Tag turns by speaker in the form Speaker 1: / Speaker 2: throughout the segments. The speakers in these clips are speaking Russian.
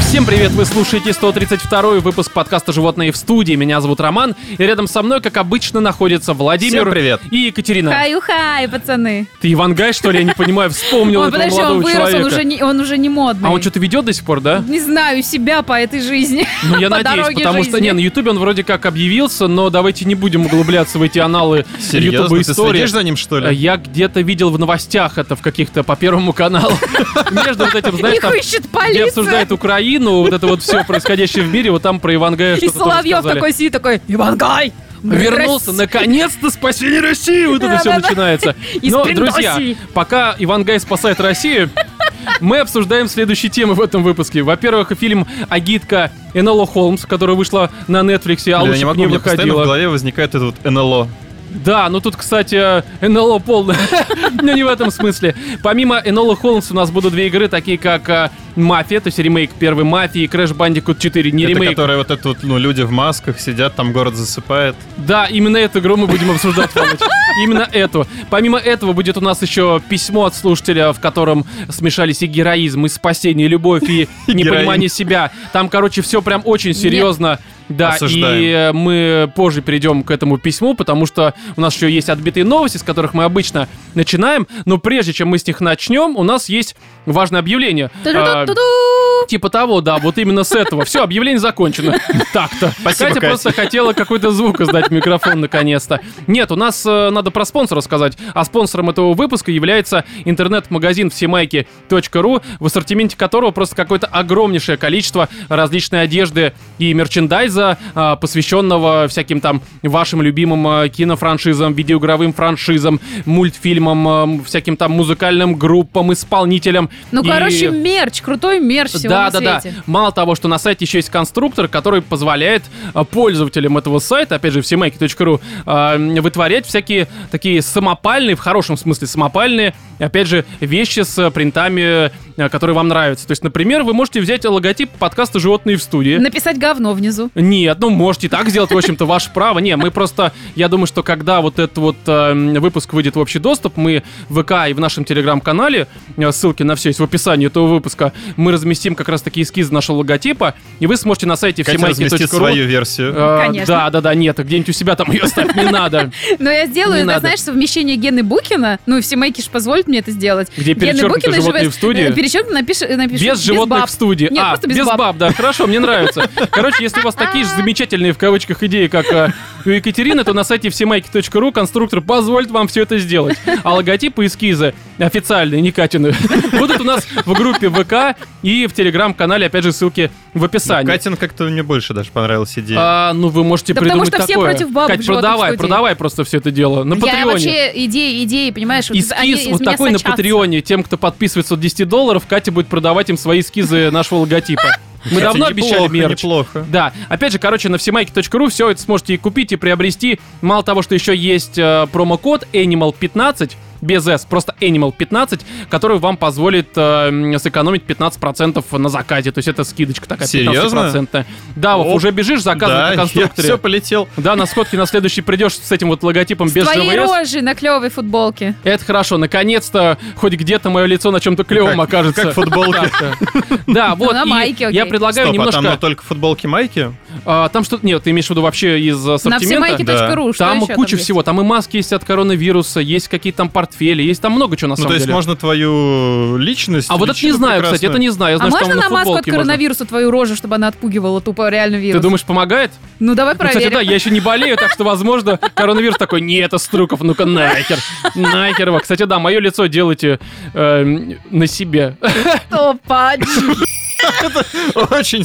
Speaker 1: Всем привет, вы слушаете 132 выпуск подкаста «Животные в студии». Меня зовут Роман, и рядом со мной, как обычно, находятся Владимир
Speaker 2: Всем привет.
Speaker 1: и Екатерина.
Speaker 3: Хай-ухай, пацаны.
Speaker 1: Ты Ивангай, что ли? Я не понимаю, вспомнил
Speaker 3: Он,
Speaker 1: этого
Speaker 3: подожди,
Speaker 1: молодого
Speaker 3: он вырос,
Speaker 1: человека.
Speaker 3: он уже, не, он уже не модный.
Speaker 1: А он что-то ведет до сих пор, да?
Speaker 3: Не знаю себя по этой жизни.
Speaker 1: Ну, я
Speaker 3: по
Speaker 1: надеюсь,
Speaker 3: дороге
Speaker 1: потому
Speaker 3: жизни.
Speaker 1: что, не, ну, на Ютубе он вроде как объявился, но давайте не будем углубляться в эти аналы
Speaker 2: Серьезно,
Speaker 1: Ютуба
Speaker 2: ты
Speaker 1: истории.
Speaker 2: следишь за ним, что
Speaker 1: Э,
Speaker 2: ли?
Speaker 1: Я где-то видел в новостях это в каких-то по Первому каналу. Между вот этим, знаешь,
Speaker 3: Их
Speaker 1: там,
Speaker 3: ищет
Speaker 1: где
Speaker 3: полиция.
Speaker 1: обсуждают Украину, вот это вот все происходящее в мире, вот там про Ивангая
Speaker 3: И
Speaker 1: что-то тоже
Speaker 3: Соловьев
Speaker 1: сказали.
Speaker 3: такой сидит, такой, Ивангай! мы
Speaker 1: Вернулся,
Speaker 3: Россия!»
Speaker 1: наконец-то спасение России! Вот это все
Speaker 3: Да-да-да.
Speaker 1: начинается.
Speaker 3: Из
Speaker 1: Но,
Speaker 3: Пиндосии.
Speaker 1: друзья, пока Ивангай спасает Россию, мы обсуждаем следующие темы в этом выпуске. Во-первых, фильм «Агитка» Энола Холмс, которая вышла на Netflix, а
Speaker 2: Блин,
Speaker 1: лучше
Speaker 2: я не
Speaker 1: б
Speaker 2: могу,
Speaker 1: не
Speaker 2: у меня постоянно в
Speaker 1: выходила.
Speaker 2: голове возникает этот вот НЛО.
Speaker 1: Да, но тут, кстати, НЛО полное. Но не в этом смысле. Помимо Энола Холмс у нас будут две игры, такие как а, «Мафия», то есть ремейк первой «Мафии» и «Крэш Бандикут 4». Не
Speaker 2: Это
Speaker 1: ремейк,
Speaker 2: которые вот это вот, ну, люди в масках сидят, там город засыпает.
Speaker 1: Да, именно эту игру мы будем обсуждать, Фомыч. Именно эту. Помимо этого будет у нас еще письмо от слушателя, в котором смешались и героизм, и спасение, и любовь, и
Speaker 2: И
Speaker 1: непонимание
Speaker 2: героин.
Speaker 1: себя. Там, короче, все прям очень серьезно. Да, и
Speaker 2: Осуждаем.
Speaker 1: э, мы позже перейдем к этому письму, потому что у нас еще есть отбитые новости, с которых мы обычно начинаем. Но прежде чем мы с них начнем, у нас есть важное объявление. А,
Speaker 3: Ту-ду-ду-ду-ду.
Speaker 1: Типа того, да, вот именно с этого. Все, объявление закончено. Так-то.
Speaker 2: Спасибо,
Speaker 1: Катя
Speaker 2: Катя.
Speaker 1: просто хотела какой-то звук издать в микрофон наконец-то. Нет, у нас э, надо про спонсора сказать. А спонсором этого выпуска является интернет-магазин всемайки.ру, в ассортименте которого просто какое-то огромнейшее количество различной одежды и мерчендайза, э, посвященного всяким там вашим любимым э, кинофраншизам, видеоигровым франшизам, мультфильмам, э, всяким там музыкальным группам, исполнителям.
Speaker 3: Ну,
Speaker 1: И-
Speaker 3: короче, мерч, крутой мерч всего
Speaker 1: да,
Speaker 3: на
Speaker 1: да,
Speaker 3: свете.
Speaker 1: да. Мало того, что на сайте еще есть конструктор, который позволяет э, пользователям этого сайта, опять же, всемайки.ру, э, вытворять всякие такие самопальные, в хорошем смысле самопальные, опять же, вещи с э, принтами, э, которые вам нравятся. То есть, например, вы можете взять логотип подкаста «Животные в студии».
Speaker 3: Написать говно внизу.
Speaker 1: Нет, ну можете и так сделать, в общем-то, ваше право. Не, мы просто, я думаю, что когда вот этот вот э, выпуск выйдет в общий доступ, мы в ВК и в нашем телеграм-канале, э, ссылки на все есть в описании этого выпуска, мы разместим как раз таки эскизы нашего логотипа, и вы сможете на сайте
Speaker 2: Катя разместит свою
Speaker 1: всемайки.ру
Speaker 2: версию.
Speaker 1: Э,
Speaker 3: Конечно.
Speaker 1: Да, да, да, нет, где-нибудь у себя там ее оставить не надо.
Speaker 3: Но я
Speaker 1: Не
Speaker 3: сделаю, да,
Speaker 1: надо.
Speaker 3: знаешь, совмещение Гены Букина. Ну, и все майки же позволят мне это сделать.
Speaker 1: Где перечеркнуто
Speaker 3: Букина живет-
Speaker 1: «Животные в студии».
Speaker 3: э, Перечеркнуто напишет, напишет.
Speaker 1: Без животных
Speaker 3: баб.
Speaker 1: в студии.
Speaker 3: Нет,
Speaker 1: а,
Speaker 3: просто без, баб.
Speaker 1: да, хорошо, мне нравится. Короче, если у вас такие же замечательные, в кавычках, идеи, как э, у Екатерины, то на сайте всемайки.ру конструктор позволит вам все это сделать. А логотипы и эскизы, официальные, не Катины, будут у нас в группе ВК и в Телеграм-канале, опять же, ссылки в описании.
Speaker 2: Катин как-то мне больше даже понравилась идея.
Speaker 1: А, ну, вы можете
Speaker 3: Да потому
Speaker 1: придумать
Speaker 3: что все
Speaker 1: такое.
Speaker 3: против баб
Speaker 1: Кать,
Speaker 3: в животных
Speaker 1: продавай,
Speaker 3: студии.
Speaker 1: продавай просто все это дело. На
Speaker 3: Я
Speaker 1: Патреоне.
Speaker 3: вообще идеи, идеи, понимаешь, вот они
Speaker 1: Эскиз
Speaker 3: из
Speaker 1: вот
Speaker 3: меня
Speaker 1: такой на
Speaker 3: сочатся.
Speaker 1: Патреоне. Тем, кто подписывается от 10 долларов, Катя будет продавать им свои эскизы нашего логотипа. Мы
Speaker 2: Кстати,
Speaker 1: давно
Speaker 2: неплохо,
Speaker 1: обещали мерч.
Speaker 2: Неплохо.
Speaker 1: Да, опять же, короче, на всемайки.ру все это сможете и купить, и приобрести. Мало того, что еще есть э, промокод Animal15, без S, просто Animal15, который вам позволит э, м, сэкономить 15% на заказе. То есть это скидочка такая,
Speaker 2: Серьезно?
Speaker 1: 15%. Да, Вов,
Speaker 2: Оп.
Speaker 1: уже бежишь, заказывай
Speaker 2: Да,
Speaker 1: на
Speaker 2: я
Speaker 1: конструкторе.
Speaker 2: все полетел.
Speaker 1: Да, на сходке на следующий придешь с этим вот логотипом
Speaker 3: С
Speaker 1: без
Speaker 3: твоей
Speaker 1: ЖВС.
Speaker 3: рожи на клевой футболке.
Speaker 1: Это хорошо, наконец-то хоть где-то мое лицо на чем-то клевом
Speaker 2: Как-
Speaker 1: окажется.
Speaker 2: Ну, как футболка.
Speaker 1: Так-то. Да, вот.
Speaker 3: на
Speaker 1: и
Speaker 3: майке, окей.
Speaker 1: Я предлагаю
Speaker 2: Стоп, а
Speaker 1: немножко.
Speaker 2: там ну, только Ну, футболки-майки?
Speaker 1: а, там что-то. Нет, ты имеешь в виду вообще из
Speaker 3: На
Speaker 1: ассортимента.
Speaker 3: всемайки.ру. Что
Speaker 1: Там
Speaker 3: еще там
Speaker 1: куча
Speaker 3: есть?
Speaker 1: всего. Там и маски есть от коронавируса, есть какие-то там портфели, есть там много чего на
Speaker 2: Ну,
Speaker 1: самом
Speaker 2: то есть
Speaker 1: деле.
Speaker 2: можно твою личность...
Speaker 1: А вот это не
Speaker 2: личину
Speaker 1: знаю, кстати,
Speaker 2: прекрасную-
Speaker 1: это не знаю. Я
Speaker 3: А
Speaker 1: знаю, что
Speaker 3: можно
Speaker 1: там
Speaker 3: на маску от
Speaker 1: футболке можно.
Speaker 3: коронавируса твою рожу, чтобы она отпугивала тупо реально вирус?
Speaker 1: Ты думаешь, помогает?
Speaker 3: Ну давай
Speaker 1: Ну,
Speaker 3: проверим.
Speaker 1: Кстати, да, я еще не болею, так что, возможно, коронавирус такой, не, это Струков, ну-ка нахер, нахер его. Кстати, да, мое лицо делайте эм, на себе.
Speaker 3: Опа, джи.
Speaker 2: Очень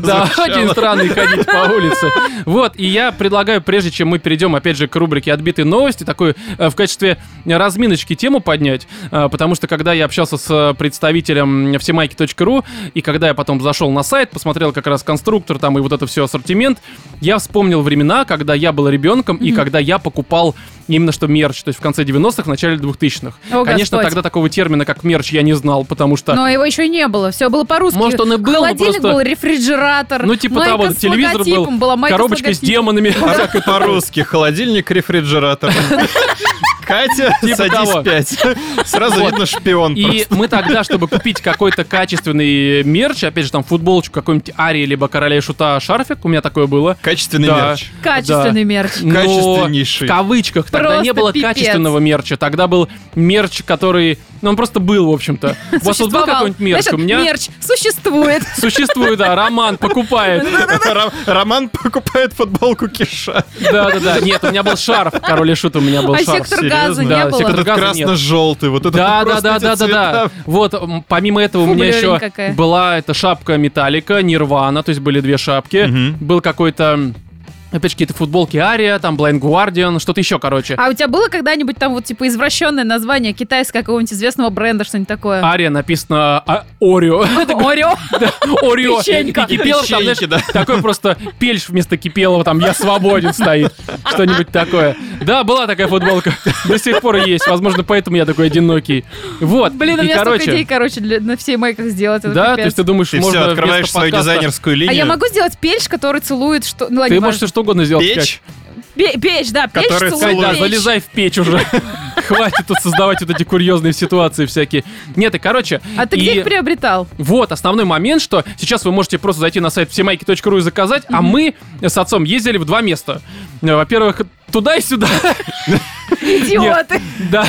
Speaker 1: Да,
Speaker 2: звучало. А
Speaker 1: очень странно ходить по улице. Вот, и я предлагаю, прежде чем мы перейдем, опять же, к рубрике «Отбитые новости», такую э, в качестве разминочки тему поднять, э, потому что, когда я общался с э, представителем всемайки.ру, и когда я потом зашел на сайт, посмотрел как раз конструктор там и вот это все ассортимент, я вспомнил времена, когда я был ребенком и когда я покупал именно что мерч, то есть в конце 90-х, в начале 2000-х.
Speaker 3: О,
Speaker 1: Конечно,
Speaker 3: Господь.
Speaker 1: тогда такого термина, как мерч, я не знал, потому что...
Speaker 3: Но его еще не было, все было по-русски.
Speaker 1: Может, он и был, но
Speaker 3: Холодильник
Speaker 1: просто-
Speaker 3: был, рефрижератор.
Speaker 1: Ну, типа
Speaker 3: майка
Speaker 1: того,
Speaker 3: с
Speaker 1: телевизор был,
Speaker 3: логотипом была, майка
Speaker 1: коробочка с
Speaker 3: логотипом.
Speaker 1: демонами.
Speaker 2: А как и по-русски? Холодильник, рефрижератор. Катя,
Speaker 1: Типа того.
Speaker 2: садись пять. Сразу
Speaker 1: Вот.
Speaker 2: видно шпион
Speaker 1: И
Speaker 2: просто.
Speaker 1: мы тогда, чтобы купить какой-то качественный мерч, опять же, там футболочку какой-нибудь Арии, либо Короля и Шута шарфик, у меня такое было.
Speaker 2: Качественный
Speaker 1: Да.
Speaker 2: мерч.
Speaker 3: Качественный мерч.
Speaker 1: Но
Speaker 2: Качественнейший.
Speaker 1: в кавычках тогда
Speaker 3: Просто
Speaker 1: не было
Speaker 3: пипец.
Speaker 1: качественного мерча. Тогда был мерч, который... Ну, он просто был, в общем-то. У вас тут был
Speaker 3: Существовал.
Speaker 1: какой-нибудь мерч?
Speaker 3: Знаешь,
Speaker 1: у меня
Speaker 3: мерч существует.
Speaker 1: существует, да, Роман покупает.
Speaker 2: Ро- Роман покупает футболку Киша.
Speaker 1: Да-да-да. Нет, у меня был шарф. Король и Шут у меня был
Speaker 3: А
Speaker 1: шарф.
Speaker 3: сектор
Speaker 2: серьезно?
Speaker 3: газа не
Speaker 1: Да, сектор
Speaker 3: было.
Speaker 2: Этот
Speaker 1: газа нет.
Speaker 2: красно-желтый, вот этот
Speaker 1: Да, да,
Speaker 2: просто
Speaker 1: да,
Speaker 2: эти
Speaker 1: да, да, да.
Speaker 2: цвета.
Speaker 1: Вот, м, помимо этого, у
Speaker 3: Фу,
Speaker 1: меня
Speaker 3: блин,
Speaker 1: еще
Speaker 3: какая.
Speaker 1: была эта шапка металлика, нирвана, то есть были две шапки.
Speaker 2: Мгм.
Speaker 1: Был какой-то. м, Опять же, какие-то футболки Ария, там Blind Guardian, что-то еще, короче.
Speaker 3: А у тебя было когда-нибудь там вот типа извращенное название китайского какого-нибудь известного бренда, что-нибудь такое? Ну,
Speaker 1: Ария написано а, Орео.
Speaker 3: Орео.
Speaker 1: Орео. И
Speaker 3: Печенька.
Speaker 1: Кипелов там, знаешь,
Speaker 2: Печеньки, да.
Speaker 1: такой просто пельш вместо Кипелова, там «Я свободен» стоит. Что-нибудь такое. Да, была такая футболка. До сих пор есть. Возможно, поэтому я такой одинокий. Вот.
Speaker 3: Блин, у
Speaker 1: И,
Speaker 3: меня столько
Speaker 1: короче,
Speaker 3: идей, короче, для- на всей майках сделать. это
Speaker 1: да,
Speaker 3: пипец.
Speaker 1: то есть ты думаешь,
Speaker 2: Ты
Speaker 1: можно
Speaker 2: все открываешь
Speaker 1: вместо
Speaker 2: свою
Speaker 1: подкаста-
Speaker 2: дизайнерскую линию.
Speaker 3: А я могу сделать пельш, который целует что... Ну, ладно,
Speaker 1: Ты
Speaker 3: не
Speaker 1: можешь
Speaker 3: важно.
Speaker 1: все что угодно сделать.
Speaker 2: Печь?
Speaker 3: Пе- Печь, да, печь
Speaker 1: Кать.
Speaker 2: Который
Speaker 1: Кать,
Speaker 3: целует
Speaker 1: да,
Speaker 3: печь.
Speaker 1: залезай в печь уже. Хватит тут создавать вот эти курьезные ситуации всякие. Нет, и короче...
Speaker 3: А ты
Speaker 1: и-
Speaker 3: где их приобретал?
Speaker 1: Вот, основной момент, что сейчас вы можете просто зайти на сайт всемайки.ру и заказать, а мы с отцом ездили в два места. Э, Во-первых, туда и сюда.
Speaker 3: Идиоты!
Speaker 1: Да.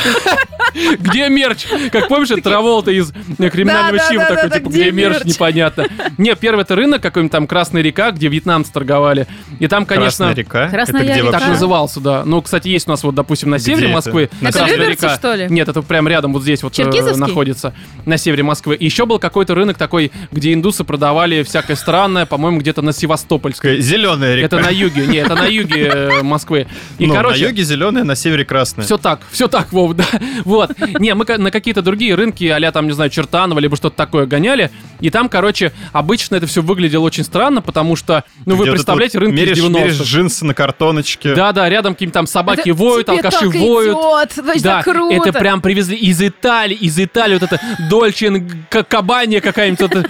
Speaker 1: Где мерч? Как помнишь, это Траволта из э, криминального
Speaker 3: Да-да-да-да-да,
Speaker 1: чива такой, типа, где
Speaker 3: где
Speaker 1: мерч,
Speaker 3: мерч?
Speaker 1: непонятно. Не, первый это рынок какой-нибудь там Красная река, где вьетнамцы торговали. И там, конечно...
Speaker 2: Красная река.
Speaker 3: Красная
Speaker 2: Это где
Speaker 3: река.
Speaker 1: Так
Speaker 3: Ага.
Speaker 2: вообще?
Speaker 1: назывался, да. Ну, кстати, есть у нас вот, допустим, на
Speaker 2: Где
Speaker 1: севере
Speaker 2: это?
Speaker 1: Москвы.
Speaker 2: На
Speaker 1: Красная
Speaker 3: Севере?
Speaker 1: река.
Speaker 3: Люберцы, что ли?
Speaker 1: Нет, это прям рядом вот здесь вот э,
Speaker 3: Черкизовский?
Speaker 1: находится. На севере Москвы. И еще был какой-то рынок такой, где индусы продавали всякое странное, по-моему, где-то на Севастопольской.
Speaker 2: Зеленая река.
Speaker 1: Это на юге. Не, это на юге э, Москвы. И,
Speaker 2: Ну,
Speaker 1: короче,
Speaker 2: на юге зеленая, на севере красная.
Speaker 1: все так, все так, Вов, да. Вот. Не, мы ка- на какие-то другие рынки, а там, не знаю, Чертаново, либо что-то такое гоняли. И там, короче, обычно это все выглядело очень странно, потому что, ну, вы
Speaker 2: Где вот это
Speaker 1: представляете,
Speaker 2: вот
Speaker 1: рынки из
Speaker 2: меришь, меришь
Speaker 1: 90-х.
Speaker 2: джинсы на картоночке.
Speaker 1: Да, да, рядом какие-нибудь там собаки
Speaker 3: Это
Speaker 1: воют,
Speaker 3: тебе
Speaker 1: алкаши
Speaker 3: так
Speaker 1: воют.
Speaker 3: идет, значит,
Speaker 1: Да,
Speaker 3: так круто.
Speaker 1: это прям привезли из Италии, из Италии вот это Дольчин Кабания какая-нибудь, вот это,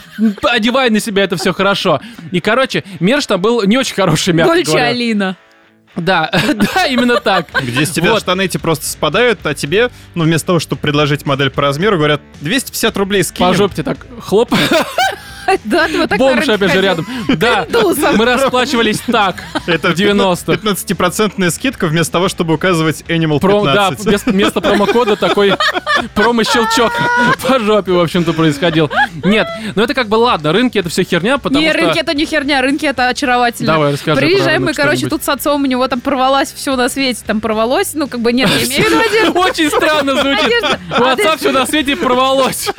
Speaker 1: одевай на себя, это все хорошо. И, короче, мерч там был не очень хороший, мягко
Speaker 3: Дольче
Speaker 1: говоря.
Speaker 3: Алина.
Speaker 1: Да, да, именно так.
Speaker 2: Где с тебя
Speaker 1: Вот.
Speaker 2: штаны эти просто спадают, а тебе, ну, вместо того, чтобы предложить модель по размеру, говорят, 250 рублей скинем.
Speaker 1: По жопте так хлоп,
Speaker 3: Да, ты вот так на
Speaker 1: бомж
Speaker 3: рынке
Speaker 1: опять же
Speaker 3: ходил.
Speaker 1: рядом. Да,
Speaker 3: Индусом.
Speaker 1: мы расплачивались так.
Speaker 2: Это
Speaker 1: в 90-х.
Speaker 2: 15% скидка вместо того, чтобы указывать Animal
Speaker 1: Пром- да,
Speaker 2: 15.
Speaker 1: вместо, вместо промокода такой промо-щелчок по жопе, в общем-то, происходил. Нет, ну это как бы ладно, рынки это все херня, потому
Speaker 3: Не,
Speaker 1: что...
Speaker 3: рынки это не херня, рынки это очаровательно.
Speaker 1: Давай, расскажи про
Speaker 3: Приезжаем
Speaker 1: рынок
Speaker 3: мы, короче,
Speaker 1: что-нибудь.
Speaker 3: тут с отцом у него там порвалось все на свете, там порвалось, ну как бы нет, я имею в виду одежду.
Speaker 1: Очень странно звучит.
Speaker 3: Одежда.
Speaker 1: У отца все на свете порвалось.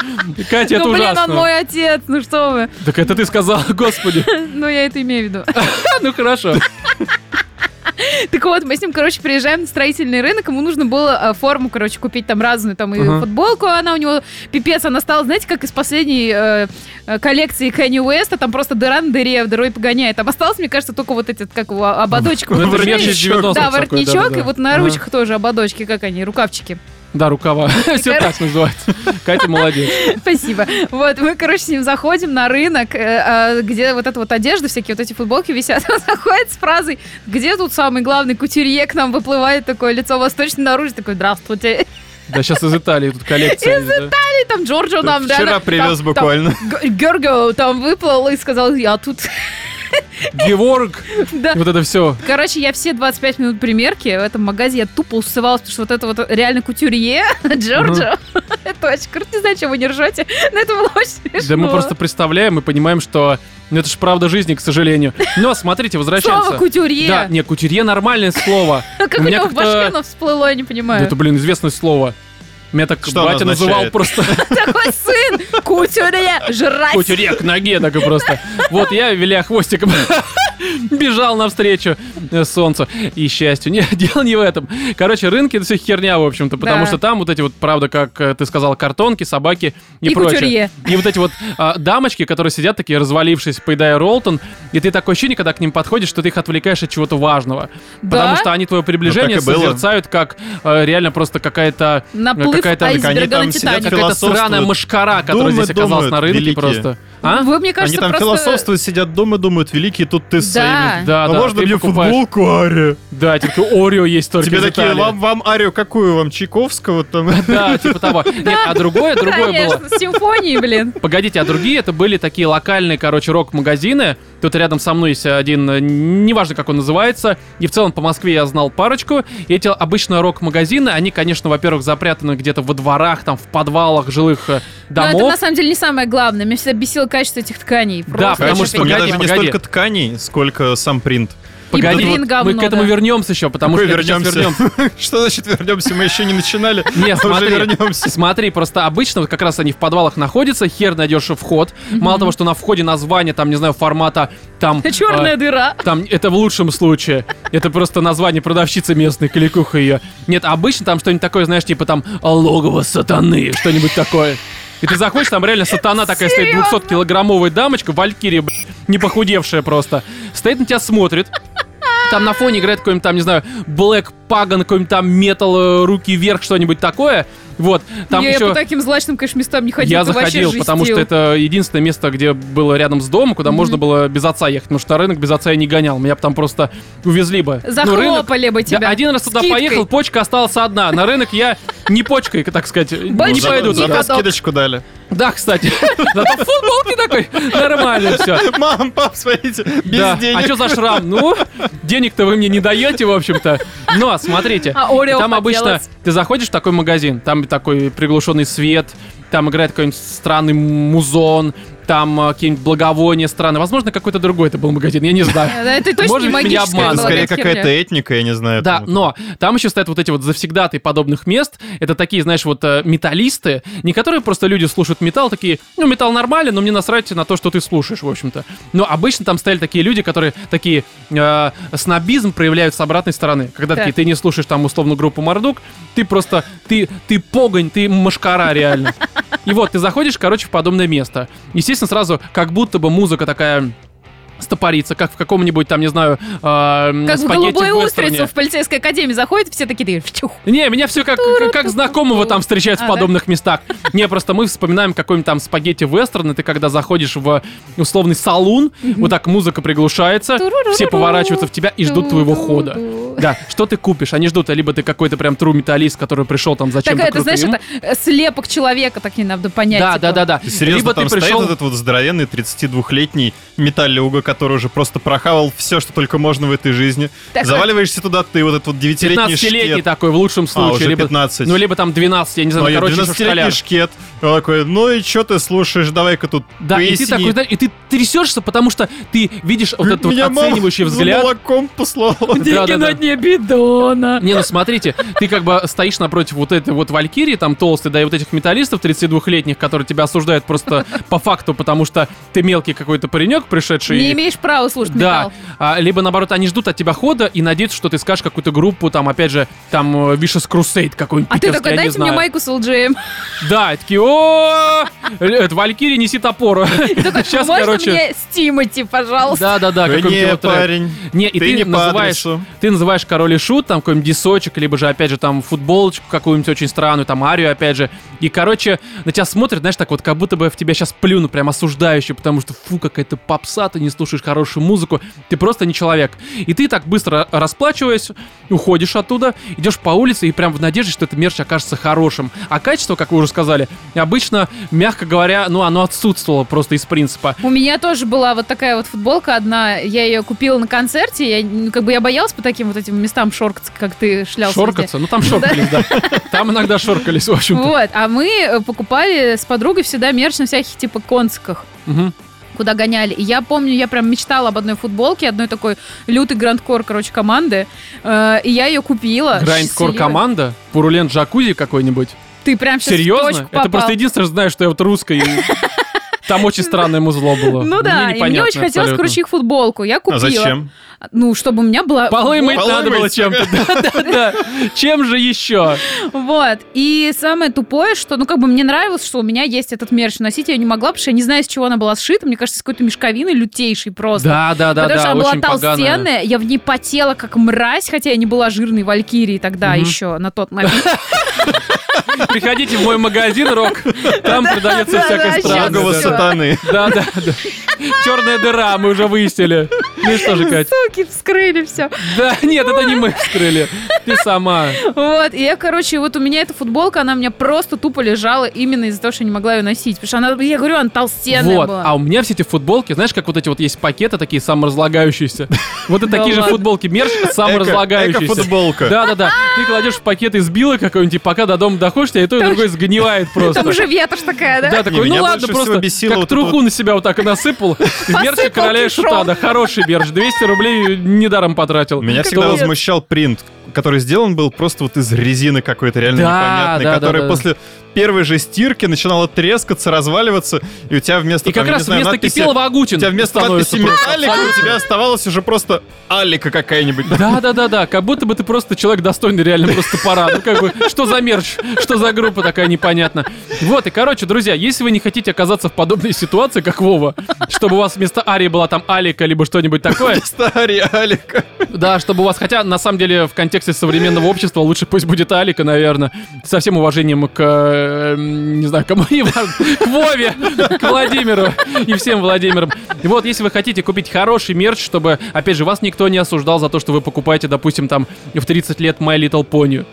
Speaker 1: Катя, это
Speaker 3: А Ну блин, он
Speaker 1: ужасно.
Speaker 3: мой отец, ну что вы.
Speaker 1: Так это ты сказала, господи.
Speaker 3: Ну я это имею в виду.
Speaker 1: Ну хорошо.
Speaker 3: Так вот, мы с ним, короче, приезжаем на строительный рынок, ему нужно было э, форму, короче, купить там разную, там и
Speaker 1: Ага.
Speaker 3: футболку, А она у него пипец, она стала, знаете, как из последней э, э, коллекции Кэнни Уэста, там просто дыра на дыре, а дырой погоняет. Там осталось, мне кажется, только вот этот, как его, а, ободочек.
Speaker 1: Ну, это
Speaker 3: вот,
Speaker 1: мерч из
Speaker 3: знаешь,
Speaker 1: 90-х
Speaker 3: Да,
Speaker 1: такой,
Speaker 3: воротничок,
Speaker 1: да-да-да.
Speaker 3: и вот на
Speaker 1: Ага.
Speaker 3: ручках тоже ободочки, как они, рукавчики.
Speaker 1: Да, рукава. Все
Speaker 3: короче-
Speaker 1: так называется. Катя молодец.
Speaker 3: Спасибо. Вот, мы, короче, с ним заходим на рынок, э, э, где вот эта вот одежда, всякие вот эти футболки висят. Он заходит с фразой, где тут самый главный кутюрье к нам выплывает такое лицо восточное наружу, такой, здравствуйте.
Speaker 1: Да, сейчас из Италии тут коллекция. да.
Speaker 3: И там Джорджо нам...
Speaker 2: Вчера
Speaker 3: реально-
Speaker 2: привез
Speaker 3: там-
Speaker 2: буквально.
Speaker 3: там Г- Георгио там выплыл и сказал, я тут.
Speaker 1: Геворг.
Speaker 3: Да.
Speaker 1: Вот это все.
Speaker 3: Короче, я все 25 минут примерки в этом магазине я тупо усывалась, потому что вот это вот реально кутюрье Джорджо. Это очень круто. Не знаю, чем вы не ржете, но это было очень смешно.
Speaker 1: Ну. Да мы просто представляем и понимаем, что ну, это же правда жизни, к сожалению. Но смотрите,
Speaker 3: Слово
Speaker 1: возвращаемся.
Speaker 3: кутюрье.
Speaker 1: Да, не, кутюрье нормальное слово.
Speaker 3: Ну, Как
Speaker 1: У
Speaker 3: у
Speaker 1: меня
Speaker 3: него в башке
Speaker 1: как-то- Ну,
Speaker 3: оно всплыло, я не
Speaker 1: Да
Speaker 3: понимаю.
Speaker 1: это, блин, известное слово. Меня так
Speaker 2: Что оно
Speaker 1: батя называл
Speaker 2: означает?
Speaker 1: просто
Speaker 3: Такой сын, кутюрье, жрать.
Speaker 1: кутюрье к ноге, так и просто. Вот я, виля хвостиком, бежал навстречу э, солнцу и счастью. Нет, дело не в этом. Короче, рынки это все херня, в общем-то, потому
Speaker 3: Да.
Speaker 1: что там вот эти вот, правда, как э, ты сказал, картонки, собаки и,
Speaker 3: И
Speaker 1: прочее.
Speaker 3: кутюрье.
Speaker 1: И вот эти вот а, дамочки, которые сидят такие, развалившись, поедая Ролтон, и ты такое ощущение, когда к ним подходишь, что ты их отвлекаешь от чего-то важного.
Speaker 3: Да?
Speaker 1: Потому что они твое приближение
Speaker 2: Ну, так и было.
Speaker 1: созерцают как э, реально просто какая-то... э,
Speaker 3: Наплыв
Speaker 1: какая-то
Speaker 2: Так они
Speaker 3: Айсберга
Speaker 2: там
Speaker 3: на
Speaker 2: сидят,
Speaker 3: Титанике.
Speaker 1: Какая-то
Speaker 2: философствуют.
Speaker 1: сраная мышкара, которая
Speaker 2: Думы
Speaker 1: здесь оказалась
Speaker 2: думают
Speaker 1: на рынке
Speaker 2: великие.
Speaker 1: просто. А?
Speaker 3: Вы, мне
Speaker 2: Они
Speaker 3: кажется,
Speaker 2: там
Speaker 3: просто...
Speaker 2: философствуют, сидят дома, думают, великие, тут ты с
Speaker 3: Да,
Speaker 1: какая-нибудь. Да,
Speaker 2: а
Speaker 1: да,
Speaker 2: можно
Speaker 1: ты
Speaker 2: мне
Speaker 1: покупаешь-
Speaker 2: футболку Ари?
Speaker 1: Да, только Орео есть только
Speaker 2: Тебе
Speaker 1: из
Speaker 2: такие,
Speaker 1: Италии.
Speaker 2: вам, вам Арию какую? Вам Чайковского там?
Speaker 1: Да, типа того. Нет, а другое, другое было.
Speaker 3: Конечно, с симфонией, блин.
Speaker 1: Погодите, а другие это были такие локальные, короче, рок-магазины. Тут рядом со мной есть один, э, неважно, как он называется. И в целом по Москве я знал парочку. И эти обычно рок-магазины, они, конечно, во-первых, запрятаны где-то во дворах, там, в подвалах жилых э,
Speaker 3: Но Ну, это на
Speaker 1: домов.
Speaker 3: самом деле не самое главное. Меня всегда бесило качество этих тканей.
Speaker 1: Да,
Speaker 3: Просто
Speaker 1: потому
Speaker 2: Короче,
Speaker 1: что-
Speaker 2: у меня
Speaker 1: погоди,
Speaker 2: даже
Speaker 1: погоди.
Speaker 2: не столько тканей, сколько сам принт.
Speaker 1: Погоди,
Speaker 3: блин,
Speaker 1: вот мы
Speaker 3: говно,
Speaker 1: к этому
Speaker 3: да.
Speaker 1: вернемся еще, потому
Speaker 2: Какой
Speaker 1: что это сейчас
Speaker 2: вернемся?
Speaker 1: вернемся.
Speaker 2: Что значит вернемся? Мы еще не начинали.
Speaker 1: Не,
Speaker 2: а
Speaker 1: смотри.
Speaker 2: Уже вернемся.
Speaker 1: Смотри, просто обычно вот как раз они в подвалах находятся, хер найдешь вход. Мало того, что на входе название, там, не знаю, формата, там... э,
Speaker 3: черная дыра.
Speaker 1: Там это в лучшем случае. Это просто название продавщицы местной, кликуха ее. Нет, обычно там что-нибудь такое, знаешь, типа там логово сатаны, что-нибудь такое. И ты заходишь, там реально сатана такая стоит, 200-килограммовая дамочка, валькирия, б***ь, не похудевшая просто. Стоит на тебя смотрит, там на фоне играет какой-нибудь там, не знаю, Black Pagan, какой-нибудь там метал, руки вверх, что-нибудь такое. Вот, там
Speaker 3: я, я
Speaker 1: еще...
Speaker 3: по таким злачным, конечно, местам не ходил.
Speaker 1: Я
Speaker 3: ты вообще
Speaker 1: заходил, потому что
Speaker 3: жестил.
Speaker 1: это единственное место, где было рядом с домом, куда можно было без отца ехать. Потому что на рынок без отца я не гонял. Меня бы там просто увезли бы. Ну, рынок-
Speaker 3: Захлопали бы тебя.
Speaker 1: Да, один раз туда
Speaker 3: скидкой.
Speaker 1: поехал, почка осталась одна. На рынок я не почкой, так сказать, не
Speaker 3: Больше
Speaker 2: За-
Speaker 1: пойду
Speaker 3: не
Speaker 1: туда.
Speaker 2: Зато
Speaker 3: каток.
Speaker 2: скидочку дали.
Speaker 1: Да, кстати. Зато в футболке такой. Нормально все.
Speaker 2: Мам, пап, смотрите, без
Speaker 1: Да.
Speaker 2: денег.
Speaker 1: А что за шрам? Ну, денег-то вы мне не даете, в общем-то. Но, смотрите.
Speaker 3: А Орео
Speaker 1: Там обычно
Speaker 3: хотелось.
Speaker 1: ты заходишь в такой магазин, там такой приглушенный свет, там играет какой-нибудь странный музон, там э, какие-нибудь благовония странные. Возможно, какой-то другой это был магазин, я не знаю.
Speaker 3: Э, да, Это точно
Speaker 1: Может
Speaker 3: не
Speaker 1: быть, меня
Speaker 3: магическая
Speaker 1: обманывают.
Speaker 2: Это
Speaker 3: была
Speaker 2: скорее
Speaker 3: какая-то херня.
Speaker 2: какая-то этника, я не знаю.
Speaker 1: Да, ну
Speaker 2: там.
Speaker 1: но там еще стоят вот эти вот завсегдаты подобных мест. Это такие, знаешь, вот э, металлисты, не которые просто люди слушают металл, такие, ну, металл нормальный, но мне насрать на то, что ты слушаешь, в общем-то. Но обычно там стояли такие люди, которые такие э, снобизм проявляют с обратной стороны. Когда
Speaker 3: Так.
Speaker 1: такие, ты не слушаешь там условно группу Мордук, ты просто, ты, ты погонь, ты машкара реально. И вот, ты заходишь, короче, в подобное место. Естественно, сразу как будто бы музыка такая стопорится, как в каком-нибудь там, не знаю, э,
Speaker 3: Как в
Speaker 1: спагетти
Speaker 3: голубую
Speaker 1: вестерне».
Speaker 3: устрицу в полицейской академии заходят, все такие, такие, «Втюх».
Speaker 1: Не, меня все как, как, как знакомого там встречают
Speaker 3: А,
Speaker 1: в
Speaker 3: да?
Speaker 1: подобных местах. Не, просто мы вспоминаем какой-нибудь там спагетти вестерн, и ты когда заходишь в э, условный салун, вот так музыка приглушается,
Speaker 3: Туру-ру-ру-ру.
Speaker 1: все поворачиваются в тебя и ждут твоего хода.
Speaker 3: Ту-ду-ду.
Speaker 1: Да, что ты купишь? Они ждут, а либо ты какой-то прям тру металлист, который пришел там зачем-то
Speaker 3: Такая, ты знаешь,
Speaker 1: крутым.
Speaker 3: это э, слепок человека, так не надо понять.
Speaker 1: Да,
Speaker 3: типа.
Speaker 1: да, да, да.
Speaker 2: Ты серьезно,
Speaker 1: либо
Speaker 2: там
Speaker 1: ты пришел...
Speaker 2: стоит этот вот здоровенный 32-летний металлюга, который уже просто прохавал все, что только можно в этой жизни.
Speaker 3: Такой.
Speaker 2: Заваливаешься туда, ты вот этот вот 9-летний
Speaker 1: 15-летний
Speaker 2: шкет. А,
Speaker 1: такой, в лучшем случае.
Speaker 2: уже
Speaker 1: либо,
Speaker 2: 15.
Speaker 1: Ну, либо там 12, я не знаю,
Speaker 2: Ну,
Speaker 1: ну,
Speaker 2: я
Speaker 1: короче, еще
Speaker 2: 12-летний
Speaker 1: школяр.
Speaker 2: шкет. Он такой, ну и что ты слушаешь, давай-ка тут
Speaker 1: Да, и ты
Speaker 2: поясни».
Speaker 1: такой, знаешь, и ты трясешься, потому что ты видишь вот этот вот
Speaker 2: Меня мама
Speaker 1: оценивающий
Speaker 2: за
Speaker 1: взгляд.
Speaker 2: молоком послала.
Speaker 1: Да-да-да.
Speaker 3: дне бидона.
Speaker 1: Не, ну смотрите, ты как бы стоишь напротив вот этой вот Валькирии, там толстой, да, и вот этих металлистов 32-летних, которые тебя осуждают просто по факту, потому что ты мелкий какой-то паренек, пришедший.
Speaker 3: Не
Speaker 1: и-
Speaker 3: имеешь права слушать
Speaker 1: Да,
Speaker 3: металл.
Speaker 1: а, либо наоборот, они ждут от тебя хода и надеются, что ты скажешь какую-то группу, там, опять же, там, э, Vicious Crusade какой-нибудь
Speaker 3: А ты
Speaker 1: питерский,
Speaker 3: такой,
Speaker 1: я не
Speaker 3: дайте мне
Speaker 1: знаю».
Speaker 3: майку с LGM.
Speaker 1: Да, и такие, о э, это Валькирия, неси топор. Сейчас,
Speaker 3: Можно
Speaker 1: короче...
Speaker 3: мне Стимати, пожалуйста?
Speaker 1: Да-да-да,
Speaker 2: Вы
Speaker 1: какой-нибудь
Speaker 2: не,
Speaker 1: вот трек.
Speaker 2: парень.
Speaker 1: Не, и ты,
Speaker 2: Ты не по
Speaker 1: называешь,
Speaker 2: адресу.
Speaker 1: ты называешь король и шут, там какой-нибудь дисочек, либо же, опять же, там футболочку какую-нибудь очень странную, там арию, опять же. И, короче, на тебя смотрят, знаешь, так вот, как будто бы в тебя сейчас плюну, прям осуждающе, потому что, фу, какая-то попса, ты не слушаешь хорошую музыку, ты просто не человек. И ты так быстро расплачиваясь, уходишь оттуда, идешь по улице и прям в надежде, что этот мерч окажется хорошим. А качество, как вы уже сказали, обычно, мягко говоря, ну, оно отсутствовало просто из принципа.
Speaker 3: У меня тоже была вот такая вот футболка одна. Я ее купила на концерте. Я, ну, как бы я боялась по таким вот этим местам шоркаться, как ты шлялся. везде.
Speaker 1: Шоркаться? Ну там шоркались, да. Там иногда шоркались, в общем-то.
Speaker 3: Вот. А мы э, покупали с подругой всегда мерч на всяких типа конциках.
Speaker 1: Мгм.
Speaker 3: куда гоняли. И я помню, я прям мечтала об одной футболке, одной такой лютый грандкор, короче, команды. Э, И я ее купила.
Speaker 1: Грайндкор
Speaker 3: Счастливая.
Speaker 1: команда, пурулент джакузи какой-нибудь.
Speaker 3: Ты прям сейчас в
Speaker 1: Серьезно?
Speaker 3: точку
Speaker 1: Это
Speaker 3: попал.
Speaker 1: просто единственное, что знаю, что я вот русская. и Там очень странное музло было.
Speaker 3: Ну да,
Speaker 1: Мне
Speaker 3: и мне
Speaker 1: непонятно
Speaker 3: очень хотелось,
Speaker 1: абсолютно.
Speaker 3: короче, их футболку. Я купила.
Speaker 2: А зачем?
Speaker 3: Ну, чтобы у меня была...
Speaker 1: Полы мыть
Speaker 2: Полы
Speaker 1: надо было
Speaker 2: мыть,
Speaker 1: чем-то. Да-да-да. Чем же еще?
Speaker 3: Вот. И самое тупое, что, ну, как бы мне нравилось, что у меня есть этот мерч. Носить я её не могла, потому что я не знаю, из чего она была сшита. Мне кажется, из какой-то мешковины лютейшей просто.
Speaker 1: Да, да, да,
Speaker 3: Потому что
Speaker 1: да,
Speaker 3: она
Speaker 1: очень
Speaker 3: была
Speaker 1: поганая.
Speaker 3: толстенная, я в ней потела, как мразь, хотя я не была жирной валькирией тогда
Speaker 1: Мгм.
Speaker 3: еще, на тот момент.
Speaker 1: Приходите в мой магазин рок, там продается
Speaker 3: да,
Speaker 1: всякая
Speaker 3: да, щас
Speaker 1: странная.
Speaker 2: Логово
Speaker 3: всё.
Speaker 2: сатаны.
Speaker 1: Да, да, да. Черная дыра, мы уже выяснили. Ну и что же, Кать?
Speaker 3: Суки, вскрыли все.
Speaker 1: Да, нет, это не мы вскрыли. Ты сама.
Speaker 3: Вот, и я, короче, вот у меня эта футболка, она у меня просто тупо лежала именно из-за того, что я не могла ее носить. Потому что она, я говорю, она толстенная
Speaker 1: Вот.
Speaker 3: была.
Speaker 1: А у меня все эти футболки, знаешь, как вот эти вот есть пакеты такие саморазлагающиеся. Вот и
Speaker 3: Да
Speaker 1: такие же
Speaker 3: ладно.
Speaker 1: футболки, мерч
Speaker 2: Эко-
Speaker 1: саморазлагающийся.
Speaker 2: Эко-футболка.
Speaker 1: Да, да, да. Ты кладешь в пакет из белок какой-нибудь, и пока до дома доходишь, тебя и то, и другое сгнивает просто.
Speaker 3: Там уже ветошь такая, да?
Speaker 1: Да, такой,
Speaker 2: Не,
Speaker 1: ну
Speaker 2: меня
Speaker 1: ладно,
Speaker 2: больше всего
Speaker 1: просто
Speaker 2: бесило
Speaker 1: как
Speaker 2: вот
Speaker 1: труху
Speaker 2: это вот-
Speaker 1: на себя вот так и насыпал. Из мерча
Speaker 3: Посыпал
Speaker 1: короля
Speaker 3: кишок.
Speaker 1: Шутада. Хороший мерч, 200 рублей недаром потратил.
Speaker 2: Меня
Speaker 3: Как
Speaker 2: всегда
Speaker 3: бред.
Speaker 2: возмущал принт, который сделан был просто вот из резины какой-то реально
Speaker 1: Да,
Speaker 2: непонятной,
Speaker 1: да, да,
Speaker 2: которая
Speaker 1: да.
Speaker 2: после первой же стирки начинала трескаться, разваливаться, и у тебя вместо
Speaker 1: И как
Speaker 2: там, я не
Speaker 1: раз
Speaker 2: знаю,
Speaker 1: вместо
Speaker 2: надписи-
Speaker 1: Кипелова Агутин
Speaker 2: у тебя вместо
Speaker 1: становится
Speaker 2: надписи
Speaker 1: просто.
Speaker 2: «Металлик» у тебя оставалась уже просто Алика какая-нибудь.
Speaker 1: Да, да, да, да. Как будто бы ты просто человек достойный реально просто пора. Ну, как бы, что за мерч? Что за группа такая непонятна? Вот, и, короче, друзья, если вы не хотите оказаться в подобной ситуации, как Вова, чтобы у вас вместо Арии была там Алика, либо что-нибудь такое,
Speaker 2: Старая Алика.
Speaker 1: да, чтобы у вас, хотя, на самом деле, в контексте современного общества лучше пусть будет Алика, наверное, со всем уважением к, э, м, не знаю, кому, не важно, к Вове, к Владимиру и всем Владимирам. И вот, если вы хотите купить хороший мерч, чтобы, опять же, вас никто не осуждал за то, что вы покупаете, допустим, там, в 30 лет My Little Pony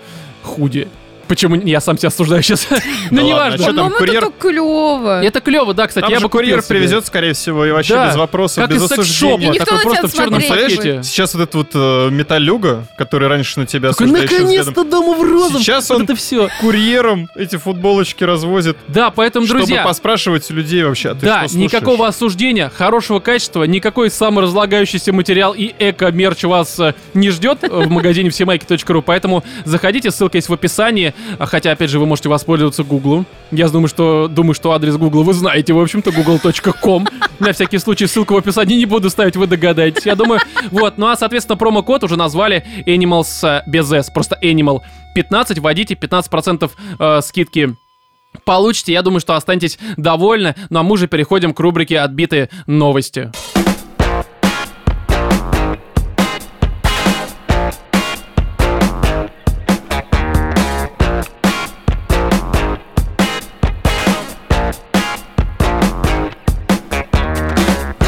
Speaker 1: худи. Почему я сам себя осуждаю сейчас? Ну,
Speaker 2: ладно, а
Speaker 1: неважно.
Speaker 2: чё там,
Speaker 3: По-моему,
Speaker 2: курьер-
Speaker 3: это так клево.
Speaker 1: Это клево, да, кстати,
Speaker 2: Там
Speaker 1: я
Speaker 2: же
Speaker 1: бы купил
Speaker 2: курьер
Speaker 1: себе.
Speaker 2: привезет, скорее всего, и вообще
Speaker 1: Да,
Speaker 2: без вопросов,
Speaker 1: Как
Speaker 2: без
Speaker 1: из секс-шопа,
Speaker 2: осуждения.
Speaker 3: И никто
Speaker 1: такой
Speaker 3: на
Speaker 1: просто
Speaker 3: тебя
Speaker 1: в черном
Speaker 3: смотреть не
Speaker 1: пакете.
Speaker 3: будет.
Speaker 2: Сейчас вот этот вот э, металюга, который раньше на тебя
Speaker 1: Такой,
Speaker 2: осуждающим взглядом,
Speaker 1: наконец-то дому в розом.
Speaker 2: Сейчас
Speaker 1: Вот
Speaker 2: он-
Speaker 1: это все.
Speaker 2: курьером эти футболочки развозит,
Speaker 1: Да, поэтому,
Speaker 2: чтобы
Speaker 1: друзья,
Speaker 2: поспрашивать у людей вообще, а ты
Speaker 1: да,
Speaker 2: что слушаешь?
Speaker 1: никакого осуждения, хорошего качества, никакой саморазлагающийся материал и эко-мерч вас э, не ждет э, в магазине всемайки.ру, поэтому заходите, ссылка есть в описании, а хотя, опять же, вы можете воспользоваться Гуглом. Я думаю, что, думаю, что адрес Гугла вы знаете, в общем-то, google.com. На всякий случай ссылку в описании не буду ставить, вы догадаетесь, я думаю. Вот, ну а, соответственно, промокод уже назвали Animals э, без S, просто Animal 15, вводите 15% э, скидки получите. Я думаю, что останетесь довольны. Ну а мы же переходим к рубрике «Отбитые новости».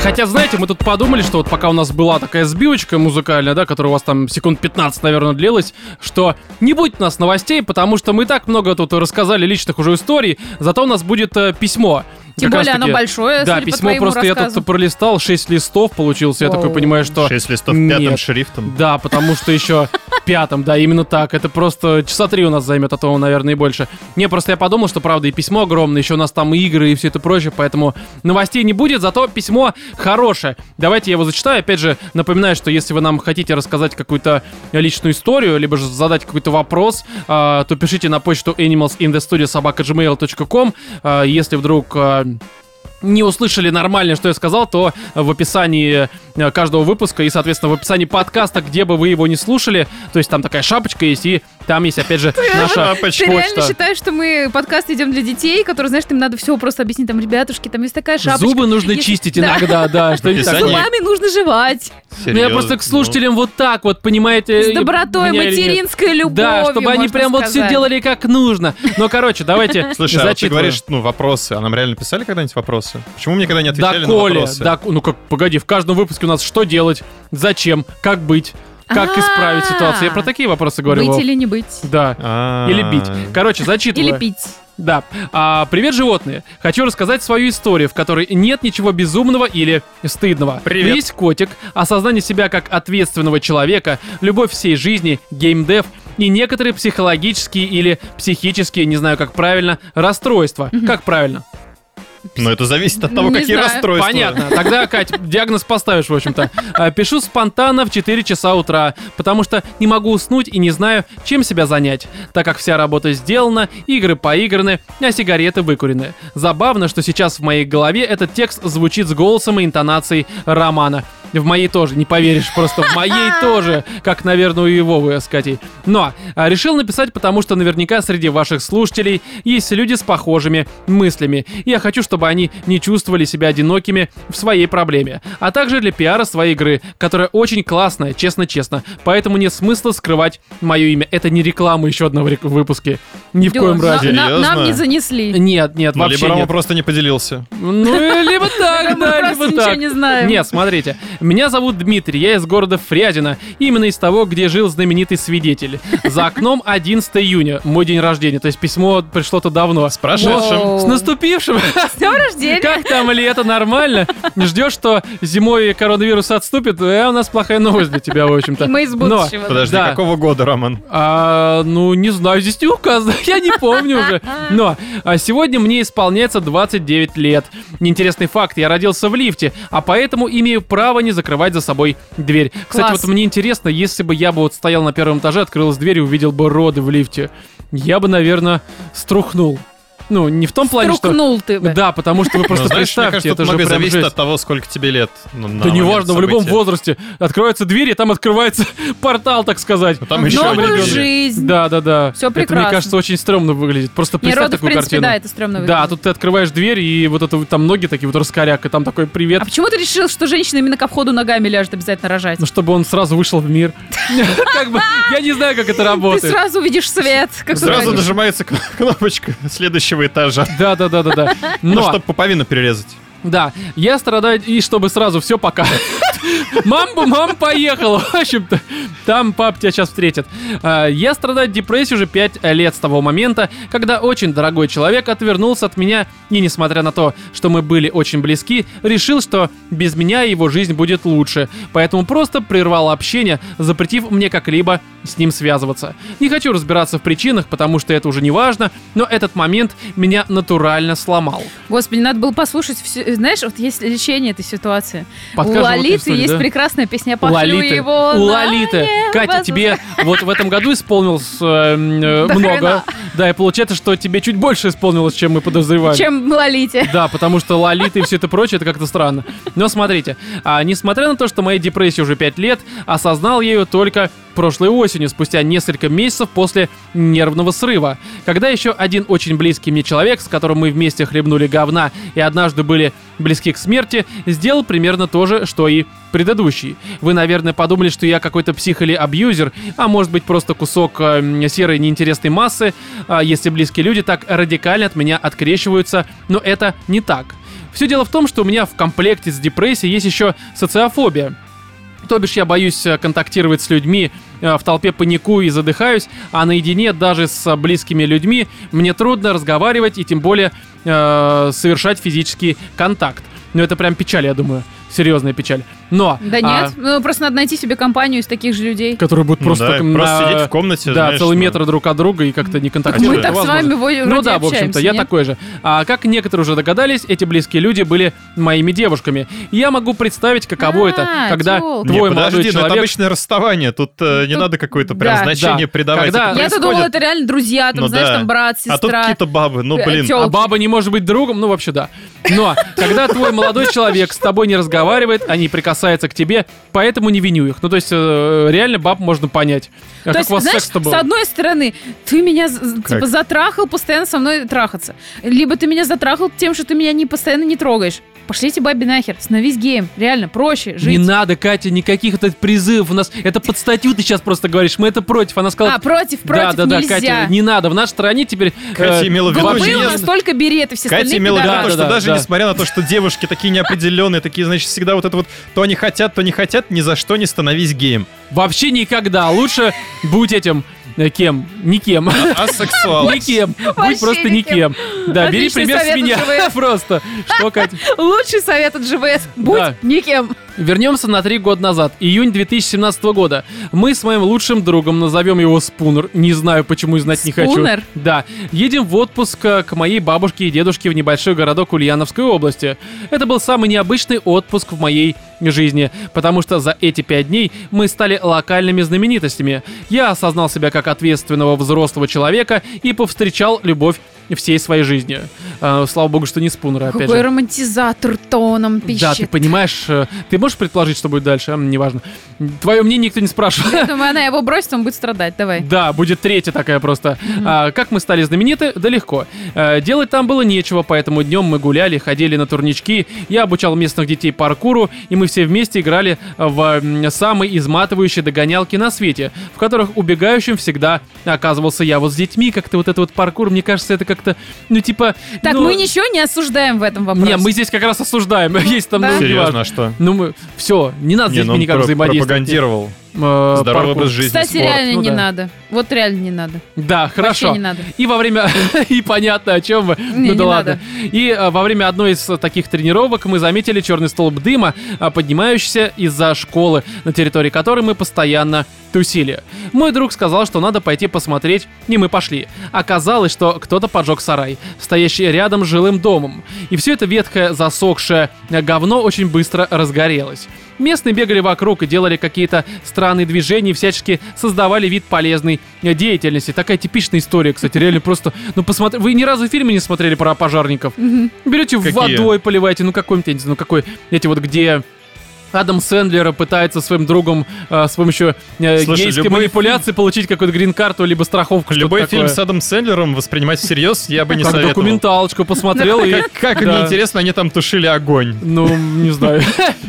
Speaker 1: Хотя, знаете, мы тут подумали, что вот пока у нас была такая сбивочка музыкальная, да, которая у вас там секунд 15, наверное, длилась, что не будет у нас новостей, потому что мы и так много тут рассказали личных уже историй, зато у нас будет э, письмо.
Speaker 3: Тем
Speaker 1: Как
Speaker 3: более
Speaker 1: раз-таки-
Speaker 3: оно большое,
Speaker 1: Да,
Speaker 3: судя по
Speaker 1: письмо
Speaker 3: твоему
Speaker 1: просто я
Speaker 3: рассказу.
Speaker 1: тут пролистал, 6 листов получился, я
Speaker 3: Вау.
Speaker 1: такой понимаю, что...
Speaker 2: Шесть листов
Speaker 1: а, Нет.
Speaker 2: пятым шрифтом.
Speaker 1: Да, потому что еще пятым, да, именно так. Это просто часа три у нас займет, а то, наверное, и больше. Не, просто я подумал, что, правда, и письмо огромное, еще у нас там и игры и все это прочее, поэтому новостей не будет, зато письмо хорошее. Давайте я его зачитаю. Опять же, напоминаю, что если вы нам хотите рассказать какую-то личную историю, либо же задать какой-то вопрос, а, то пишите на почту animalsinthestudio.gmail.com. А, Если вдруг... а, не услышали нормально, что я сказал, то в описании э, каждого выпуска и, соответственно, в описании подкаста, где бы вы его не слушали, то есть там такая шапочка есть, и там есть, опять же, наша
Speaker 2: Шапочка.
Speaker 3: Ты реально
Speaker 1: почта.
Speaker 3: считаешь, что мы подкаст идем для детей, которые, знаешь, им надо все просто объяснить, там, ребятушки, там есть такая шапочка.
Speaker 1: Зубы нужно
Speaker 3: Если-
Speaker 1: чистить
Speaker 3: Да.
Speaker 1: иногда, да, что-нибудь
Speaker 2: Описание.
Speaker 1: такое.
Speaker 3: Зубами нужно жевать.
Speaker 1: Ну, я просто к слушателям вот так вот, понимаете...
Speaker 3: С добротой,
Speaker 1: Э, меня или нет.
Speaker 3: материнской любовью,
Speaker 1: Да, чтобы они
Speaker 3: можно
Speaker 1: прям вот все
Speaker 3: сказать.
Speaker 1: делали как нужно. Ну, короче, давайте
Speaker 2: Слушай, а вот ты
Speaker 1: зачитываю.
Speaker 2: говоришь, ну, вопросы. А нам реально писали когда-нибудь вопросы? Почему мы никогда не
Speaker 1: Да,
Speaker 2: отвечали на
Speaker 1: Коля,
Speaker 2: вопросы?
Speaker 1: да, ну как, погоди, в каждом выпуске у нас что делать, зачем, как быть, как
Speaker 3: А-а-а.
Speaker 1: исправить ситуацию. Я про такие вопросы говорю.
Speaker 3: А. Быть
Speaker 1: Вов.
Speaker 3: или не быть.
Speaker 1: Да.
Speaker 2: А.
Speaker 1: Или бить. Короче, зачитываю.
Speaker 3: Или пить.
Speaker 1: Да. А, привет, животные. Хочу рассказать свою историю, в которой нет ничего безумного или стыдного.
Speaker 2: Привет.
Speaker 1: Есть котик, осознание себя как ответственного человека, любовь всей жизни, геймдев и некоторые психологические или психические, не знаю как правильно, расстройства. Как правильно?
Speaker 2: Но Ну, это зависит от того,
Speaker 3: Не
Speaker 2: какие
Speaker 3: знаю.
Speaker 2: расстройства.
Speaker 1: Понятно. Тогда, Кать, диагноз поставишь, в общем-то. А, Пишу спонтанно в 4 часа утра, потому что не могу уснуть и не знаю, чем себя занять, так как вся работа сделана, игры поиграны, а сигареты выкурены. Забавно, что сейчас в моей голове этот текст звучит с голосом и интонацией романа. В моей тоже, не поверишь, просто в моей тоже, как, наверное, у его вы с Катей. Но а, решил написать, потому что наверняка среди ваших слушателей есть люди с похожими мыслями. Я хочу, чтобы они не чувствовали себя одинокими в своей проблеме, а также для пиара своей игры, которая очень классная, честно-честно. Поэтому нет смысла скрывать мое имя. Это не реклама еще одного рек- выпуска. Ни в
Speaker 3: Дё,
Speaker 1: коем
Speaker 3: на-
Speaker 1: разе.
Speaker 3: на- Нам
Speaker 2: Серьезно?
Speaker 3: не занесли.
Speaker 1: Нет, нет,
Speaker 2: Ну,
Speaker 1: вообще
Speaker 2: либо Рома
Speaker 1: нет.
Speaker 2: просто не поделился.
Speaker 1: Ну, и либо так,
Speaker 3: Мы
Speaker 1: да,
Speaker 3: просто
Speaker 1: либо
Speaker 3: ничего
Speaker 1: так.
Speaker 3: не знаем.
Speaker 1: Нет, смотрите. Меня зовут Дмитрий, я из города Фрязино. Именно из того, где жил знаменитый свидетель. За окном 11 июня, мой день рождения. То есть письмо пришло-то давно.
Speaker 2: С прошедшим.
Speaker 3: Воу.
Speaker 1: С наступившим!
Speaker 3: С днем рождения!
Speaker 1: Как там лето, нормально? Ждешь, что зимой коронавирус отступит? Э, у нас плохая новость для тебя, в общем-то.
Speaker 3: И мы из
Speaker 1: Но-
Speaker 3: будущего.
Speaker 2: Подожди,
Speaker 1: Да.
Speaker 2: какого года, Роман?
Speaker 1: а, ну, не знаю, здесь не указано, я не помню уже. Но а сегодня мне исполняется 29 лет. Интересный факт, я родился в лифте, а поэтому имею право не закрывать за собой дверь. Кстати,
Speaker 3: Класс.
Speaker 1: вот мне интересно, если бы я бы вот стоял на первом этаже, открылась дверь и увидел бы роды в лифте, я бы, наверное, струхнул. Ну, не в том плане, что...
Speaker 3: Струхнул ты бы.
Speaker 1: Да, потому что вы просто
Speaker 2: Ну, знаешь, мне
Speaker 1: представьте,
Speaker 2: кажется,
Speaker 1: это
Speaker 2: тут
Speaker 1: же
Speaker 2: многое
Speaker 1: прям
Speaker 2: зависит
Speaker 1: жесть.
Speaker 2: от того, сколько тебе лет. ну, на
Speaker 1: Да неважно, в
Speaker 2: момент
Speaker 1: любом
Speaker 2: события.
Speaker 1: возрасте откроются двери, и там открывается портал, так сказать.
Speaker 2: Ну, Там
Speaker 1: В
Speaker 2: еще
Speaker 1: новую
Speaker 2: один
Speaker 3: Новую
Speaker 2: ребенок.
Speaker 3: жизнь.
Speaker 1: Да, да, да.
Speaker 3: Всё
Speaker 1: Это, мне
Speaker 3: прекрасно.
Speaker 1: кажется, очень стрёмно выглядит. Просто
Speaker 3: Не,
Speaker 1: представь
Speaker 3: роды, в
Speaker 1: такую
Speaker 3: принципе,
Speaker 1: картину.
Speaker 3: да, это
Speaker 1: Да,
Speaker 3: стрёмно
Speaker 1: а
Speaker 3: выглядит.
Speaker 1: тут ты открываешь дверь, и вот это вот там ноги такие вот раскоряк, и там такой привет.
Speaker 3: А почему ты решил, что женщина именно ко входу ногами ляжет обязательно рожать?
Speaker 1: Ну, чтобы он сразу вышел в мир. Как бы, я не знаю, как это
Speaker 3: Ты
Speaker 1: работает.
Speaker 3: сразу увидишь свет. Как
Speaker 2: Сразу
Speaker 3: только-
Speaker 2: нажимается кно- кнопочка следующего этажа.
Speaker 1: Да, да, да, да, да.
Speaker 2: Ну,
Speaker 1: Но,
Speaker 2: чтобы пуповину перерезать.
Speaker 1: да, я страдаю, и чтобы сразу все пока. Мам, мам поехала, в общем-то. Там пап тебя сейчас встретит. А, Я страдаю депрессией уже 5 лет с того момента, когда очень дорогой человек отвернулся от меня и, несмотря на то, что мы были очень близки, решил, что без меня его жизнь будет лучше. Поэтому просто прервал общение, запретив мне как-либо с ним связываться. Не хочу разбираться в причинах, потому что это уже не важно, но этот момент меня натурально сломал.
Speaker 3: Господи, надо было послушать все. Знаешь, вот есть лечение этой ситуации.
Speaker 1: Подкажем
Speaker 3: у
Speaker 1: вот
Speaker 3: Лолиты
Speaker 1: историю,
Speaker 3: есть
Speaker 1: да?
Speaker 3: прекрасная песня
Speaker 1: У
Speaker 3: «Пошлю
Speaker 1: Лолиты.
Speaker 3: его
Speaker 1: У
Speaker 3: на
Speaker 1: Лолиты.
Speaker 3: небо».
Speaker 1: Катя, тебе вот в этом году исполнилось э, м, э,
Speaker 3: Да
Speaker 1: много.
Speaker 3: хрена.
Speaker 1: Да, и получается, что тебе чуть больше исполнилось, чем мы подозреваем.
Speaker 3: Чем Лолите.
Speaker 1: Да, потому что лолиты и все это прочее, это как-то странно. Но смотрите, а, несмотря на то, что моей депрессии уже 5 лет, осознал я ее только прошлой осенью, спустя несколько месяцев после нервного срыва. Когда еще один очень близкий мне человек, с которым мы вместе хлебнули говна и однажды были близки к смерти, сделал примерно то же, что и предыдущий. Вы, наверное, подумали, что я какой-то псих или абьюзер, а может быть просто кусок э, м, серой неинтересной массы, а, если близкие люди так радикально от меня открещиваются, но это не так. Все дело в том, что у меня в комплекте с депрессией есть еще социофобия. То бишь я боюсь э, контактировать с людьми, э, в толпе паникую и задыхаюсь, а наедине даже с э, близкими людьми мне трудно разговаривать и тем более э, совершать физический контакт. Но это прям печаль, я думаю. Серьезная печаль. Но...
Speaker 3: Да
Speaker 1: а,
Speaker 3: нет, ну просто надо найти себе компанию из таких же людей.
Speaker 1: которые будут
Speaker 2: Ну
Speaker 1: просто,
Speaker 2: да,
Speaker 1: так на-
Speaker 2: просто сидеть в комнате,
Speaker 1: Да,
Speaker 2: знаешь,
Speaker 1: целый
Speaker 2: ну. А
Speaker 1: метр друг от друга и как-то не контактировать.
Speaker 3: Мы так с
Speaker 1: Возможно.
Speaker 3: вами вроде
Speaker 1: Ну да, в
Speaker 3: общаемся,
Speaker 1: общем-то, я
Speaker 3: нет?
Speaker 1: такой же. А как некоторые уже догадались, эти близкие люди были моими девушками. И Я могу представить, каково
Speaker 3: А,
Speaker 1: это, когда
Speaker 3: тёлка.
Speaker 2: Не,
Speaker 1: твой молодой
Speaker 2: подожди, но это
Speaker 1: человек...
Speaker 2: обычное расставание. Тут э, не
Speaker 3: Тут-
Speaker 2: надо какое-то прям
Speaker 3: да,
Speaker 2: значение
Speaker 1: да.
Speaker 2: придавать.
Speaker 1: Когда-
Speaker 3: Я-то
Speaker 2: Это происходит.
Speaker 3: думала, это реально друзья, там,
Speaker 2: Ну
Speaker 3: знаешь,
Speaker 2: да.
Speaker 3: там брат,
Speaker 2: А тут
Speaker 3: сестра.
Speaker 2: какие-то бабы, ну
Speaker 3: э,
Speaker 2: блин.
Speaker 3: тёлки.
Speaker 1: А баба не может быть другом, ну вообще да. Но когда твой молодой человек с тобой не разговаривает, они прикасаются к тебе, поэтому не виню их. Ну то есть э, реально баб можно понять. А
Speaker 3: То
Speaker 1: как
Speaker 3: есть,
Speaker 1: у вас
Speaker 3: знаешь,
Speaker 1: секс-то был?
Speaker 3: с одной стороны, ты меня з-
Speaker 2: Как?
Speaker 3: типа затрахал постоянно со мной трахаться. Либо ты меня затрахал тем, что ты меня не постоянно не трогаешь. Пошлите бабе нахер, становись геем. Реально, проще
Speaker 1: Не
Speaker 3: жить.
Speaker 1: надо, Катя, никаких вот этих призывов. У нас это под статью ты сейчас просто говоришь. Мы это против. Она сказала.
Speaker 3: А, против,
Speaker 1: да,
Speaker 3: против,
Speaker 1: да, да,
Speaker 3: нельзя.
Speaker 1: Катя, не надо. В нашей стране теперь. э,
Speaker 2: Катя имела в виду,
Speaker 1: голубые
Speaker 3: Голубые
Speaker 2: Очень
Speaker 3: у нас
Speaker 2: ясно.
Speaker 3: только береты, все
Speaker 2: Катя
Speaker 3: остальные
Speaker 2: имела в виду,
Speaker 1: да,
Speaker 2: то,
Speaker 1: да,
Speaker 3: пидорасы.
Speaker 2: что
Speaker 1: да,
Speaker 2: даже
Speaker 1: да.
Speaker 2: несмотря на то, что девушки такие неопределенные, такие, значит, всегда вот это вот, то они хотят, то не хотят, ни за что не становись геем.
Speaker 1: Вообще никогда. Лучше будь этим э, кем? Никем.
Speaker 2: А сексуал.
Speaker 1: Никем. Будь
Speaker 3: Вообще
Speaker 1: просто
Speaker 3: никем.
Speaker 1: никем. Да, бери
Speaker 3: Отличный
Speaker 1: пример с
Speaker 3: совет от
Speaker 1: меня.
Speaker 3: ЖВС.
Speaker 1: Просто. Что, Катя?
Speaker 3: Лучший совет от ЖВС. Будь
Speaker 1: Да.
Speaker 3: никем.
Speaker 1: Вернемся на три года назад, июнь 2017 года. Мы с моим лучшим другом, назовем его Спунер, не знаю почему и знать не
Speaker 3: Спунер?
Speaker 1: хочу. Да. Едем в отпуск э, к моей бабушке и дедушке в небольшой городок Ульяновской области. Это был самый необычный отпуск в моей жизни, потому что за эти пять дней мы стали локальными знаменитостями. Я осознал себя как ответственного взрослого человека и повстречал любовь всей своей жизни. Э, Слава богу, что не спунера, опять
Speaker 3: Какой
Speaker 1: же.
Speaker 3: романтизатор тоном
Speaker 1: Да, ты
Speaker 3: пищит.
Speaker 1: понимаешь, э, ты можешь предположить, что будет дальше, М, неважно. Твое мнение никто не спрашивал.
Speaker 3: Я думаю, она его бросит, он будет страдать. Давай.
Speaker 1: Да, будет третья такая просто. А, как мы стали знамениты? Да легко. Э, делать там было нечего, поэтому днем мы гуляли, ходили на турнички, я обучал местных детей паркуру, и мы все вместе играли в м, самые изматывающие догонялки на свете, в которых убегающим всегда оказывался я. Вот с детьми как-то вот этот вот паркур, мне кажется, это как-то, ну типа...
Speaker 3: Так,
Speaker 1: ну,
Speaker 3: мы ничего не осуждаем в этом вопросе.
Speaker 1: Не, мы здесь как раз осуждаем, есть там...
Speaker 3: Да.
Speaker 1: ну,
Speaker 2: Серьезно,
Speaker 1: неважно.
Speaker 2: а что?
Speaker 1: Ну, мы... Все, не надо с
Speaker 2: Не,
Speaker 1: детьми
Speaker 2: ну он
Speaker 1: никак
Speaker 2: про-
Speaker 1: взаимодействовать.
Speaker 2: пропагандировал
Speaker 1: Э,
Speaker 2: здоровый
Speaker 1: паркур.
Speaker 2: образ жизни,
Speaker 3: Кстати,
Speaker 2: спорт.
Speaker 3: реально
Speaker 1: Ну
Speaker 3: не
Speaker 1: да.
Speaker 3: надо. Вот реально не надо.
Speaker 1: Да, хорошо.
Speaker 3: Вообще не надо.
Speaker 1: И во время... И понятно, о чем вы.
Speaker 3: Не,
Speaker 1: ну да
Speaker 3: не
Speaker 1: ладно.
Speaker 3: надо.
Speaker 1: И э, во время одной из э, таких тренировок мы заметили черный столб дыма, э, поднимающийся из-за школы, на территории которой мы постоянно тусили. Мой друг сказал, что надо пойти посмотреть, и мы пошли. Оказалось, что кто-то поджег сарай, стоящий рядом с жилым домом. И все это ветхое, засохшее э, говно очень быстро разгорелось. Местные бегали вокруг и делали какие-то странные движения, и всячески создавали вид полезной э, деятельности. Такая типичная история, кстати, реально просто... Ну, посмотри... Вы ни разу фильмы не смотрели про пожарников?
Speaker 3: Мгм.
Speaker 1: Берете
Speaker 2: Какие?
Speaker 1: водой, поливаете, ну какой-нибудь, я не знаю, ну какой, эти вот где... Адам Сэндлер пытается своим другом э, с помощью э,
Speaker 2: Слушай,
Speaker 1: гейской
Speaker 2: любой
Speaker 1: манипуляции получить какую-то грин-карту либо страховку. что-то
Speaker 2: Любой фильм
Speaker 1: такое.
Speaker 2: с Адамом Сэндлером воспринимать всерьез я бы не
Speaker 1: Как
Speaker 2: советовал.
Speaker 1: документалочку посмотрел и...
Speaker 2: Как, как
Speaker 1: Да.
Speaker 2: мне интересно, они там тушили огонь.
Speaker 1: Ну, не знаю.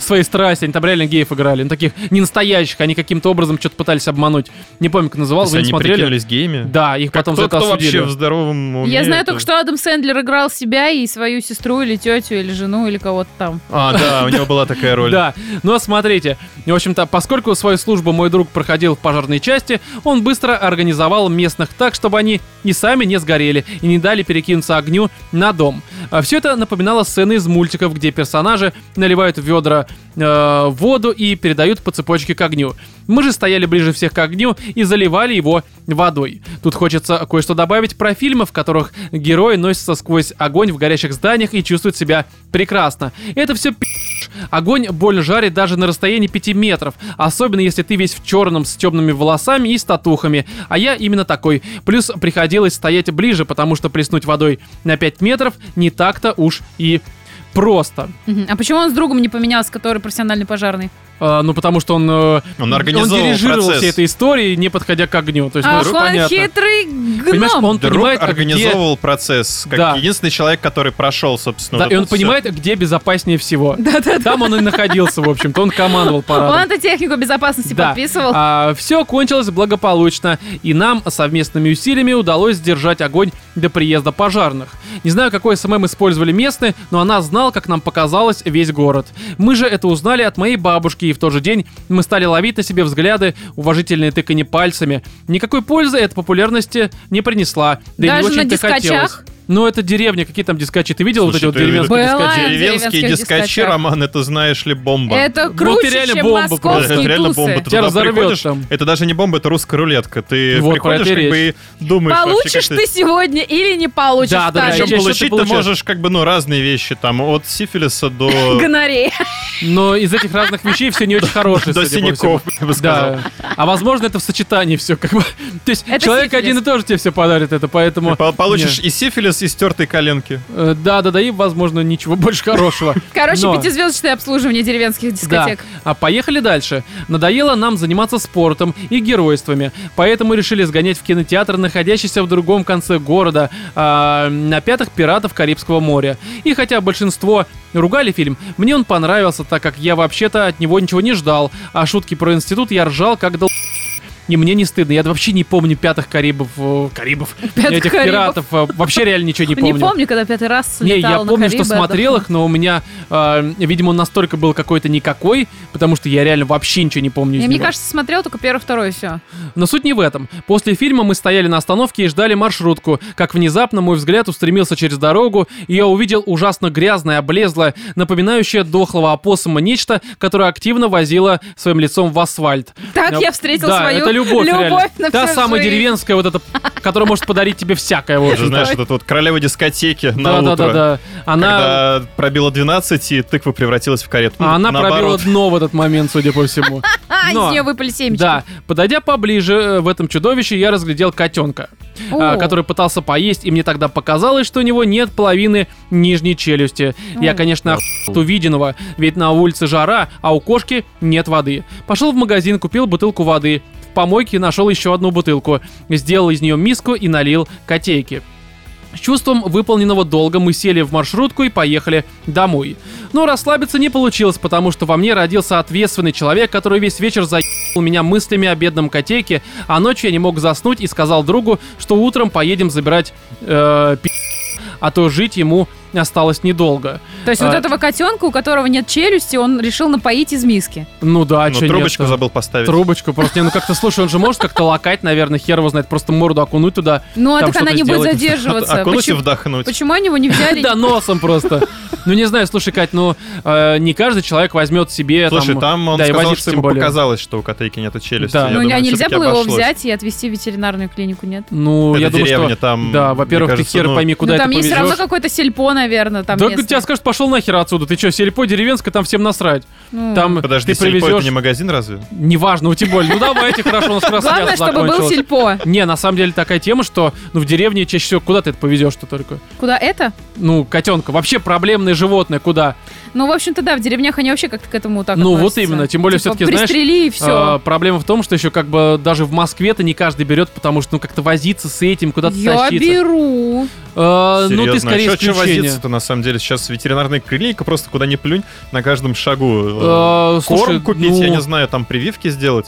Speaker 1: Свои страсти. Они там реально геев играли. Ну, таких не настоящих. Они каким-то образом что-то пытались обмануть. Не помню, как называл.
Speaker 2: Если
Speaker 1: Вы не
Speaker 2: они
Speaker 1: смотрели?
Speaker 2: прикинулись геями.
Speaker 1: Да, их
Speaker 2: Как
Speaker 1: потом за
Speaker 2: тот,
Speaker 1: это
Speaker 2: кто вообще
Speaker 1: осудили.
Speaker 2: в здоровом уме.
Speaker 3: Я знаю
Speaker 2: это-
Speaker 3: только, что Адам Сэндлер играл себя и свою сестру или тетю или жену или кого-то там.
Speaker 2: А, да, у него была такая роль.
Speaker 1: Да, но смотрите, в общем-то, поскольку свою службу мой друг проходил в пожарной части, он быстро организовал местных так, чтобы они и сами не сгорели, и не дали перекинуться огню на дом. Все это напоминало сцены из мультиков, где персонажи наливают в ведра э, воду и передают по цепочке к огню. Мы же стояли ближе всех к огню и заливали его водой. Тут хочется кое-что добавить про фильмы, в которых герои носятся сквозь огонь в горящих зданиях и чувствуют себя прекрасно. Это все Огонь больно жарит даже на расстоянии 5 метров, особенно если ты весь в черном с темными волосами и с татухами. А я именно такой. Плюс приходилось стоять ближе, потому что плеснуть водой на 5 метров не так-то уж и просто.
Speaker 3: Мгм. А почему он с другом не поменялся, который профессиональный пожарный?
Speaker 1: А, ну, потому что он, э,
Speaker 2: Он организовал
Speaker 1: дирижировал
Speaker 2: процесс.
Speaker 1: всей этой историей, не подходя к огню. То есть, ну,
Speaker 3: Ах,
Speaker 1: это
Speaker 3: А, он
Speaker 1: понятно.
Speaker 3: хитрый гном.
Speaker 1: Понимаешь, он
Speaker 2: Друг
Speaker 1: понимает, а где...
Speaker 2: организовывал процесс, как
Speaker 1: Да.
Speaker 2: единственный человек, который прошел, собственно,
Speaker 1: Да,
Speaker 2: вот
Speaker 1: и
Speaker 2: это
Speaker 1: он
Speaker 2: всё.
Speaker 1: понимает, где безопаснее всего.
Speaker 3: Да-да-да.
Speaker 1: Там он и находился, в общем-то. Он командовал парадом.
Speaker 3: Он эту технику безопасности подписывал.
Speaker 1: А, все кончилось благополучно, и нам совместными усилиями удалось сдержать огонь до приезда пожарных. Не знаю, какой СММ использовали местные, но она знала, как нам показалось, весь город. Мы же это узнали от моей бабушки, и в тот же день мы стали ловить на себе взгляды, уважительные тыканье пальцами. Никакой пользы эта популярности не принесла. Да
Speaker 3: Даже
Speaker 1: и не
Speaker 3: на
Speaker 1: очень-то
Speaker 3: дискачах?
Speaker 1: хотелось. Ну, это деревня, какие там дискачи? Ты видел
Speaker 2: Слушай,
Speaker 1: вот эти
Speaker 2: ты-
Speaker 1: вот деревенские
Speaker 3: Была
Speaker 1: дискачи?
Speaker 3: я на
Speaker 2: Деревенские
Speaker 3: деревенских
Speaker 2: дискачи,
Speaker 3: дискотеках.
Speaker 2: Роман, это знаешь ли бомба?
Speaker 3: Это
Speaker 1: Вот
Speaker 3: круче,
Speaker 1: реально
Speaker 3: чем
Speaker 1: бомба просто.
Speaker 3: московские
Speaker 2: это реально
Speaker 3: тусы.
Speaker 2: бомба. Ты
Speaker 1: Тебя
Speaker 2: туда
Speaker 1: разорвет
Speaker 2: приходишь,
Speaker 1: там.
Speaker 2: Это даже не бомба, это русская рулетка. Ты
Speaker 1: Вот, про это
Speaker 2: приходишь,
Speaker 1: и
Speaker 2: как бы и думаешь. вообще,
Speaker 3: Получишь
Speaker 2: как
Speaker 3: ты сегодня или не получишь.
Speaker 1: Да, да, да,
Speaker 3: Таня?
Speaker 1: я
Speaker 2: Причем
Speaker 1: Чаще
Speaker 2: получить
Speaker 1: ты
Speaker 2: ты
Speaker 1: получаешь.
Speaker 2: можешь как бы, ну, разные вещи, там, от сифилиса до,
Speaker 3: Гонорея.
Speaker 1: Но из этих разных вещей все не очень хорошие. судя
Speaker 2: до
Speaker 1: по всему.
Speaker 2: синяков, я бы сказал.
Speaker 1: Да. А возможно, это в сочетании все как бы. То есть
Speaker 3: Это
Speaker 1: человек
Speaker 3: сифилис.
Speaker 1: один и тоже тебе все подарит это, поэтому.
Speaker 2: Ты по- Получишь и сифилис, и стертые коленки.
Speaker 1: Э, Да, да, да, и возможно ничего больше хорошего.
Speaker 3: Короче,
Speaker 1: Но-
Speaker 3: пятизвездочное обслуживание деревенских дискотек.
Speaker 1: Да. А поехали дальше. Надоело нам заниматься спортом и геройствами, поэтому решили сгонять в кинотеатр, находящийся в другом конце города, а, на пятых пиратов Карибского моря. И хотя большинство ругали фильм, мне он понравился, так как я вообще-то от него ничего не ждал, а шутки про институт я ржал как дол... И мне не стыдно, я вообще не помню пятых Карибов, э, Карибов,
Speaker 3: Пятых
Speaker 1: этих
Speaker 3: Карибов.
Speaker 1: пиратов, э, вообще реально ничего не
Speaker 3: Не
Speaker 1: помню.
Speaker 3: помню, когда пятый раз
Speaker 1: Не, я
Speaker 3: летал на
Speaker 1: помню, что
Speaker 3: Карибы, а
Speaker 1: смотрел
Speaker 3: отдохнул.
Speaker 1: их, но у меня, э, видимо, он настолько был какой-то никакой, потому что я реально вообще ничего не помню. из
Speaker 3: Не, Мне
Speaker 1: него.
Speaker 3: кажется, смотрел только первый, второй, все.
Speaker 1: Но суть не в этом. После фильма мы стояли на остановке и ждали маршрутку, как внезапно мой взгляд устремился через дорогу, и я увидел ужасно грязное, облезлое, напоминающее дохлого опоссума нечто, которое активно возило своим лицом в асфальт.
Speaker 3: Так
Speaker 1: Э,
Speaker 3: я встретил
Speaker 1: да, это
Speaker 3: свою
Speaker 1: любовь,
Speaker 3: Любовь
Speaker 1: реально.
Speaker 3: на
Speaker 1: Та
Speaker 3: всю
Speaker 1: самая
Speaker 3: жизнь.
Speaker 1: деревенская вот эта, которая может подарить тебе всякое, в
Speaker 2: Ты же
Speaker 1: общем-то.
Speaker 2: знаешь, вот эта вот королева дискотеки
Speaker 1: ну Да, да,
Speaker 2: на
Speaker 1: да,
Speaker 2: утро.
Speaker 1: да. Она,
Speaker 2: Когда пробила 12, и тыква превратилась в карету. Ну,
Speaker 1: а она пробила
Speaker 2: Наоборот.
Speaker 1: дно в этот момент, судя по всему.
Speaker 3: А,
Speaker 1: Но-
Speaker 3: из нее выпали семечки.
Speaker 1: Да, подойдя поближе э, в этом чудовище, я разглядел котенка,
Speaker 3: О.
Speaker 1: а, который пытался поесть, и мне тогда показалось, что у него нет половины нижней челюсти. Я,
Speaker 3: Ой.
Speaker 1: конечно, охуел от увиденного, ведь на улице жара, а у кошки нет воды. Пошел в магазин, купил бутылку воды. В помойке нашел еще одну бутылку, сделал из нее миску и налил котейки. С чувством выполненного долга мы сели в маршрутку и поехали домой. Но расслабиться не получилось, потому что во мне родился ответственный человек, который весь вечер заебал меня мыслями о бедном котейке, а ночью я не мог заснуть и сказал другу, что утром поедем забирать э, пи***, а то жить ему осталось недолго.
Speaker 3: То есть вот
Speaker 1: а-
Speaker 3: этого котенка, у которого нет челюсти, он решил напоить из миски.
Speaker 1: Ну да,
Speaker 2: Ну,
Speaker 1: чё
Speaker 2: трубочку
Speaker 1: нет-то?
Speaker 2: забыл поставить.
Speaker 1: Трубочку просто. Не, ну как-то, слушай, он же может как-то лакать, наверное, хер его знает, просто морду окунуть туда.
Speaker 3: Ну, а
Speaker 1: Там
Speaker 3: так она
Speaker 1: что-то
Speaker 3: не будет
Speaker 1: сделать. А,
Speaker 3: задерживаться.
Speaker 2: Окунуть и
Speaker 3: Почему-
Speaker 2: А вдохнуть.
Speaker 3: Почему они его не взяли?
Speaker 1: Да носом просто. Ну не знаю, слушай, Кать, ну э, не каждый человек возьмет себе
Speaker 2: Слушай, там он
Speaker 1: да, и
Speaker 2: сказал,
Speaker 1: возиться,
Speaker 2: что
Speaker 1: тем
Speaker 2: ему
Speaker 1: более.
Speaker 2: показалось, что у котейки нету челюсти.
Speaker 1: Да.
Speaker 2: Я
Speaker 3: Ну,
Speaker 2: думаю,
Speaker 3: а нельзя
Speaker 2: всё-таки
Speaker 3: было его
Speaker 2: обошлось.
Speaker 3: взять и отвезти в ветеринарную клинику, нет?
Speaker 1: Ну,
Speaker 2: Это
Speaker 1: я думаю,
Speaker 2: деревня,
Speaker 1: что...
Speaker 2: там,
Speaker 1: Да,
Speaker 2: мне
Speaker 1: во-первых, ты
Speaker 2: кажется,
Speaker 1: хер
Speaker 2: ну,
Speaker 1: пойми, куда
Speaker 3: ну,
Speaker 1: это
Speaker 3: там есть все равно
Speaker 1: повезешь.
Speaker 3: какое-то сельпо, наверное, там
Speaker 1: Да
Speaker 3: местное.
Speaker 1: тебя скажут, пошел нахер отсюда, ты что, сельпо деревенская, там всем насрать.
Speaker 3: Ну,
Speaker 1: Там
Speaker 2: Подожди,
Speaker 1: ты
Speaker 2: сельпо это
Speaker 1: привезешь...
Speaker 2: не магазин разве?
Speaker 1: Неважно, у тебя боль. Ну давайте, хорошо, у нас красное
Speaker 3: Главное,
Speaker 1: мясо
Speaker 3: чтобы был
Speaker 1: закончилось.
Speaker 3: сельпо.
Speaker 1: Не, на самом деле такая тема, что ну в деревне чаще всего куда ты это повезешь-то только?
Speaker 3: Куда это?
Speaker 1: Ну, котенка. Вообще проблемное животное куда?
Speaker 3: Ну, в общем-то, да, в деревнях они вообще как-то к этому так
Speaker 1: Ну, вот
Speaker 3: относятся.
Speaker 1: именно, тем более
Speaker 3: Типа,
Speaker 1: всё-таки, знаешь,
Speaker 3: Пристрели и все.
Speaker 1: А, проблема в том, что еще как бы даже в Москве-то не каждый берет, потому что ну как-то возиться с этим, куда-то
Speaker 3: Я
Speaker 1: тащиться.
Speaker 3: беру.
Speaker 1: А, ну ты
Speaker 2: Серьезно, а
Speaker 1: скорее
Speaker 2: чё- чё
Speaker 1: исключение.
Speaker 2: возиться-то на самом деле? Сейчас ветеринарная клиника, просто куда ни плюнь, на каждом шагу. э,
Speaker 1: А, слушай,
Speaker 2: Корм купить,
Speaker 1: ну,
Speaker 2: я не знаю, там прививки сделать.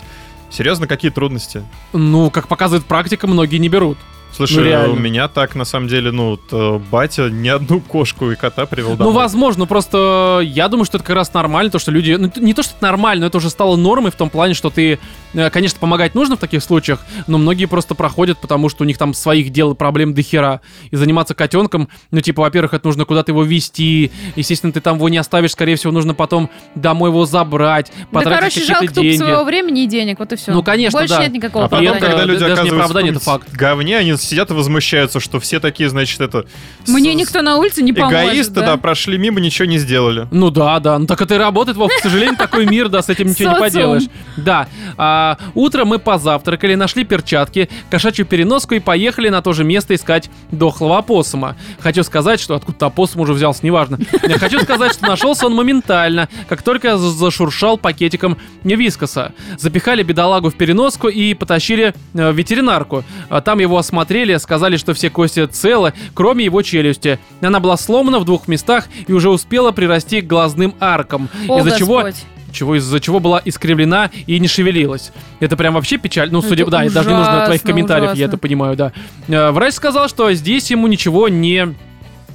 Speaker 2: Серьезно, какие трудности?
Speaker 1: ну, как показывает практика, многие не берут. Ну,
Speaker 2: Слушай,
Speaker 1: реально.
Speaker 2: у меня так, на самом деле, ну, вот, э, батя ни одну кошку и кота привел
Speaker 1: Ну,
Speaker 2: домой.
Speaker 1: возможно, просто э, я думаю, что это как раз нормально, то, что люди... Ну, т- не то, что это нормально, но это уже стало нормой в том плане, что ты, э, конечно, помогать нужно в таких случаях, но многие просто проходят, потому что у них там своих дел и проблем до хера. И заниматься котенком, ну, типа, во-первых, это нужно куда-то его вести, естественно, ты там его не оставишь, скорее всего, нужно потом домой его забрать,
Speaker 3: Да,
Speaker 1: потратить
Speaker 3: короче,
Speaker 1: какие-то
Speaker 3: жалко тупо
Speaker 1: деньги.
Speaker 3: своего времени и денег, вот и все.
Speaker 1: Ну, конечно,
Speaker 3: Больше
Speaker 1: да.
Speaker 3: нет никакого
Speaker 2: А потом,
Speaker 1: это
Speaker 3: оправдания.
Speaker 2: когда люди
Speaker 1: даже не
Speaker 2: оказываются в
Speaker 1: оправдание, это
Speaker 2: каком-нибудь говне, они сидят и возмущаются, что все такие, значит, это... с-
Speaker 3: Мне
Speaker 2: с-
Speaker 3: никто на улице не поможет.
Speaker 2: Эгоисты, да, прошли мимо, ничего не сделали.
Speaker 1: Ну да, да. Ну так это и работает, Вов. К сожалению, такой мир, да, с этим ничего не
Speaker 3: Социум.
Speaker 1: поделаешь. Да. А, утром мы позавтракали, нашли перчатки, кошачью переноску и поехали на то же место искать дохлого опоссума. Хочу сказать, что откуда-то опоссум уже взялся, неважно. Я Хочу сказать, что нашелся он моментально, как только я за- зашуршал пакетиком вискоса. Запихали бедолагу в переноску и потащили э, в ветеринарку. А Там его осмотрели, сказали, что все кости целы, кроме его челюсти. Она была сломана в двух местах и уже успела прирасти к глазным аркам,
Speaker 3: О,
Speaker 1: из-за чего,
Speaker 3: Господь.
Speaker 1: чего, из-за чего была искривлена и не шевелилась. Это прям вообще печаль. Ну,
Speaker 3: Это
Speaker 1: судя да, это даже не нужно твоих
Speaker 3: ужасно,
Speaker 1: комментариев, я
Speaker 3: ужасно.
Speaker 1: это понимаю, да. Э, Врач сказал, что здесь ему ничего не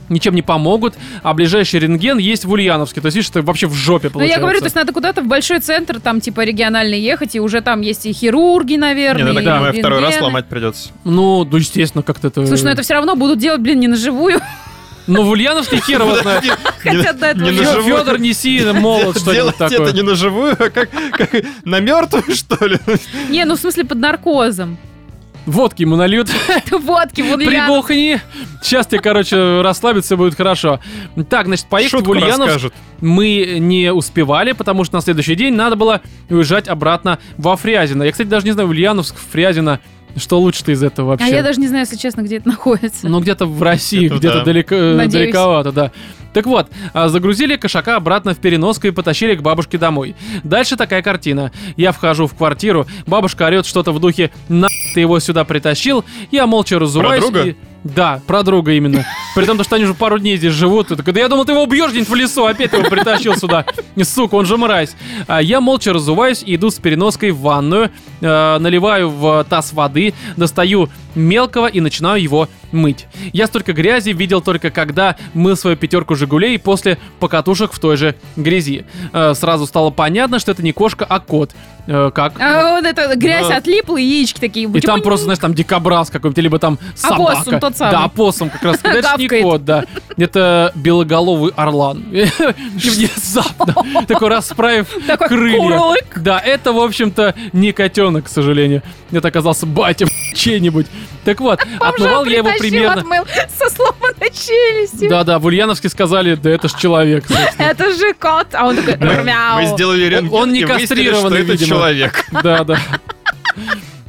Speaker 1: ничем не помогут, а ближайший рентген есть в Ульяновске. То есть, видишь, это вообще в жопе
Speaker 3: Ну, я
Speaker 1: получается.
Speaker 3: говорю, то есть надо куда-то в большой центр, там, типа, региональный ехать, и уже там есть и хирурги,
Speaker 2: Не,
Speaker 3: наверное,
Speaker 2: ну, я так
Speaker 3: и
Speaker 2: понимаю, второй раз
Speaker 3: рентгены.
Speaker 2: ломать придется.
Speaker 1: Ну, да, естественно, как-то это...
Speaker 3: Слушай, ну это все равно будут делать, блин, не на живую.
Speaker 1: Ну, в Ульяновске хер его знает.
Speaker 3: Хотят до этого
Speaker 2: не на
Speaker 3: жить.
Speaker 2: живую.
Speaker 1: Федор, неси молот, что-нибудь
Speaker 2: Делать это
Speaker 1: такое.
Speaker 2: не на живую, а как, как на мертвую, что ли?
Speaker 3: Не, ну в смысле под наркозом.
Speaker 1: Водки ему нальют.
Speaker 3: Водки, вот я...
Speaker 1: Прибухни. Сейчас тебе, короче, расслабиться будет хорошо. Так, значит, поехали в
Speaker 2: Шутку
Speaker 1: Ульяновск.
Speaker 2: расскажет.
Speaker 1: мы не успевали, потому что на следующий день надо было уезжать обратно во Фрязино. Я, кстати, даже не знаю, Ульяновск, Фрязино, что лучше-то из этого вообще?
Speaker 3: А я даже не знаю, если честно, где это находится.
Speaker 1: Ну, где-то в России,
Speaker 2: Это
Speaker 1: где-то
Speaker 2: да.
Speaker 1: далеко, э,
Speaker 3: Надеюсь.
Speaker 1: далековато, да. Так вот, а, загрузили кошака обратно в переноску и потащили к бабушке домой. Дальше такая картина. Я вхожу в квартиру, бабушка орет что-то в духе «На ты его сюда притащил», я молча разуваюсь
Speaker 2: друга?
Speaker 1: и- Да, про друга именно. При том, что они уже пару дней здесь живут. И такой, да я думал, ты его убьешь где-нибудь в лесу, опять ты его притащил сюда. Не, Сука, он же мразь. А Я молча разуваюсь и иду с переноской в ванную, э, наливаю в таз воды, достаю мелкого и начинаю его мыть. Я столько грязи видел только когда мыл свою пятерку Жигулей после покатушек в той же грязи. Э, сразу стало понятно, что это не кошка, а кот. Э, как?
Speaker 3: А вот это грязь
Speaker 2: Да.
Speaker 3: отлипла, и яички такие.
Speaker 1: ну. И там
Speaker 3: бутюнь.
Speaker 1: просто, знаешь, там дикобраз какой-нибудь, либо там собака.
Speaker 3: Опоссум А тот самый.
Speaker 1: Да, опоссум как раз. Это ж не
Speaker 3: Гавкает.
Speaker 1: кот, да. Это белоголовый орлан. И Внезапно. Такой расправив
Speaker 3: Такой
Speaker 1: крылья.
Speaker 3: куролык.
Speaker 1: Да, это, в общем-то, не котенок, к сожалению. Это оказался батя чей-нибудь. Так вот,
Speaker 3: Бомжа
Speaker 1: отмывал я его
Speaker 3: притащил,
Speaker 1: примерно...
Speaker 3: отмыл со сломанной челюстью.
Speaker 1: Да-да, в Ульяновске сказали, да это ж человек. собственно.
Speaker 3: Это же кот. А он такой,
Speaker 2: Мы,
Speaker 3: мяу.
Speaker 2: мы сделали рентген
Speaker 1: Он не
Speaker 2: и выяснили,
Speaker 1: кастрированный,
Speaker 2: что это
Speaker 1: видимо.
Speaker 2: человек.
Speaker 1: Да, да.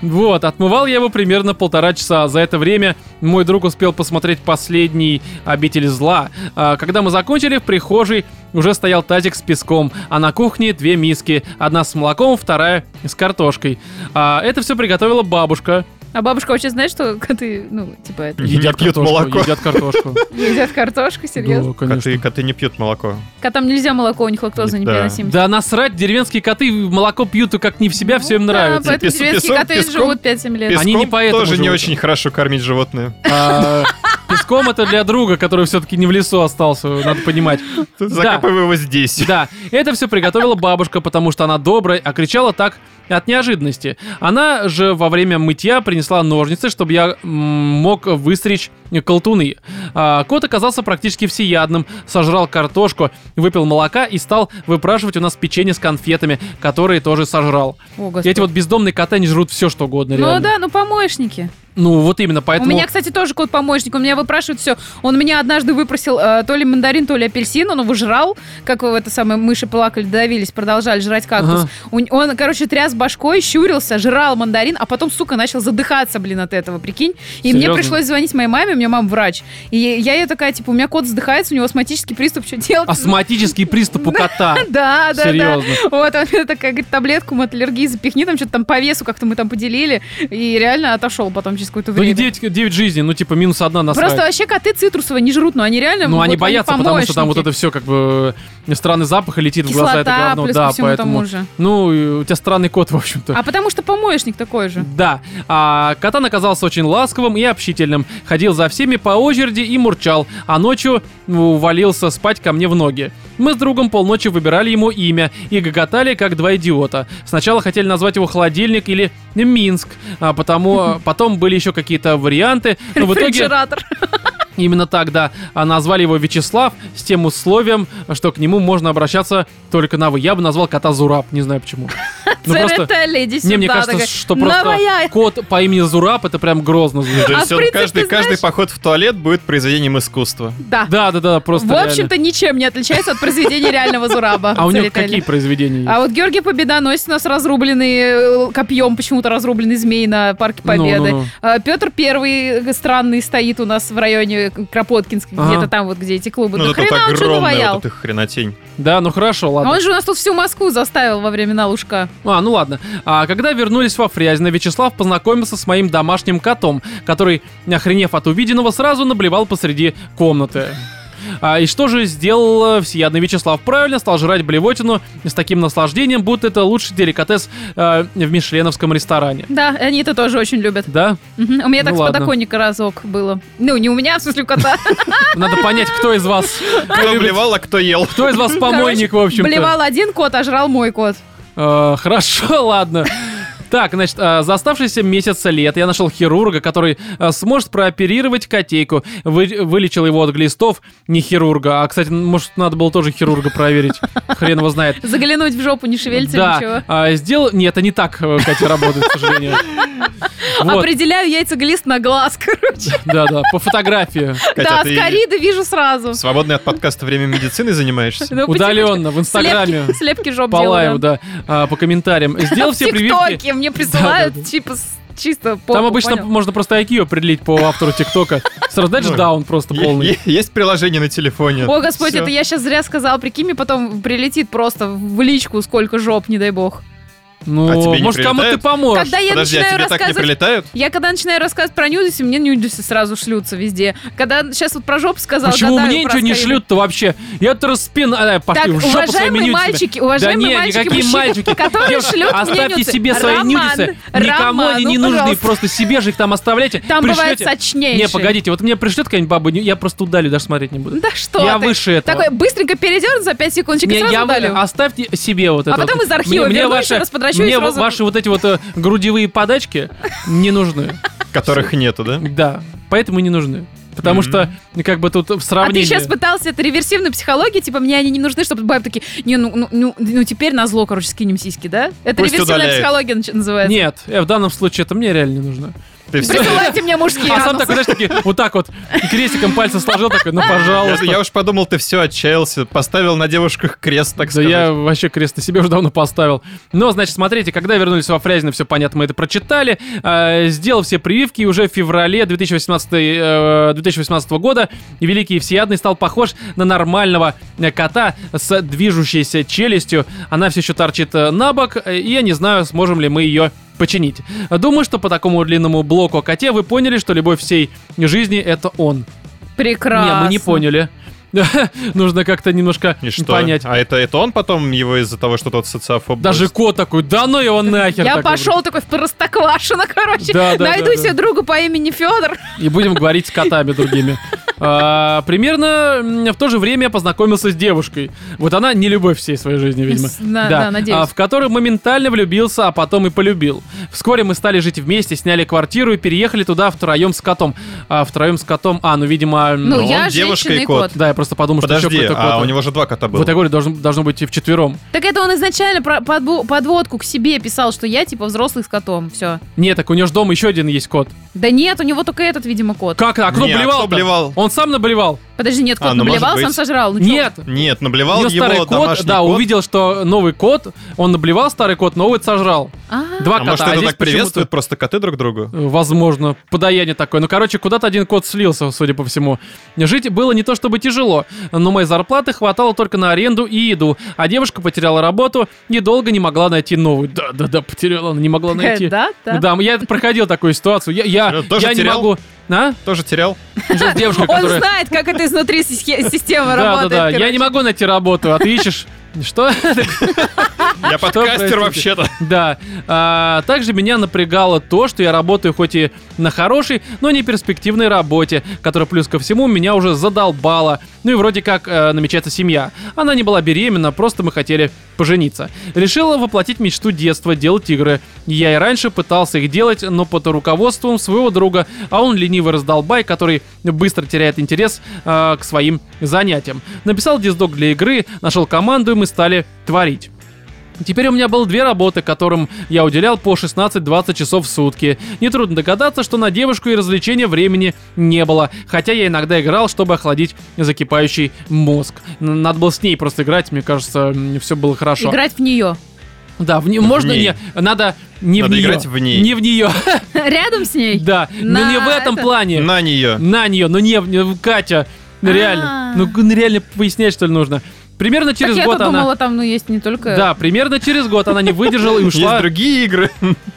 Speaker 1: Вот, отмывал я его примерно полтора часа. За это время мой друг успел посмотреть последний «Обитель зла». А, Когда мы закончили, в прихожей уже стоял тазик с песком, а на кухне две миски. Одна с молоком, вторая с картошкой. А, Это все приготовила бабушка.
Speaker 3: А бабушка вообще знает, что коты, ну, типа, это,
Speaker 2: Не пьют молоко.
Speaker 1: Едят картошку.
Speaker 3: едят картошку, серьезно?
Speaker 1: Да, конечно.
Speaker 2: Коты, коты не пьют молоко.
Speaker 3: Котам нельзя молоко, у них лактоза
Speaker 2: Да.
Speaker 3: непереносимая.
Speaker 1: Да насрать, деревенские коты молоко пьют и как не в себя, все им
Speaker 3: Ну Да,
Speaker 1: нравится.
Speaker 3: поэтому
Speaker 2: Пес-
Speaker 3: деревенские
Speaker 2: песком-
Speaker 3: коты
Speaker 2: песком-
Speaker 3: живут 5-7 лет.
Speaker 2: Песком
Speaker 1: Они не поэтому
Speaker 2: тоже не
Speaker 1: живут.
Speaker 2: очень хорошо кормить животное.
Speaker 1: А, Песком это для друга, который все-таки не в лесу остался, надо понимать.
Speaker 2: Закапывай его здесь.
Speaker 1: Да, это все приготовила бабушка, потому что она добрая, а кричала так от неожиданности. Она же во время мытья принесла ножницы, чтобы я м, мог выстричь колтуны. А, кот оказался практически всеядным, сожрал картошку, выпил молока и стал выпрашивать у нас печенье с конфетами, которые тоже сожрал.
Speaker 3: О, Господи.
Speaker 1: Эти вот бездомные коты, они жрут все, что угодно,
Speaker 3: Ну
Speaker 1: реально.
Speaker 3: да, ну помощники.
Speaker 1: Ну, вот именно, поэтому...
Speaker 3: У меня, кстати, тоже кот помощник. Он меня выпрашивает все. Он меня однажды выпросил э, то ли мандарин, то ли апельсин. Он его жрал, как вы в это самое мыши плакали, давились, продолжали жрать кактус.
Speaker 1: Ага.
Speaker 3: У- Он, короче, тряс башкой, щурился, жрал мандарин, а потом, сука, начал задыхаться, блин, от этого, прикинь. И
Speaker 1: Серьезно?
Speaker 3: мне пришлось звонить моей маме, у меня мама врач. И я ей такая, типа, у меня кот задыхается, у него астматический приступ, что делать?
Speaker 1: Астматический приступ у кота.
Speaker 3: Да, да, да.
Speaker 1: А Серьезно.
Speaker 3: Вот, она мне такая, говорит, таблетку от аллергии запихни, там что-то там по весу как-то мы там поделили, и реально отошел потом через какое-то
Speaker 1: Ну,
Speaker 3: время.
Speaker 1: не 9, жизней, ну, типа, минус одна на
Speaker 3: Просто вообще коты цитрусовые не жрут, но они реально
Speaker 1: Ну,
Speaker 3: вот
Speaker 1: они боятся, потому что там вот
Speaker 3: помощники.
Speaker 1: это все как бы э, странный запах и летит в глаза
Speaker 3: Кислота,
Speaker 1: это говно.
Speaker 3: плюс
Speaker 1: да,
Speaker 3: ко всему
Speaker 1: поэтому.
Speaker 3: тому же.
Speaker 1: Ну, и у тебя странный кот, в общем-то.
Speaker 3: А потому что помоечник такой же.
Speaker 1: Да, а Катан оказался очень ласковым и общительным. Ходил за всеми по очереди и мурчал, а ночью увалился спать ко мне в ноги. Мы с другом полночи выбирали ему имя и гоготали, как два идиота. Сначала хотели назвать его «Холодильник» или «Минск», а потому потом были еще какие-то варианты. Но Ну, в итоге
Speaker 3: Рефрижератор.
Speaker 1: Именно так, да. А назвали его Вячеслав с тем условием, что к нему можно обращаться только на «вы». Я бы назвал кота Зураб, не знаю почему. Ну просто...
Speaker 3: Царета леди
Speaker 1: Не, мне
Speaker 3: сюда,
Speaker 1: кажется,
Speaker 3: такая,
Speaker 1: что просто
Speaker 3: «Наваяй!»
Speaker 1: кот по имени Зураб, это прям грозно звучит.
Speaker 2: То
Speaker 3: А
Speaker 2: есть
Speaker 3: в
Speaker 2: он
Speaker 3: принципе,
Speaker 2: каждый, каждый
Speaker 3: знаешь-
Speaker 2: поход в туалет будет произведением искусства.
Speaker 3: Да.
Speaker 1: Да, да, да, просто
Speaker 3: В
Speaker 1: реально.
Speaker 3: общем-то, ничем не отличается от произведения реального Зураба.
Speaker 1: А у него
Speaker 3: Царета
Speaker 1: какие
Speaker 3: леди.
Speaker 1: произведения
Speaker 3: А
Speaker 1: есть?
Speaker 3: вот Георгий Победоносец у нас разрубленный э, копьем, почему-то разрубленный змей на Парке
Speaker 1: Ну,
Speaker 3: Победы.
Speaker 1: Ну-ну-ну.
Speaker 3: А, Петр Первый странный стоит у нас в районе Кропоткинска,
Speaker 1: Ага.
Speaker 3: где-то там вот, где эти клубы.
Speaker 2: Ну,
Speaker 3: Да
Speaker 2: это тут
Speaker 3: хрена он что
Speaker 2: огромная
Speaker 3: наваял?
Speaker 2: вот их хренотень.
Speaker 1: Да, ну хорошо, ладно.
Speaker 3: А он же у нас тут всю Москву заставил во времена Лужка.
Speaker 1: А, ну ладно. А когда вернулись во Фрязино, Вячеслав познакомился с моим домашним котом, который, охренев от увиденного, сразу наблевал посреди комнаты. А, и что же сделал э, всеядный Вячеслав? Правильно, стал жрать блевотину с таким наслаждением, будто это лучший деликатес э, в мишленовском ресторане.
Speaker 3: Да, они это тоже очень любят.
Speaker 1: Да?
Speaker 3: Мгм. У меня
Speaker 1: Ну
Speaker 3: так с
Speaker 1: ладно.
Speaker 3: подоконника разок было. Ну, не у меня, в смысле, у кота.
Speaker 1: Надо понять, кто из вас...
Speaker 2: Кто блевал, а кто ел.
Speaker 1: Кто из вас помойник, в общем-то?
Speaker 3: Блевал один кот, а жрал мой кот.
Speaker 1: Э, Хорошо, ладно. Так, значит, э, за оставшиеся месяца лет я нашел хирурга, который э, сможет прооперировать котейку. Вы- вылечил его от глистов, не хирурга. А, кстати, может, надо было тоже хирурга проверить. Хрен его знает.
Speaker 3: Заглянуть в жопу не шевелится
Speaker 1: Да,
Speaker 3: ничего.
Speaker 1: а, сделал... Нет, это не так, э, Катя, работает, к сожалению.
Speaker 3: А
Speaker 1: Вот,
Speaker 3: Определяю яйцеглист на глаз, короче.
Speaker 1: да-да, по фотографии.
Speaker 2: Катя,
Speaker 3: да,
Speaker 2: ты
Speaker 3: с кориды вижу сразу.
Speaker 2: в Свободное от подкаста время медицины занимаешься?
Speaker 3: Ну,
Speaker 1: Удаленно, в Инстаграме.
Speaker 3: Слепки, слепки жоп
Speaker 1: По
Speaker 3: делаю,
Speaker 1: лайву, да, а, по комментариям. Сделал
Speaker 3: В
Speaker 1: все прививки.
Speaker 3: ТикТоке мне присылают,
Speaker 1: Да, да, да.
Speaker 3: типа, с- чисто попу,
Speaker 1: Там обычно
Speaker 3: понял?
Speaker 1: можно просто IQ определить по автору ТикТока. Сразу дальше
Speaker 2: Ну,
Speaker 1: даун просто
Speaker 2: Е-
Speaker 1: полный.
Speaker 2: е- Есть приложение на телефоне.
Speaker 3: О, Господь,
Speaker 2: Всё.
Speaker 3: это я сейчас зря сказал. Прикинь, мне потом прилетит просто в личку сколько жоп, не дай бог.
Speaker 1: Ну,
Speaker 2: А тебе не
Speaker 1: может, кому ты
Speaker 2: прилетает?
Speaker 1: поможешь?
Speaker 3: Когда я
Speaker 2: Подожди, а
Speaker 3: начинаю
Speaker 2: тебе так не
Speaker 3: рассказывать
Speaker 2: прилетают?
Speaker 3: Я когда начинаю рассказывать про нюдисы, мне нюдисы сразу шлются везде. Когда сейчас вот про жопу сказала,
Speaker 1: Почему
Speaker 3: гадаю
Speaker 1: мне
Speaker 3: про
Speaker 1: ничего не
Speaker 3: Skyrim.
Speaker 1: шлют-то вообще? Я-то распин... А, пошли
Speaker 3: Так,
Speaker 1: в жопу своими
Speaker 3: уважаемые
Speaker 1: нюдисами.
Speaker 3: мальчики, уважаемые
Speaker 1: да
Speaker 3: мальчики,
Speaker 1: не, никакие
Speaker 3: мужчины,
Speaker 1: мальчики.
Speaker 3: которые
Speaker 1: Девушки,
Speaker 3: шлют мне
Speaker 1: оставьте
Speaker 3: нюдсы.
Speaker 1: себе свои
Speaker 3: Роман,
Speaker 1: нюдисы. Никому
Speaker 3: Роман,
Speaker 1: они
Speaker 3: ну,
Speaker 1: не нужны.
Speaker 3: пожалуйста.
Speaker 1: Просто себе же их там оставляйте.
Speaker 3: Там бывает
Speaker 1: Пришлете-
Speaker 3: сочнейшие.
Speaker 1: Не, погодите, вот мне пришлет какая-нибудь баба, ню- я просто удалю, даже смотреть не буду.
Speaker 3: Да что
Speaker 1: Я
Speaker 3: ты.
Speaker 1: выше этого.
Speaker 3: Такой быстренько передернут за 5 секундочек
Speaker 1: Не,
Speaker 3: и сразу
Speaker 1: я
Speaker 3: удалю.
Speaker 1: оставьте себе вот это.
Speaker 3: потом
Speaker 1: вот.
Speaker 3: из архива
Speaker 1: мне, мне
Speaker 3: верну,
Speaker 1: ваши,
Speaker 3: еще раз подращу и
Speaker 1: мне
Speaker 3: сразу-
Speaker 1: ваши вот эти вот э, грудевые подачки не нужны.
Speaker 2: Которых нету, да?
Speaker 1: Да, поэтому не нужны. Потому
Speaker 2: Мгм.
Speaker 1: что, ну, как бы тут в
Speaker 3: А ты
Speaker 1: сравнении...
Speaker 3: сейчас пытался это реверсивную психологию, типа мне они не нужны, чтобы бабы такие, не, ну, ну, ну, ну, теперь на зло, короче, скинем сиськи, да? Это
Speaker 2: Пусть
Speaker 3: реверсивная
Speaker 2: удаляет.
Speaker 3: психология нач- называется.
Speaker 1: Нет, э, в данном случае это мне реально не нужно.
Speaker 2: Ты всё-
Speaker 3: Присылайте мне мужские
Speaker 1: А сам
Speaker 3: анусы.
Speaker 1: такой, знаешь, такие, вот так вот, крестиком пальцы сложил, такой, ну,
Speaker 2: Я,
Speaker 1: пожалуйста.
Speaker 2: я уж подумал, ты все отчаялся, поставил на девушках крест, так
Speaker 1: Да
Speaker 2: сказать.
Speaker 1: я вообще крест на себе уже давно поставил. Но, значит, смотрите, когда вернулись во Фрязино, все понятно, мы это прочитали. Э, сделал все прививки, и уже в феврале 2018, э, 2018 года Великий и Всеядный стал похож на нормального э, кота с движущейся челюстью. Она все еще торчит э, на бок, э, и я не знаю, сможем ли мы ее починить. Думаю, что по такому длинному блоку о коте вы поняли, что любовь всей жизни — это он.
Speaker 3: Прекрасно.
Speaker 1: Не, мы не поняли. Нужно как-то немножко
Speaker 2: И что?
Speaker 1: понять.
Speaker 2: А это, это он потом его из-за того, что тот социофоб? был?
Speaker 1: Даже кот такой, да ну его нахер.
Speaker 3: Я
Speaker 1: такой,
Speaker 3: пошел такой в Простоквашино, короче.
Speaker 1: Да, да,
Speaker 3: Найду
Speaker 1: да,
Speaker 3: себе
Speaker 1: да.
Speaker 3: друга по имени Федор.
Speaker 1: блин. И будем говорить с котами другими. А, примерно м, в то же время я познакомился с девушкой. Вот она не любовь всей своей жизни, видимо.
Speaker 3: С- да, да, надеюсь.
Speaker 1: А, в которую моментально влюбился, а потом и полюбил. Вскоре мы стали жить вместе, сняли квартиру и переехали туда втроем с котом. А, втроем с котом, а, ну, видимо... м,
Speaker 3: Ну,
Speaker 2: он
Speaker 3: я
Speaker 2: девушка
Speaker 3: женщина и
Speaker 2: и
Speaker 3: кот.
Speaker 2: кот.
Speaker 1: Да, я просто подумал, что
Speaker 2: Подожди,
Speaker 1: еще какой-то кот.
Speaker 2: а у него же два кота было.
Speaker 1: Вот я говорю, должно, должно быть и вчетвером.
Speaker 3: Так это он изначально про- подбу- подводку к себе писал, что я типа взрослый с котом. Все.
Speaker 1: Нет, так у него же дома еще один есть кот.
Speaker 3: Да нет, у него только этот, видимо, кот.
Speaker 1: Как? А кто
Speaker 2: Не, а кто
Speaker 1: блевал
Speaker 2: блевал?
Speaker 1: Он сам наблевал?
Speaker 3: Подожди, нет, кот
Speaker 2: А, ну, может
Speaker 3: наблевал,
Speaker 2: быть.
Speaker 3: сам сожрал. Ну, чё?
Speaker 1: Нет,
Speaker 2: Нет, наблевал
Speaker 1: Её старый
Speaker 2: его
Speaker 1: кот,
Speaker 2: домашний
Speaker 1: да,
Speaker 2: кот.
Speaker 1: увидел, что новый кот, он наблевал старый кот, новый сожрал.
Speaker 3: А,
Speaker 1: Два
Speaker 2: А
Speaker 1: кота,
Speaker 2: может,
Speaker 1: а
Speaker 2: это
Speaker 1: здесь
Speaker 2: так приветствуют
Speaker 1: почему-то-
Speaker 2: просто коты друг друга?
Speaker 1: Э, Возможно, подаяние такое. Ну, короче, куда-то один кот слился, судя по всему. Жить было не то чтобы тяжело, но моей зарплаты хватало только на аренду и еду, а девушка потеряла работу и долго не могла найти новую. Да-да-да, потеряла, она не могла
Speaker 3: такая,
Speaker 1: найти.
Speaker 3: Да, да.
Speaker 1: Да, я проходил такую ситуацию. Я, я,
Speaker 2: Э, тоже
Speaker 1: я не
Speaker 2: терял?
Speaker 1: могу... А?
Speaker 2: Тоже терял?
Speaker 1: Сейчас Девушка,
Speaker 3: Он
Speaker 1: которая...
Speaker 3: знает, как это изнутри сис- система
Speaker 1: Да, да,
Speaker 3: работает.
Speaker 1: да. Я
Speaker 3: короче.
Speaker 1: не могу найти работу, а ты ищешь... Что?
Speaker 2: Я подкастер
Speaker 1: простите?
Speaker 2: вообще-то.
Speaker 1: Да. А, также меня напрягало то, что я работаю хоть и на хорошей, но не перспективной работе, которая плюс ко всему меня уже задолбала. Ну и вроде как э, намечается семья. Она не была беременна, просто мы хотели пожениться. Решила воплотить мечту детства, делать игры. Я и раньше пытался их делать, но под руководством своего друга, а он ленивый раздолбай, который быстро теряет интерес э, к своим занятиям. Написал диздок для игры, нашел команду и мы стали творить. Теперь у меня было две работы, которым я уделял по 16-20 часов в сутки. Нетрудно догадаться, что на девушку и развлечения времени не было, хотя я иногда играл, чтобы охладить закипающий мозг. Н- Надо было с ней просто играть, мне кажется, все было хорошо.
Speaker 3: Играть в нее.
Speaker 1: Да, в не- можно
Speaker 2: ней.
Speaker 1: не, надо не в
Speaker 2: Надо
Speaker 1: нее.
Speaker 2: играть в ней.
Speaker 1: Не в нее,
Speaker 3: Рядом с ней.
Speaker 1: да. Но не в
Speaker 3: На
Speaker 1: этом
Speaker 3: это.
Speaker 1: плане.
Speaker 2: На нее.
Speaker 1: На нее, но не в не в- Катя. Ну, Реально.
Speaker 3: А.
Speaker 1: Ну г- реально пояснять, что ли, нужно. Примерно
Speaker 3: Так
Speaker 1: через
Speaker 3: я
Speaker 1: год
Speaker 3: тут
Speaker 1: она...
Speaker 3: думала, там, ну, есть не только...
Speaker 1: Да, примерно через год она не выдержала и
Speaker 2: Есть
Speaker 1: ушла.
Speaker 2: другие игры.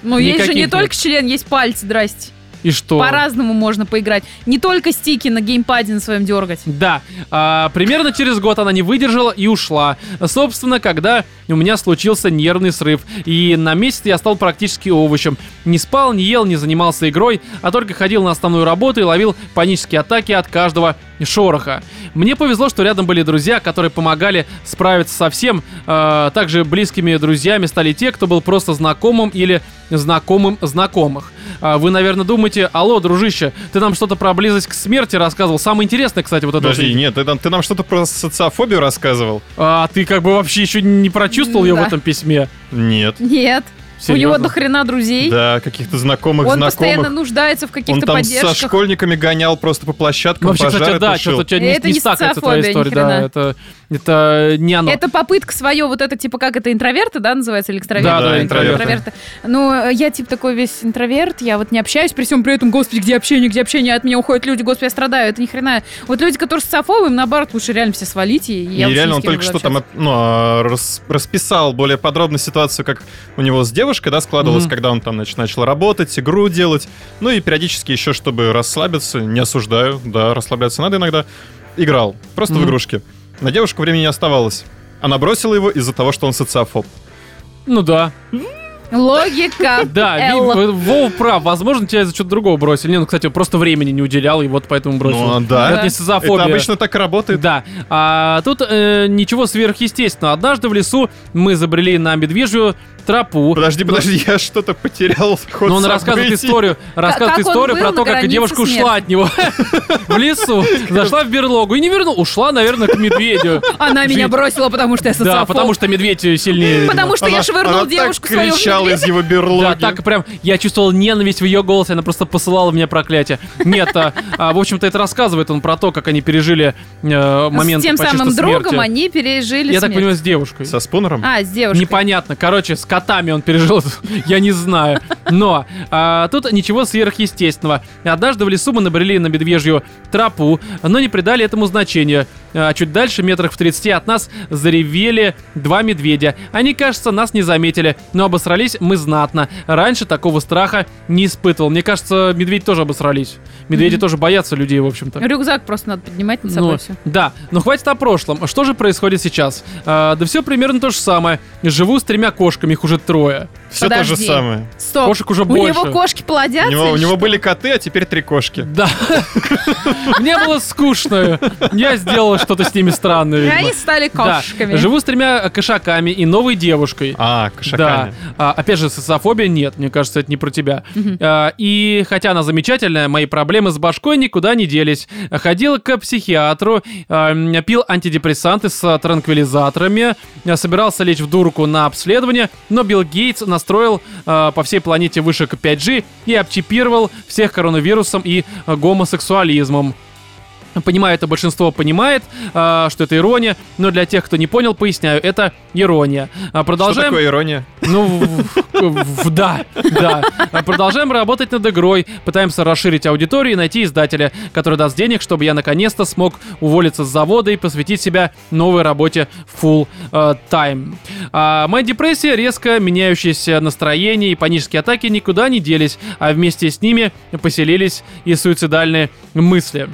Speaker 3: Ну, есть же
Speaker 1: никаких
Speaker 3: не
Speaker 1: нет.
Speaker 3: только член, есть пальцы, здрасте.
Speaker 1: И что?
Speaker 3: По-разному можно поиграть. Не только стики на геймпаде на своем дергать.
Speaker 1: Да, А, примерно через год она не выдержала и ушла. Собственно, когда у меня случился нервный срыв, и на месяц я стал практически овощем. Не спал, не ел, не занимался игрой, а только ходил на основную работу и ловил панические атаки от каждого шороха. Мне повезло, что рядом были друзья, которые помогали справиться со всем. А, также близкими друзьями стали те, кто был просто знакомым или знакомым знакомых. А, Вы, наверное, думаете, алло, дружище, ты нам что-то про близость к смерти рассказывал. Самое интересное, кстати, вот это. вот.
Speaker 2: Подожди, нет, ты нам, ты нам что-то про социофобию рассказывал?
Speaker 1: А ты как бы вообще еще не прочувствовал ее в
Speaker 3: Да.
Speaker 1: этом письме?
Speaker 2: Нет.
Speaker 3: Нет. У него
Speaker 1: Серьезно?
Speaker 3: до хрена друзей.
Speaker 2: Да, каких-то знакомых,
Speaker 3: Он постоянно
Speaker 2: знакомых.
Speaker 3: нуждается в
Speaker 2: Он
Speaker 3: каких-то
Speaker 2: там со
Speaker 3: поддержках.
Speaker 2: школьниками гонял просто по площадкам,
Speaker 1: Ну, Вообще,
Speaker 2: пожары
Speaker 1: кстати, да,
Speaker 2: тушил.
Speaker 1: что-то у тебя не,
Speaker 3: Это
Speaker 1: не
Speaker 3: не
Speaker 1: стакается твоя
Speaker 3: социофобия, ни
Speaker 1: история, да,
Speaker 3: хрена.
Speaker 1: это Это э, не оно.
Speaker 3: Это попытка свое, вот это, типа, как это, интроверты, да, называется, или экстраверты?
Speaker 1: Да,
Speaker 2: да,
Speaker 3: интроверты.
Speaker 1: интроверты.
Speaker 3: Ну, э, я, типа, такой весь интроверт, я вот не общаюсь, при всем при этом, господи, где общение, где общение, от меня уходят люди, господи, я страдаю, это ни хрена. Вот люди, которые социофобы, им, наоборот, лучше реально все свалить, и я
Speaker 2: И
Speaker 3: вообще
Speaker 2: реально
Speaker 3: ни
Speaker 2: он
Speaker 3: с кем не
Speaker 2: только
Speaker 3: буду
Speaker 2: что там ну, а, рас- расписал более подробно ситуацию, как у него с девушкой, да, складывалось,
Speaker 1: Мгм.
Speaker 2: когда он там нач- начал работать, игру делать. Ну и периодически еще, чтобы расслабиться, не осуждаю, да, расслабляться надо иногда, играл. Просто в
Speaker 1: Мгм.
Speaker 2: игрушки. На девушку времени не оставалось. Она бросила его из-за того, что он социофоб.
Speaker 1: Ну да.
Speaker 3: общаться. Логика.
Speaker 1: Да, Ви- в-
Speaker 3: Элла.
Speaker 1: Вов прав. Возможно, тебя из-за чего-то другого бросили. Не, ну, кстати, просто времени не уделял, и вот поэтому бросил.
Speaker 2: Ну, а да.
Speaker 1: Это не созофобия.
Speaker 2: Это обычно так и работает.
Speaker 1: Да. А тут э, ничего сверхъестественного. Однажды в лесу мы забрели на медвежью тропу.
Speaker 2: Подожди,
Speaker 1: Но-
Speaker 2: подожди, я что-то потерял ход
Speaker 1: Но Ну. он рассказывает
Speaker 2: событий.
Speaker 1: историю, рассказывает
Speaker 3: как он
Speaker 1: историю
Speaker 3: был
Speaker 1: про
Speaker 3: на
Speaker 1: то, как
Speaker 3: границе
Speaker 1: девушка ушла от него в лесу, зашла в берлогу и не вернула. Ушла, наверное, к медведю.
Speaker 3: Она меня
Speaker 1: Жить.
Speaker 3: бросила, потому что я социофоб.
Speaker 1: Да, потому что медведь э, сильнее.
Speaker 3: Ну, Потому что я
Speaker 2: Она-
Speaker 3: швырнул
Speaker 2: она
Speaker 3: девушку
Speaker 2: так
Speaker 3: свою в
Speaker 2: кричала из его берлоги.
Speaker 1: Да, так прям я чувствовал ненависть в ее голосе, она просто посылала мне проклятие. Нет, а, а, в общем-то, это рассказывает он про то, как они пережили э, момент
Speaker 3: С тем
Speaker 1: почти что
Speaker 3: самым другом
Speaker 1: смерти.
Speaker 3: они пережили
Speaker 1: Я так
Speaker 3: смерть.
Speaker 1: понимаю, с девушкой.
Speaker 2: Со спонором?
Speaker 3: А, с девушкой.
Speaker 1: Непонятно. Короче, с котами он пережил, это, я не знаю. Но а, тут ничего сверхъестественного. Однажды в лесу мы набрели на медвежью тропу, но не придали этому значения. А чуть дальше, метрах в 30 от нас, заревели два медведя. Они, кажется, нас не заметили, но обосрались мы знатно. Раньше такого страха не испытывал. Мне кажется, медведи тоже обосрались. Медведи
Speaker 3: Мгм.
Speaker 1: тоже боятся людей, в общем-то.
Speaker 3: Рюкзак просто надо поднимать над собой
Speaker 1: Ну,
Speaker 3: все.
Speaker 1: Да, но хватит о прошлом. Что же происходит сейчас? А, да все примерно то же самое. Живу с тремя кошками, их уже трое.
Speaker 2: Все то же
Speaker 3: подожди.
Speaker 2: самое.
Speaker 3: Стоп.
Speaker 1: Кошек уже
Speaker 3: У
Speaker 1: больше.
Speaker 3: него кошки плодятся?
Speaker 2: У него, у
Speaker 3: или
Speaker 2: него
Speaker 3: что?
Speaker 2: были коты, а теперь три кошки.
Speaker 1: Да. Мне было скучно. Я сделала что-то с ними странное.
Speaker 3: И
Speaker 1: видимо.
Speaker 3: они стали
Speaker 1: Да.
Speaker 3: кошками.
Speaker 1: Живу с тремя кошаками и новой девушкой.
Speaker 2: А, кошаками.
Speaker 1: Да. А, опять же, социофобия нет, мне кажется, это не про тебя.
Speaker 3: Мгм.
Speaker 1: А, и хотя она замечательная, мои проблемы с башкой никуда не делись. Ходил к психиатру, а, м, пил антидепрессанты с а, транквилизаторами, а, собирался лечь в дурку на обследование, но Билл Гейтс настроил а, по всей планете вышек 5G и обчипировал всех коронавирусом и а, гомосексуализмом. Понимаю, это большинство понимает, а, что это ирония, но для тех, кто не понял, поясняю, это ирония. А,
Speaker 2: Что
Speaker 1: Продолжаем.
Speaker 2: такое ирония?
Speaker 1: Ну, в- в- в- да, да. А Продолжаем работать над игрой, пытаемся расширить аудиторию и найти издателя, который даст денег, чтобы я наконец-то смог уволиться с завода и посвятить себя новой работе full э, time. А моя депрессия, резко меняющееся настроение и панические атаки никуда не делись, а вместе с ними поселились и суицидальные мысли.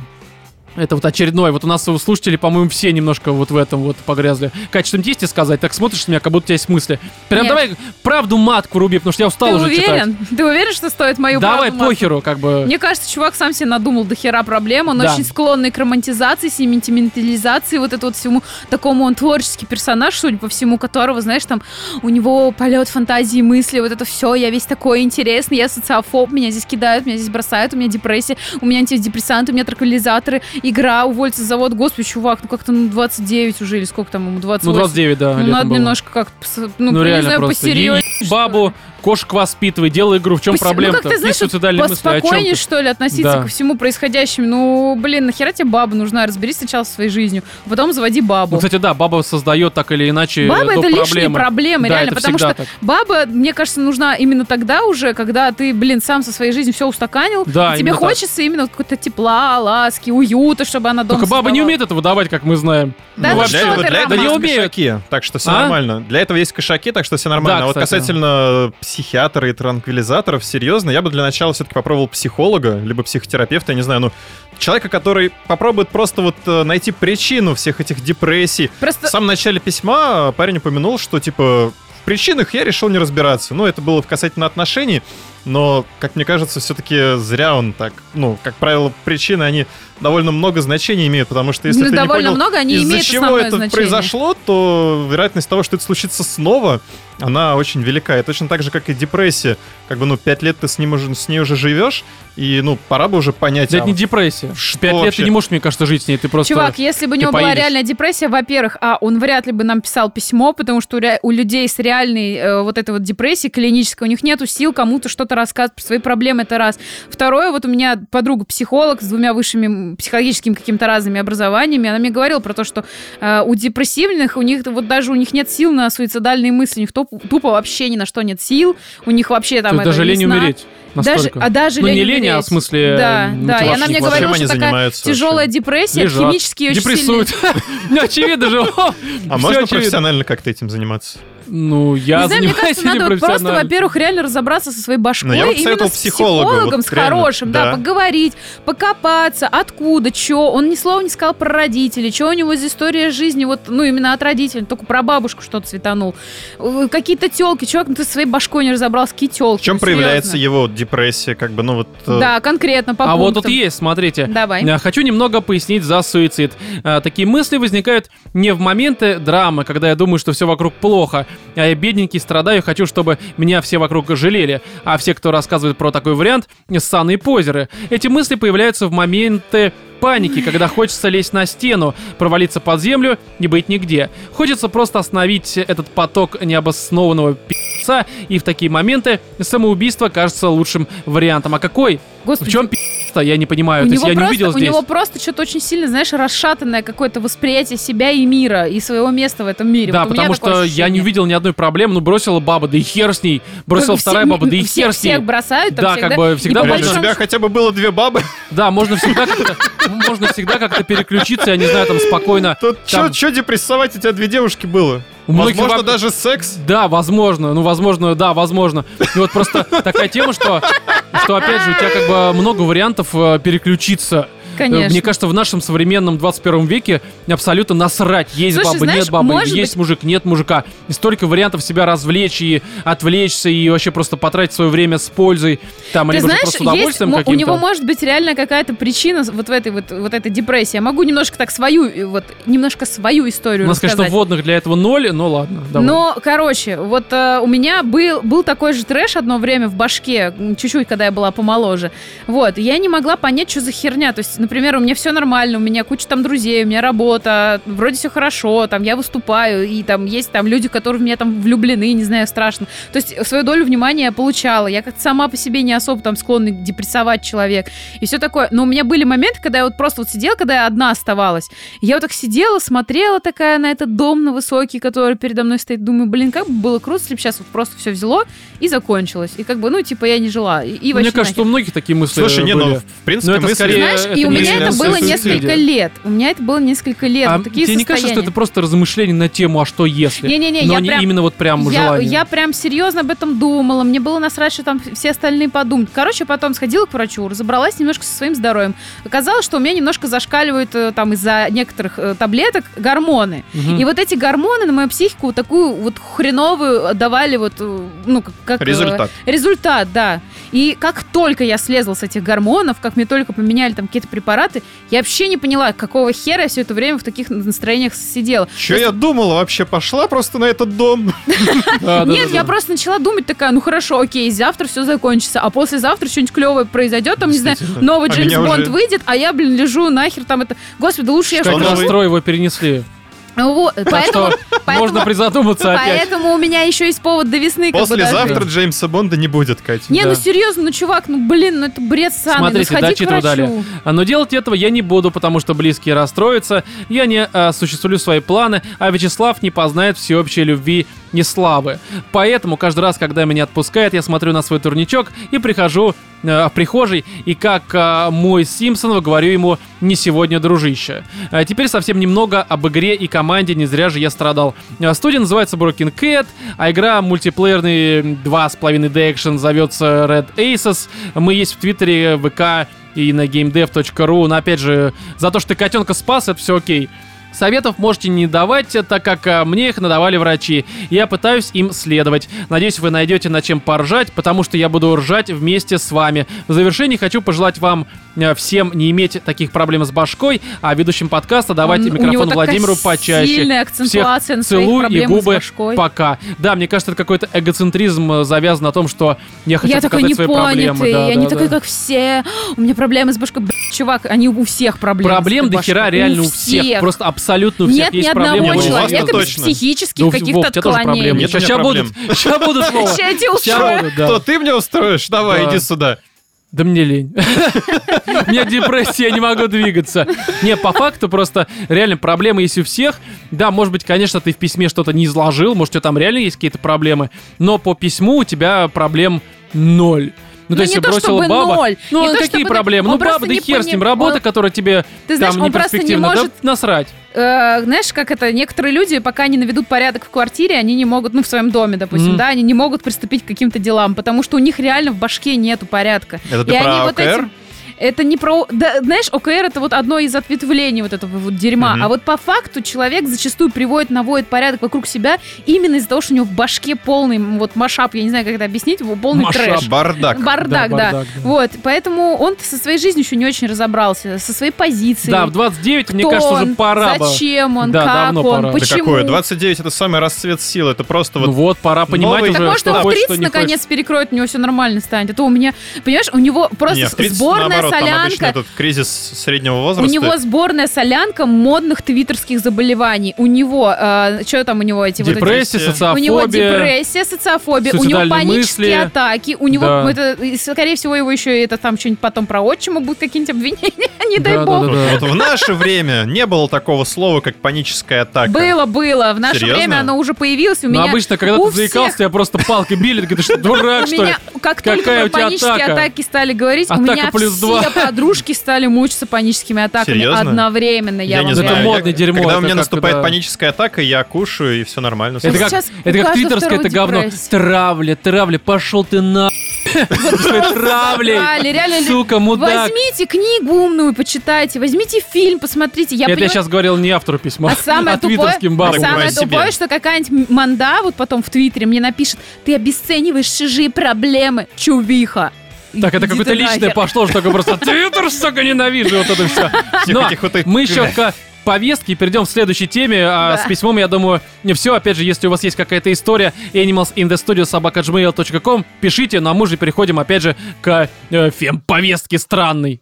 Speaker 1: Это вот очередной. Вот у нас слушатели, по-моему, все немножко вот в этом вот погрязли. Кать, что-нибудь есть тебе сказать? Так смотришь на меня, как будто у тебя есть мысли. Прям
Speaker 3: Нет.
Speaker 1: давай правду матку руби, потому что я устал
Speaker 3: Ты
Speaker 1: уже читать.
Speaker 3: уверен? Ты уверен, что стоит мою
Speaker 1: Давай
Speaker 3: правду мат-
Speaker 1: похеру, как бы.
Speaker 3: Мне кажется, чувак сам себе надумал до хера проблем. Он
Speaker 1: Да.
Speaker 3: очень склонный к романтизации, сементиментализации, вот это вот всему. Такому он творческий персонаж, судя по всему, которого, знаешь, там у него полет фантазии, мысли, вот это все. Я весь такой интересный, я социофоб, меня здесь кидают, меня здесь бросают, у меня депрессия, у меня антидепрессанты, у меня транквилизаторы, игра, уволиться с завод. Господи, чувак, ну как-то ну 29 уже или сколько там ему, 28.
Speaker 1: Ну, 29, да.
Speaker 3: Ну,
Speaker 1: летом
Speaker 3: надо
Speaker 1: было.
Speaker 3: немножко как-то, пос- ну,
Speaker 1: Ну,
Speaker 3: я не
Speaker 1: реально
Speaker 3: знаю,
Speaker 1: просто.
Speaker 3: посерьезнее.
Speaker 1: Ей бабу, кошек воспитывай, делай игру. В чем
Speaker 3: Пос- ну,
Speaker 1: проблема-то?
Speaker 3: как ты знаешь,
Speaker 1: Есть суицидальные мысли о чем
Speaker 3: Поспокойнее, что ли, относиться
Speaker 1: Да.
Speaker 3: ко всему происходящему. Ну, блин, нахера тебе баба нужна? Разберись сначала со своей жизнью, а потом заводи бабу.
Speaker 1: Ну, кстати, да, баба создает так или иначе
Speaker 3: баба
Speaker 1: доп.
Speaker 3: это лишние
Speaker 1: проблемы.
Speaker 3: проблемы,
Speaker 1: Да,
Speaker 3: реально,
Speaker 1: это
Speaker 3: потому
Speaker 1: всегда
Speaker 3: что
Speaker 1: так.
Speaker 3: баба, мне кажется, нужна именно тогда уже, когда ты, блин, сам со своей жизнью все устаканил,
Speaker 1: Да,
Speaker 3: и тебе
Speaker 1: именно так.
Speaker 3: хочется именно какого-то тепла, ласки, уюта, чтобы она дома
Speaker 1: Только баба не
Speaker 3: создавала.
Speaker 1: умеет это выдавать, как мы знаем.
Speaker 3: Да
Speaker 1: Ну,
Speaker 3: ну
Speaker 1: вообще,
Speaker 3: что
Speaker 2: этого,
Speaker 3: ты,
Speaker 2: для этого
Speaker 1: Да не
Speaker 2: есть
Speaker 3: Роман?
Speaker 1: умеют.
Speaker 2: кошаки, так что все
Speaker 1: А?
Speaker 2: нормально. Для этого есть кошаки, так что все нормально.
Speaker 1: Да,
Speaker 2: а вот
Speaker 1: кстати,
Speaker 2: касательно психиатра и транквилизаторов, серьезно, я бы для начала все-таки попробовал психолога, либо психотерапевта, я не знаю, ну, человека, который попробует просто вот э, найти причину всех этих депрессий,
Speaker 3: Просто
Speaker 2: В самом начале письма парень упомянул, что типа в причинах я решил не разбираться. Ну, это было в касательно отношений, но, как мне кажется, все-таки зря он так. Ну, как правило, причины, они довольно много значения имеют, потому что если
Speaker 3: ну,
Speaker 2: ты не
Speaker 3: довольно
Speaker 2: понял,
Speaker 3: много они
Speaker 2: из-за
Speaker 3: имеют
Speaker 2: чего
Speaker 3: основное
Speaker 2: это
Speaker 3: значение.
Speaker 2: произошло, то вероятность того, что это случится снова, она очень велика. И точно так же, как и депрессия. Как бы, ну, пять лет ты с, ним уже, с ней уже живешь, и, ну, пора бы уже понять,
Speaker 1: Да
Speaker 2: а
Speaker 1: Это не депрессия.
Speaker 2: Что
Speaker 1: Пять лет
Speaker 2: вообще?
Speaker 1: ты не можешь, мне кажется, жить с ней. Ты просто...
Speaker 3: Чувак, если бы у
Speaker 1: ты
Speaker 3: него была
Speaker 1: поедешь.
Speaker 3: реальная депрессия, во-первых, а он вряд ли бы нам писал письмо, потому что у, ре- у людей с реальной э, вот этой вот депрессией клинической, у них нету сил кому-то что-то рассказывать про свои проблемы, это раз. Второе, вот у меня подруга психолог с двумя высшими м, м, психологическим какими-то разными образованиями, она мне говорила про то, что э, у депрессивных, у них вот даже у них нет сил на суицидальные мысли, у них топ- тупо вообще ни на что нет сил, у них вообще
Speaker 1: То
Speaker 3: там
Speaker 1: есть
Speaker 3: это,
Speaker 1: даже
Speaker 3: ни
Speaker 1: лень
Speaker 3: сна.
Speaker 1: умереть.
Speaker 3: Даже,
Speaker 1: Настолько.
Speaker 3: а даже
Speaker 1: Ну,
Speaker 3: лень
Speaker 1: не лень, а
Speaker 3: умереть.
Speaker 1: в смысле,
Speaker 3: Да,
Speaker 1: м,
Speaker 3: да. И она
Speaker 1: мотивации.
Speaker 3: мне
Speaker 1: Чем
Speaker 3: говорила,
Speaker 2: они
Speaker 3: что такая
Speaker 2: занимаются вообще?
Speaker 3: тяжелая депрессия,
Speaker 1: Лежат,
Speaker 3: химически очень сильно.
Speaker 1: Депрессуют. Ну, очевидно же. о, всё
Speaker 2: А можно
Speaker 1: очевидно.
Speaker 2: профессионально как-то этим заниматься?
Speaker 1: Ну, я
Speaker 3: не знаю, мне
Speaker 1: занимаюсь
Speaker 3: кажется, надо вот просто,
Speaker 1: непрофессионально.
Speaker 3: во-первых, реально разобраться со своей башкой,
Speaker 2: Ну, я бы
Speaker 3: именно
Speaker 2: посоветовал
Speaker 3: с
Speaker 2: психологу,
Speaker 3: психологом,
Speaker 2: вот
Speaker 3: с
Speaker 2: реально,
Speaker 3: хорошим, да.
Speaker 2: да.
Speaker 3: поговорить, покопаться, откуда, что. Он ни слова не сказал про родителей, что у него за история жизни, вот, ну, именно от родителей, только про бабушку что-то светанул. Э, Какие-то телки, человек, ну, ты со своей башкой не разобрался, какие телки.
Speaker 2: В чем проявляется его депрессия, как бы, ну вот... э,
Speaker 3: Да, конкретно по
Speaker 1: А вот
Speaker 3: пунктам.
Speaker 1: тут есть, смотрите.
Speaker 3: Давай.
Speaker 1: Э, Хочу немного пояснить за суицид. Э, Такие мысли возникают не в моменты драмы, когда я думаю, что все вокруг плохо, а я бедненький страдаю, хочу, чтобы меня все вокруг жалели. А все, кто рассказывает про такой вариант, ссаные позеры. Эти мысли появляются в моменты паники, когда хочется лезть на стену, провалиться под землю, не быть нигде. Хочется просто остановить этот поток необоснованного пи***ца, и в такие моменты самоубийство кажется лучшим вариантом. А какой? В
Speaker 3: Господи,
Speaker 1: чем пи***ца? Я не понимаю. То есть я не
Speaker 3: просто,
Speaker 1: увидел
Speaker 3: у
Speaker 1: здесь.
Speaker 3: него просто что-то очень сильно, знаешь, расшатанное какое-то восприятие себя и мира, и своего места в этом мире.
Speaker 1: Да,
Speaker 3: Вот у меня
Speaker 1: потому
Speaker 3: такое
Speaker 1: что я не
Speaker 3: ощущение.
Speaker 1: увидел ни одной проблемы. Ну, бросила баба, да и хер с ней. Бросила
Speaker 3: Как
Speaker 1: вторая
Speaker 3: все-
Speaker 1: баба, да и
Speaker 3: все-
Speaker 1: хер с ней.
Speaker 3: Всех бросают, там
Speaker 1: Да,
Speaker 3: всегда.
Speaker 1: как бы всегда Э,
Speaker 3: И по
Speaker 2: Блин, у
Speaker 1: большому-
Speaker 2: тебя хотя бы было две бабы,
Speaker 1: Да, можно всегда как-то, можно всегда как-то переключиться, я не знаю, там спокойно.
Speaker 2: тут
Speaker 1: Там-
Speaker 2: что депрессовать, у тебя две девушки было?
Speaker 1: У многих
Speaker 2: Возможно,
Speaker 1: баб-
Speaker 2: даже секс.
Speaker 1: Да, возможно, ну, возможно, да, возможно. И вот просто такая тема, что, что опять же, у тебя как бы много вариантов э, переключиться. Э,
Speaker 3: Конечно.
Speaker 1: Мне кажется, в нашем современном 21 веке абсолютно насрать. Есть
Speaker 3: Слушай,
Speaker 1: бабы,
Speaker 3: знаешь,
Speaker 1: нет бабы,
Speaker 3: может
Speaker 1: есть мужик, нет мужика. И столько вариантов себя развлечь и отвлечься, и вообще просто потратить свое время с пользой. Там,
Speaker 3: Ты
Speaker 1: либо же
Speaker 3: знаешь,
Speaker 1: просто с
Speaker 3: есть,
Speaker 1: удовольствием
Speaker 3: мо- у
Speaker 1: каким-то.
Speaker 3: него может быть реально какая-то причина вот в этой вот, вот этой депрессии. Я могу немножко так свою, э, вот, немножко свою историю
Speaker 1: У нас,
Speaker 3: рассказать.
Speaker 1: конечно, вводных для этого ноль, но ладно. давай. Ну,
Speaker 3: Но, короче, вот э, у меня был, был такой же трэш одно время в башке, м, чуть-чуть, когда я была помоложе. Вот, я не могла понять, что за херня. То есть, например, у меня все нормально, у меня куча там друзей, у меня работа, вроде все хорошо, там я выступаю, и там есть там люди, которые в меня там влюблены, не знаю, страшно. То есть свою долю внимания я получала. Я как-то сама по себе не особо там склонна депрессовать человек. И все такое. Но у меня были моменты, когда я вот просто вот сидела, когда я одна оставалась. Я вот так сидела, смотрела такая на этот дом на высокий, который передо мной стоит. Думаю, блин, как бы было круто, если бы сейчас вот просто все взяло и закончилось. И как бы, ну, типа, я не жила. И, и вообще
Speaker 1: Мне кажется,
Speaker 3: нахер.
Speaker 1: что у многих такие мысли
Speaker 2: Слушай, не,
Speaker 1: были.
Speaker 2: ну, в принципе,
Speaker 1: Ну, это
Speaker 2: мысли-
Speaker 1: скорее-
Speaker 3: знаешь,
Speaker 1: это
Speaker 3: и у
Speaker 1: не
Speaker 3: меня это
Speaker 2: является
Speaker 3: было
Speaker 1: суицидом.
Speaker 3: несколько лет. У меня это было несколько лет.
Speaker 1: А
Speaker 3: вот ну, такие
Speaker 1: тебе не кажется, что
Speaker 3: состояния.
Speaker 1: это просто размышление на тему, а что если?
Speaker 3: Не-не-не,
Speaker 1: но
Speaker 3: я
Speaker 1: не
Speaker 3: прям-
Speaker 1: именно вот прям
Speaker 3: я,
Speaker 1: желание.
Speaker 3: я прям серьезно об этом думала. Мне было насрать, что там все остальные подумают. Короче, потом сходила к врачу, разобралась немножко со своим здоровьем. Оказалось, что у меня немножко зашкаливают э, там из-за некоторых э, таблеток гормоны.
Speaker 1: Мгм.
Speaker 3: И вот эти гормоны на мою психику вот такую вот хреновую давали вот, э, ну, как- как... э,
Speaker 2: Результат.
Speaker 3: Результат, да. И как только я слезла с этих гормонов, как мне только поменяли там какие-то препараты, я вообще не поняла, какого хера я все это время в таких настроениях сидела.
Speaker 2: Че я думала вообще? Пошла просто на этот дом.
Speaker 1: Да, да,
Speaker 3: Нет,
Speaker 1: да,
Speaker 3: я
Speaker 1: да.
Speaker 3: просто начала думать такая, ну хорошо, окей, завтра все закончится, а послезавтра что-нибудь клевое произойдет, там, не знаю,
Speaker 2: Действительно.
Speaker 3: новый
Speaker 2: А
Speaker 3: Джеймс
Speaker 2: меня
Speaker 3: Бонд
Speaker 2: уже-
Speaker 3: выйдет, а я, блин, лежу нахер там это... Господи, да лучше я...
Speaker 1: Как
Speaker 2: Что
Speaker 3: в-
Speaker 2: новый?
Speaker 1: настрой его перенесли.
Speaker 3: Вот,
Speaker 1: Так
Speaker 3: поэтому-
Speaker 1: А что можно призадуматься опять.
Speaker 3: Поэтому у меня еще есть повод до весны. как бы, да.
Speaker 2: Послезавтра Джеймса Бонда не будет, Катя.
Speaker 3: Не, ну
Speaker 1: Да.
Speaker 3: серьезно, ну чувак, ну блин, ну это бред саный, ну
Speaker 1: Смотрите,
Speaker 3: сходи к
Speaker 1: дочитываю
Speaker 3: врачу.
Speaker 1: далее. А, Но делать этого я не буду, потому что близкие расстроятся, я не а, осуществлю свои планы, а Вячеслав не познает всеобщей любви и славы. Поэтому каждый раз, когда меня отпускает, я смотрю на свой турничок и прихожу э, в прихожей, и как э, мой Симпсонов говорю ему «не сегодня, дружище». А теперь совсем немного об игре и команде, не зря же я страдал. Э, Студия называется Broken Cat, а игра мультиплеерный 2,5D экшен зовется Red Aces. Мы есть в Твиттере, ВК и на gamedev.ru. Но опять же, за то, что ты котенка спас, это все окей. Советов можете не давать, так как а, мне их надавали врачи. Я пытаюсь им следовать. Надеюсь, вы найдете над чем поржать, потому что я буду ржать вместе с вами. В завершении хочу пожелать вам э, всем не иметь таких проблем с башкой, а ведущим подкаста давать
Speaker 3: Он- у него
Speaker 1: микрофон
Speaker 3: такая
Speaker 1: Владимиру почаще.
Speaker 3: сильная акцентуация на своих
Speaker 1: целую и
Speaker 3: проблемах с
Speaker 1: губы
Speaker 3: башкой.
Speaker 1: пока. Да, мне кажется, это какой-то эгоцентризм э, завязан на том, что я хочу
Speaker 3: я такой
Speaker 1: показать свои проблемы.
Speaker 3: непонятый,
Speaker 1: Да,
Speaker 3: я
Speaker 1: да,
Speaker 3: не
Speaker 1: да.
Speaker 3: такой, как все. У меня проблемы с башкой. Блин, чувак, они у всех проблемы.
Speaker 1: Проблем до хера реально у всех. Просто абсолютно Ну, у всех
Speaker 3: Нет ни
Speaker 1: есть
Speaker 3: одного
Speaker 1: проблемы.
Speaker 2: ну, у вас
Speaker 3: человека без
Speaker 2: это точно.
Speaker 1: Да
Speaker 3: психических
Speaker 1: у-
Speaker 3: каких-то
Speaker 1: Вов, у тебя тоже проблемы.
Speaker 3: отклонений.
Speaker 2: Нет у меня
Speaker 1: Сейчас будут,
Speaker 2: проблем.
Speaker 1: сейчас будут, Вова.
Speaker 3: Ща я тебя
Speaker 1: Ща
Speaker 3: устрою.
Speaker 1: будут, да.
Speaker 2: Что ты мне устроишь? Давай,
Speaker 1: Да.
Speaker 2: иди сюда.
Speaker 1: Да мне лень. У меня депрессия, я не могу двигаться. Не, по факту просто реально проблемы есть у всех. Да, может быть, конечно, ты в письме что-то не изложил, может, у тебя там реально есть какие-то проблемы, но по письму у тебя проблем ноль. Ну,
Speaker 3: Ну,
Speaker 1: то есть
Speaker 3: не
Speaker 1: если
Speaker 3: то
Speaker 1: бросила
Speaker 3: чтобы
Speaker 1: баба.
Speaker 3: ноль,
Speaker 1: Ну,
Speaker 3: не
Speaker 1: а
Speaker 3: то
Speaker 1: какие
Speaker 3: чтобы-
Speaker 1: проблемы?
Speaker 3: он
Speaker 1: Ну,
Speaker 3: просто
Speaker 1: баба, да
Speaker 3: не
Speaker 1: хер с ним.
Speaker 3: пони-
Speaker 1: Работа,
Speaker 3: он-
Speaker 1: которая тебе
Speaker 3: Ты знаешь,
Speaker 1: там не
Speaker 3: он просто не
Speaker 1: перспективна. Да
Speaker 3: может-
Speaker 1: насрать.
Speaker 3: Э, знаешь, как это, некоторые люди, пока не наведут порядок в квартире, они не могут, ну, в своем доме, допустим,
Speaker 1: Мгм.
Speaker 3: да, они не могут приступить к каким-то делам, потому что у них реально в башке нету порядка.
Speaker 2: Это ты
Speaker 3: И
Speaker 2: про
Speaker 3: они вот
Speaker 2: ОКР?
Speaker 3: этим- Это не про... да, знаешь, ОКР это вот одно из ответвлений вот этого вот дерьма.
Speaker 2: Мгм.
Speaker 3: А вот по факту человек зачастую приводит, наводит порядок вокруг себя именно из-за того, что у него в башке полный м, вот машап, я не знаю, как это объяснить, его полный
Speaker 1: Машап.
Speaker 3: трэш.
Speaker 2: Бардак.
Speaker 3: Бардак, да.
Speaker 1: бардак, да.
Speaker 3: Вот, поэтому он со своей жизнью еще не очень разобрался, со своей позицией.
Speaker 1: Да, в 29, мне
Speaker 3: Кто
Speaker 1: кажется, уже
Speaker 3: он,
Speaker 1: пора бы.
Speaker 3: Зачем он,
Speaker 1: Да,
Speaker 3: как
Speaker 1: давно
Speaker 3: он,
Speaker 1: пора. Да
Speaker 2: Да
Speaker 3: почему?
Speaker 2: какое? 29 это самый расцвет сил. Это просто
Speaker 1: Ну
Speaker 2: вот...
Speaker 1: вот, пора понимать
Speaker 2: новый-
Speaker 1: уже,
Speaker 3: Так может,
Speaker 1: что
Speaker 3: он в
Speaker 1: хочешь, что
Speaker 3: 30
Speaker 1: не хочешь.
Speaker 3: наконец перекроет, у него все нормально станет. А то у меня, понимаешь, у него просто
Speaker 2: Не, в 30,
Speaker 3: сборная
Speaker 2: наоборот, там обычно
Speaker 3: солянка.
Speaker 2: этот кризис среднего
Speaker 3: У
Speaker 2: возраста.
Speaker 3: него сборная солянка модных твиттерских заболеваний. У него, что там у него эти вот эти...
Speaker 1: Депрессия,
Speaker 2: эти-
Speaker 3: У него
Speaker 1: социофобия.
Speaker 3: депрессия, социофобия, у него
Speaker 1: суицидальные
Speaker 3: панические
Speaker 1: мысли.
Speaker 3: атаки, у него,
Speaker 1: Да.
Speaker 3: это, и, скорее всего, его еще и это там что-нибудь потом про отчима будут какие-нибудь обвинения, не дай
Speaker 1: Да, да,
Speaker 3: бог.
Speaker 1: да.
Speaker 2: Вот в наше время не было такого слова, А как паническая атака.
Speaker 3: Было, было. В наше
Speaker 2: Серьезно?
Speaker 3: время оно уже появилось. У
Speaker 1: Ну,
Speaker 3: меня
Speaker 1: обычно, когда
Speaker 3: у
Speaker 1: ты заикался,
Speaker 3: всех-
Speaker 1: тебя просто палкой били, ты что, дурак,
Speaker 3: у
Speaker 1: что ли?
Speaker 3: меня, как
Speaker 1: Какая у
Speaker 3: только про
Speaker 1: тебя
Speaker 3: панические
Speaker 1: атака?
Speaker 3: атаки стали говорить, у
Speaker 1: Атака
Speaker 3: меня
Speaker 1: плюс
Speaker 3: все
Speaker 1: два.
Speaker 3: подружки стали мучиться паническими атаками
Speaker 2: Серьезно?
Speaker 3: одновременно. Я,
Speaker 2: Я
Speaker 3: вам
Speaker 2: не
Speaker 1: Это
Speaker 3: говорю.
Speaker 2: знаю.
Speaker 1: модное
Speaker 2: я-
Speaker 1: дерьмо,
Speaker 2: Когда
Speaker 1: это
Speaker 2: у меня
Speaker 1: как-то,
Speaker 2: наступает
Speaker 1: да.
Speaker 2: паническая атака, я кушаю, и все нормально.
Speaker 1: Это
Speaker 3: Ну,
Speaker 1: как,
Speaker 3: сейчас
Speaker 1: это
Speaker 3: у
Speaker 1: как
Speaker 3: каждого
Speaker 1: твиттерское это
Speaker 3: второго
Speaker 1: говно.
Speaker 3: депрессия.
Speaker 1: Травля, травля, пошел ты на... Своей
Speaker 3: Брали,
Speaker 1: Травлей,
Speaker 3: реально,
Speaker 1: сука, мудак.
Speaker 3: возьмите книгу умную, почитайте, возьмите фильм, посмотрите. Я
Speaker 1: Это я
Speaker 3: понимаю-
Speaker 1: сейчас говорил не автору письма,
Speaker 3: А самое
Speaker 1: а
Speaker 3: тупое,
Speaker 1: твиттерским
Speaker 3: а
Speaker 1: бабам.
Speaker 3: самое
Speaker 2: Буквально себе.
Speaker 3: тупое, что какая-нибудь манда вот потом в Твиттере мне напишет, ты обесцениваешь чужие проблемы, чувиха.
Speaker 1: Так, это
Speaker 3: Иди
Speaker 1: какое-то
Speaker 3: ты
Speaker 1: личное
Speaker 3: нахер.
Speaker 1: пошло, что такое просто Твиттер, сука, ненавижу, вот это все.
Speaker 2: Всех
Speaker 1: Но
Speaker 2: Типа этих вот их-
Speaker 1: мы еще к повестке перейдем к следующей теме, а
Speaker 3: Да.
Speaker 1: с письмом, я думаю, не все. Опять же, если у вас есть какая-то история, animals in the studio собакаджмейл.ком, пишите, но мы же переходим, опять же, к э, фемповестке странной.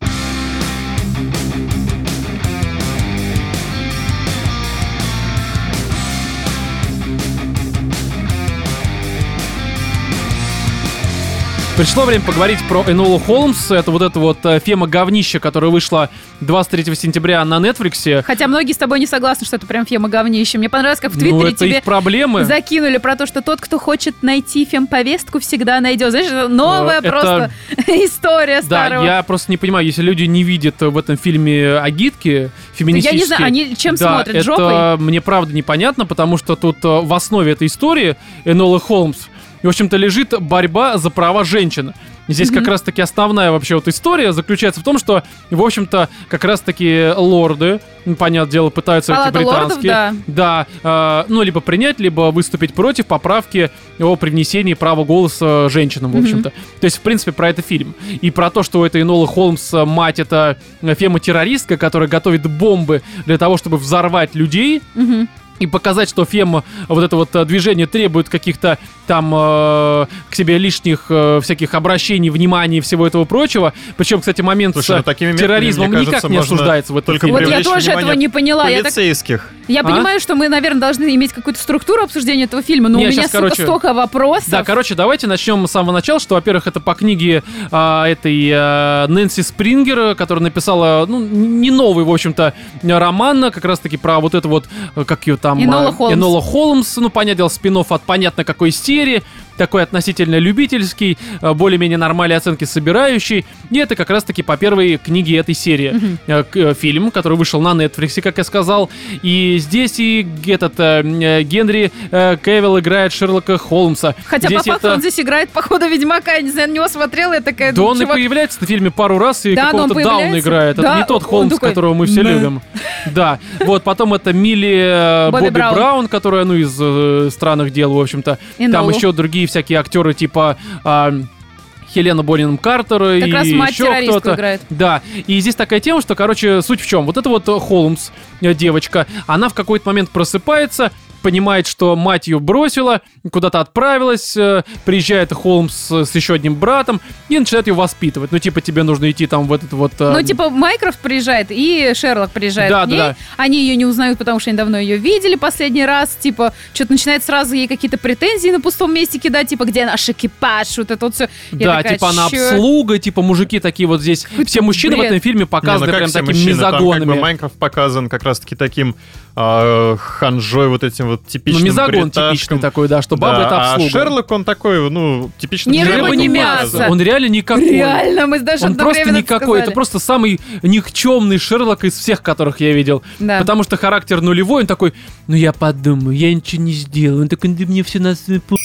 Speaker 1: Пришло время поговорить про Энолу Холмс. Это вот это вот э, фема-говнище, которое вышло 23 сентября на Нетфликсе.
Speaker 3: Хотя многие с тобой не согласны, что это прям фема говнище. Мне понравилось, как в
Speaker 1: ну,
Speaker 3: Твиттере
Speaker 1: это
Speaker 3: тебе
Speaker 1: их проблемы.
Speaker 3: закинули про то, что тот, кто хочет найти фемповестку, всегда найдет. Знаешь, это новая
Speaker 1: Э, это-
Speaker 3: просто история
Speaker 1: Да,
Speaker 3: старого.
Speaker 1: я просто не понимаю, если люди не видят в этом фильме агитки феминистические...
Speaker 3: Я не знаю, они чем
Speaker 1: да,
Speaker 3: смотрят?
Speaker 1: это
Speaker 3: Жопой?
Speaker 1: мне правда непонятно, потому что тут э, в основе этой истории Энолы Холмс, в общем-то, лежит борьба за права женщин. И Здесь как раз-таки основная вообще вот история заключается в том, что, в общем-то, как раз-таки лорды, ну, понятное дело, пытаются эти
Speaker 3: Палата лордов,
Speaker 1: британские...
Speaker 3: да.
Speaker 1: Да, э, ну, либо принять, либо выступить против поправки о привнесении права голоса женщинам, в
Speaker 3: Мгм.
Speaker 1: общем-то. То есть, в принципе, про это фильм. И про то, что это Энола Холмс, э, мать, это э, фема-террористка, которая готовит бомбы для того, чтобы взорвать людей,
Speaker 3: Мгм.
Speaker 1: и показать, что фема, вот это вот э, движение требует каких-то там э, к себе лишних э, всяких обращений, внимания и всего этого прочего. Причем, кстати, момент
Speaker 2: Слушай, ну,
Speaker 1: с
Speaker 2: такими
Speaker 1: э,
Speaker 2: методами,
Speaker 1: терроризмом
Speaker 2: мне кажется,
Speaker 1: никак не
Speaker 2: можно
Speaker 1: осуждается в этом
Speaker 2: только
Speaker 1: фильме.
Speaker 3: Вот я
Speaker 2: привлечь
Speaker 3: тоже
Speaker 2: внимание
Speaker 3: этого не поняла. Я, так-
Speaker 2: Полицейских. ну
Speaker 3: я
Speaker 1: А?
Speaker 3: понимаю, что мы, наверное, должны иметь какое-то структуру обсуждения этого фильма, но
Speaker 1: Не,
Speaker 3: у меня,
Speaker 1: щас,
Speaker 3: сука,
Speaker 1: короче,
Speaker 3: столько вопросов.
Speaker 1: Да, короче, давайте начнем с самого начала, что, во-первых, это по книге а, этой а, Нэнси Спрингер, которая написала, ну, не новый, в общем-то, роман, как раз-таки про вот это вот, э, как ее там...
Speaker 3: Энола
Speaker 1: а,
Speaker 3: Холмс.
Speaker 1: Энола Холмс, ну, понятное дело, спин от понятно какой серии, такой относительно любительский, э, более-менее нормальные оценки собирающий, и это как раз-таки по первой книге этой серии э, к- э, фильм, который вышел на Netflix, как я сказал. И здесь и этот э, э, Генри э, Кевилл играет Шерлока Холмса.
Speaker 3: Хотя
Speaker 1: здесь
Speaker 3: по факту он здесь играет, походу, Ведьмака. Я не знаю, на него смотрела, я такая...
Speaker 1: Да
Speaker 3: «Ну,
Speaker 1: он и
Speaker 3: чувак,
Speaker 1: появляется в фильме пару раз, и
Speaker 3: Да, но он
Speaker 1: какого-то Дауна
Speaker 3: появляется.
Speaker 1: играет. Это
Speaker 3: Да,
Speaker 1: не тот
Speaker 3: он
Speaker 1: Холмс,
Speaker 3: такой,
Speaker 1: которого мы все
Speaker 3: «Мэ».
Speaker 1: любим. Да, вот потом это Милли э,
Speaker 3: Бобби
Speaker 1: Бобби
Speaker 3: Браун.
Speaker 1: Браун, которая, ну, из э, странных дел, в общем-то.
Speaker 3: И
Speaker 1: Там
Speaker 3: Нолу.
Speaker 1: еще другие всякие актеры, типа а, Хелена Бонин Картер и
Speaker 3: Как раз мать
Speaker 1: еще
Speaker 3: террористку
Speaker 1: кто-то.
Speaker 3: играет.
Speaker 1: Да, и здесь такая тема, что, короче, суть в чем? Вот эта вот э, Холмс, э, девочка, она в какой-то момент просыпается, понимает, что мать ее бросила, куда-то отправилась, э, приезжает Холмс э, с, с еще одним братом и начинает ее воспитывать. Ну, типа, тебе нужно идти там в этот вот... э,
Speaker 3: Ну, типа, Майкрофт приезжает и Шерлок приезжает
Speaker 1: Да,
Speaker 3: к
Speaker 1: да,
Speaker 3: ней.
Speaker 1: да.
Speaker 3: Они ее не узнают, потому что они давно ее видели последний раз. Типа, что-то начинает сразу ей какие-то претензии на пустом месте кидать. Типа, где наш экипаж? Вот это вот все.
Speaker 1: да, типа она обслуга, типа мужики такие вот здесь. Все мужчины в
Speaker 3: бред.
Speaker 1: этом фильме
Speaker 2: Не, ну
Speaker 1: показаны
Speaker 2: как
Speaker 1: прям
Speaker 2: все
Speaker 1: такими
Speaker 2: мужчины? Там как
Speaker 1: мизогонами. Ну,
Speaker 2: бы Майнкрафт показан как раз-таки таким а, ханжой, вот этим вот
Speaker 1: ну,
Speaker 2: типичным
Speaker 1: мизогон
Speaker 2: бриташком.
Speaker 1: типичный такой, да, что
Speaker 2: Да,
Speaker 1: баба это
Speaker 2: а
Speaker 1: обслуга.
Speaker 2: Шерлок, он такой, ну, типичный
Speaker 3: Ни
Speaker 1: Ни
Speaker 3: рыба,
Speaker 1: рыба,
Speaker 2: мужик,
Speaker 1: ни
Speaker 3: ни
Speaker 2: он
Speaker 3: мясо.
Speaker 2: показан.
Speaker 1: Он реально никакой.
Speaker 3: Реально, мы даже
Speaker 1: Он просто
Speaker 3: одновременно это
Speaker 1: никакой. Это
Speaker 3: сказали.
Speaker 1: просто самый никчемный Шерлок из всех, которых я видел.
Speaker 3: Да.
Speaker 1: Потому что характер нулевой, он такой, ну я подумаю, я ничего не сделаю. Он такой, да мне все на свою пу-».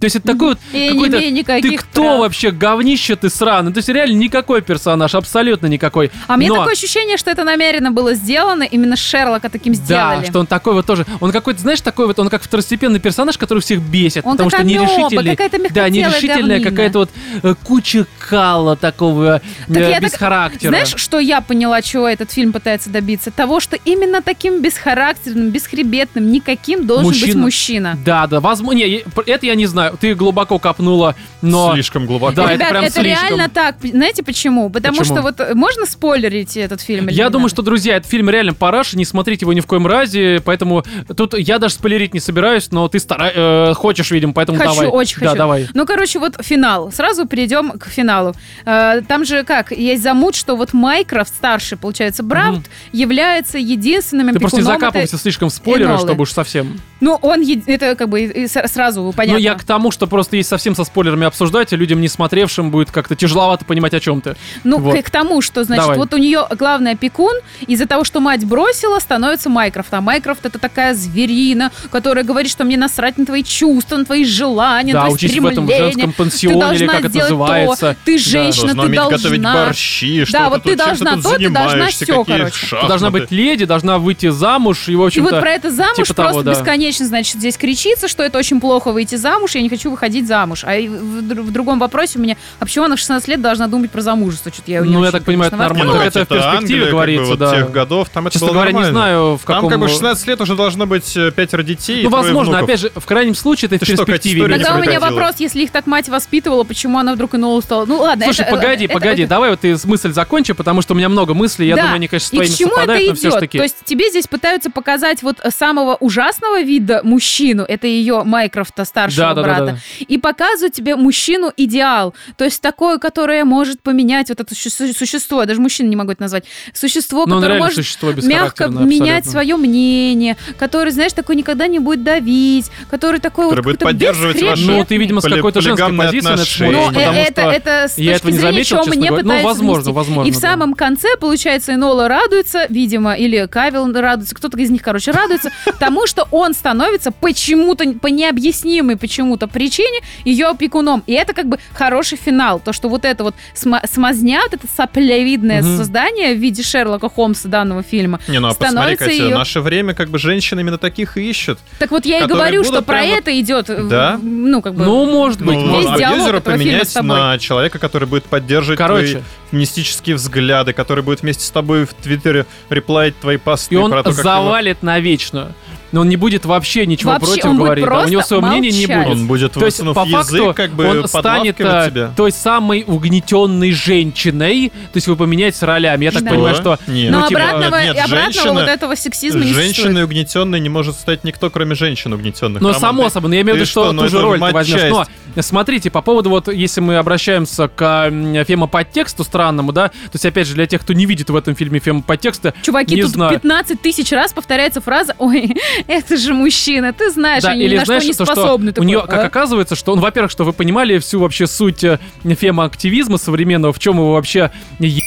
Speaker 1: То есть это такой вот
Speaker 3: И не
Speaker 1: какой-то...
Speaker 3: имея никаких
Speaker 1: Ты кто
Speaker 3: прав.
Speaker 1: вообще, говнище ты сраный? То есть реально никакой персонаж, абсолютно никакой.
Speaker 3: А мне
Speaker 1: Но-
Speaker 3: такое ощущение, что это намеренно было сделано, именно Шерлока таким сделали.
Speaker 1: Да, что он такой вот тоже. Он какой-то, знаешь, такой вот, он как второстепенный персонаж, который всех бесит,
Speaker 3: Он
Speaker 1: потому
Speaker 3: как
Speaker 1: что
Speaker 3: амеба,
Speaker 1: нерешительный.
Speaker 3: какая-то
Speaker 1: Да,
Speaker 3: мягкотелая
Speaker 1: нерешительная
Speaker 3: говнина.
Speaker 1: какая-то вот э, куча кала такого э,
Speaker 3: Так я так-
Speaker 1: без характера.
Speaker 3: Знаешь, что я поняла, чего этот фильм пытается добиться? Того, что именно таким бесхарактерным, бесхребетным, никаким должен быть
Speaker 1: Мужчина.
Speaker 3: мужчина.
Speaker 1: Да, да, возможно, не, это я не знаю. Ты глубоко копнула, но
Speaker 2: Слишком глубоко.
Speaker 1: Да, это
Speaker 3: Ребят,
Speaker 1: прям слишком.
Speaker 3: реально так. Знаете почему? Потому
Speaker 1: Почему?
Speaker 3: что вот э, можно спойлерить этот фильм? или
Speaker 1: я
Speaker 3: не
Speaker 1: думаю,
Speaker 3: надо?
Speaker 1: что, друзья, этот фильм реально параша, не смотрите его ни в коем разе, поэтому тут я даже спойлерить не собираюсь, но ты стара- э, хочешь, видимо, поэтому
Speaker 3: Хочу,
Speaker 1: давай.
Speaker 3: очень
Speaker 1: Да,
Speaker 3: хочу.
Speaker 1: давай.
Speaker 3: Ну, короче, вот финал. Сразу перейдем к финалу. Э, Там же как, есть замут, что вот Майкрофт, старший, получается, Брафт,
Speaker 1: Мгм.
Speaker 3: является единственным
Speaker 1: Ты просто не
Speaker 3: опекуном этой-
Speaker 1: закапывайся слишком в спойлеры,
Speaker 3: Энолы.
Speaker 1: чтобы уж совсем.
Speaker 3: Ну, он, е- это как бы и- и с- сразу понятно.
Speaker 1: Ну, я к тому, что просто если совсем со спойлерами обсуждать, и людям, не смотревшим, будет как-то тяжеловато понимать о чем ты.
Speaker 3: Ну,
Speaker 1: Вот.
Speaker 3: к, к тому, что, значит,
Speaker 1: Давай.
Speaker 3: вот у нее главный опекун, из-за того, что мать бросила, становится Майкрофт. А Майкрофт это такая зверина, которая говорит, что мне насрать на твои чувства, на твои желания, на
Speaker 1: да,
Speaker 3: твои
Speaker 1: учись в этом
Speaker 3: стремления.
Speaker 1: женском
Speaker 3: Ты
Speaker 1: пансионе, или
Speaker 3: должна
Speaker 1: как это
Speaker 3: сделать
Speaker 1: называется.
Speaker 3: то, ты
Speaker 1: Да.
Speaker 3: женщина,
Speaker 2: должна
Speaker 3: ты
Speaker 2: уметь готовить
Speaker 3: должна.
Speaker 2: борщи, что
Speaker 3: вот
Speaker 2: тут,
Speaker 3: ты
Speaker 2: чем
Speaker 3: должна
Speaker 2: тут
Speaker 3: то, ты должна
Speaker 2: занимаешься,
Speaker 3: всё,
Speaker 2: какие
Speaker 3: короче. Ты
Speaker 1: Ты должна
Speaker 2: шахматы.
Speaker 1: быть леди, должна выйти замуж, и, в
Speaker 3: И
Speaker 1: общем-то...
Speaker 3: вот про это замуж
Speaker 1: типа того,
Speaker 3: просто
Speaker 1: да.
Speaker 3: бесконечно, значит, здесь кричится, что это очень плохо выйти замуж, я не хочу выходить замуж. А и в, др- в другом вопросе у меня, а почему она в 16 лет должна думать про замужество? Что-то я её не
Speaker 1: Ну, я
Speaker 3: очень,
Speaker 1: так понимаю, это
Speaker 3: конечно,
Speaker 2: Не,
Speaker 1: нормально.
Speaker 3: воткнула.
Speaker 1: Ну,
Speaker 2: хотя
Speaker 1: это в перспективе
Speaker 2: Англия, как бы,
Speaker 1: говорится,
Speaker 2: вот
Speaker 1: да.
Speaker 2: тех годов, там это
Speaker 1: Честно
Speaker 2: было
Speaker 1: говоря, не
Speaker 2: нормально.
Speaker 1: знаю, в каком... э,
Speaker 2: Там как бы 16 лет уже должно быть э, пятеро детей
Speaker 1: Ну, возможно, опять же, в крайнем случае это
Speaker 2: Ты
Speaker 1: в
Speaker 2: что, Катя,
Speaker 1: перспективе.
Speaker 2: историю
Speaker 1: имеется в
Speaker 3: Тогда у
Speaker 1: виду.
Speaker 3: меня
Speaker 2: прекратила.
Speaker 3: вопрос, если их так мать воспитывала, почему она вдруг инула стала? Ну ладно,
Speaker 1: Слушай,
Speaker 3: это, э,
Speaker 1: погоди,
Speaker 3: это-
Speaker 1: погоди,
Speaker 3: это-
Speaker 1: давай вот ты мысль закончи, потому что у меня много мыслей, я
Speaker 3: Да.
Speaker 1: думаю, они, конечно, с
Speaker 3: И
Speaker 1: твоими
Speaker 3: к чему это
Speaker 1: совпадают, но
Speaker 3: идет?
Speaker 1: все же таки.
Speaker 3: То есть тебе здесь пытаются показать вот э, самого ужасного вида мужчину, это ее Майкрофта старшего
Speaker 1: Да, да, да,
Speaker 3: брата,
Speaker 1: да.
Speaker 3: и показывают тебе мужчину идеал, то есть такое, которое может поменять вот это су- су- существо, я даже мужчину не могу это назвать, существо,
Speaker 1: Но он
Speaker 3: которое
Speaker 1: Ну, реально
Speaker 3: может
Speaker 1: существо
Speaker 3: мягко
Speaker 1: бесхарактерное
Speaker 3: менять
Speaker 1: ну, абсолютно.
Speaker 3: свое мнение, который, знаешь, такой никогда не будет давить, который такой
Speaker 2: Который
Speaker 3: вот
Speaker 2: будет
Speaker 3: какой-то
Speaker 2: поддерживать ваши
Speaker 3: бесхребетный.
Speaker 1: Ну, ты, видимо, с
Speaker 2: Поли-
Speaker 1: какой-то женской
Speaker 2: полигамные
Speaker 1: позиции на это
Speaker 2: отношения.
Speaker 1: смотришь,
Speaker 3: Ну,
Speaker 2: Ну,
Speaker 3: э-
Speaker 1: потому
Speaker 3: это,
Speaker 1: что
Speaker 3: это с
Speaker 1: я этого
Speaker 3: точки
Speaker 1: не
Speaker 3: зрения,
Speaker 1: заметил,
Speaker 3: чего
Speaker 1: честно
Speaker 3: мне
Speaker 1: говоря. Ну,
Speaker 3: пытаются
Speaker 1: возможно,
Speaker 3: внести.
Speaker 1: возможно,
Speaker 3: И в
Speaker 1: да.
Speaker 3: самом конце, получается, Энола радуется, видимо, или Кавил радуется, кто-то из них, короче, радуется, тому, что он становится почему-то, по необъяснимой почему-то причине, ее опекуном. И это как бы хороший финал, то, что вот это вот сма- смазня, вот это соплевидное
Speaker 1: Мгм.
Speaker 3: создание в виде Шерлока Холмса данного фильма.
Speaker 2: Не, ну а посмотри,
Speaker 3: становится
Speaker 2: Катя,
Speaker 3: её-
Speaker 2: наше время как бы женщин именно таких и ищет.
Speaker 3: Так вот я и
Speaker 2: Которые
Speaker 3: говорю, что
Speaker 2: будут
Speaker 3: про
Speaker 2: прям вот-
Speaker 3: это идет, э,
Speaker 2: Да?
Speaker 3: в- ну, как бы...
Speaker 1: Ну, может быть,
Speaker 2: Ну,
Speaker 1: может
Speaker 3: весь
Speaker 1: быть.
Speaker 2: а
Speaker 3: диалог
Speaker 2: Юзера
Speaker 3: этого фильма с
Speaker 2: поменять
Speaker 3: тобой.
Speaker 2: на человека, который будет поддерживать
Speaker 1: Короче.
Speaker 2: твои мистические взгляды, который будет вместе с тобой в Твиттере реплаить твои посты.
Speaker 1: И он
Speaker 2: про то, как ты
Speaker 1: завалит навечно. Но он не будет вообще ничего
Speaker 3: Вообще,
Speaker 1: против
Speaker 3: он будет
Speaker 1: говорить. а у него
Speaker 3: просто
Speaker 1: свое мнение не
Speaker 3: молчать.
Speaker 1: будет.
Speaker 2: вот- Он будет,
Speaker 1: То есть,
Speaker 2: высунув
Speaker 1: по
Speaker 2: язык,
Speaker 1: факту,
Speaker 2: как бы
Speaker 1: он станет
Speaker 2: подлавливать
Speaker 1: э,
Speaker 2: тебя.
Speaker 1: той самой угнетенной женщиной. То есть вы поменяетесь ролями. Я так
Speaker 3: Да.
Speaker 1: понимаю, что...
Speaker 2: Нет.
Speaker 3: Но
Speaker 1: ну, типа,
Speaker 3: обратного,
Speaker 2: нет,
Speaker 3: и обратного
Speaker 2: женщина-
Speaker 3: вот этого сексизма не существует.
Speaker 2: Женщиной угнетенной не может стать никто, кроме женщин угнетенных.
Speaker 1: Ну,
Speaker 2: Роман,
Speaker 1: само
Speaker 2: ты-
Speaker 1: собой, но я имею в
Speaker 2: ты
Speaker 1: виду, что,
Speaker 2: что, ну
Speaker 1: ту
Speaker 2: это
Speaker 1: же роль ты возьмешь.
Speaker 2: матчасть.
Speaker 1: Но смотрите, по поводу вот, если мы обращаемся к м, фемоподтексту странному, да, то есть, опять же, для тех, кто не видит в этом фильме фемоподтекста,
Speaker 3: Чуваки,
Speaker 1: Не
Speaker 3: тут
Speaker 1: знаю.
Speaker 3: 15 тысяч раз повторяется фраза «Ой, это же мужчина, ты знаешь,
Speaker 1: да,
Speaker 3: они
Speaker 1: или
Speaker 3: ни на
Speaker 1: знаешь,
Speaker 3: что не
Speaker 1: то,
Speaker 3: способны».
Speaker 1: что у
Speaker 3: Такой,
Speaker 1: нее,
Speaker 3: «А?»
Speaker 1: как оказывается, что, ну, во-первых, что вы понимали всю вообще суть э, фемоактивизма современного, в чем его вообще е-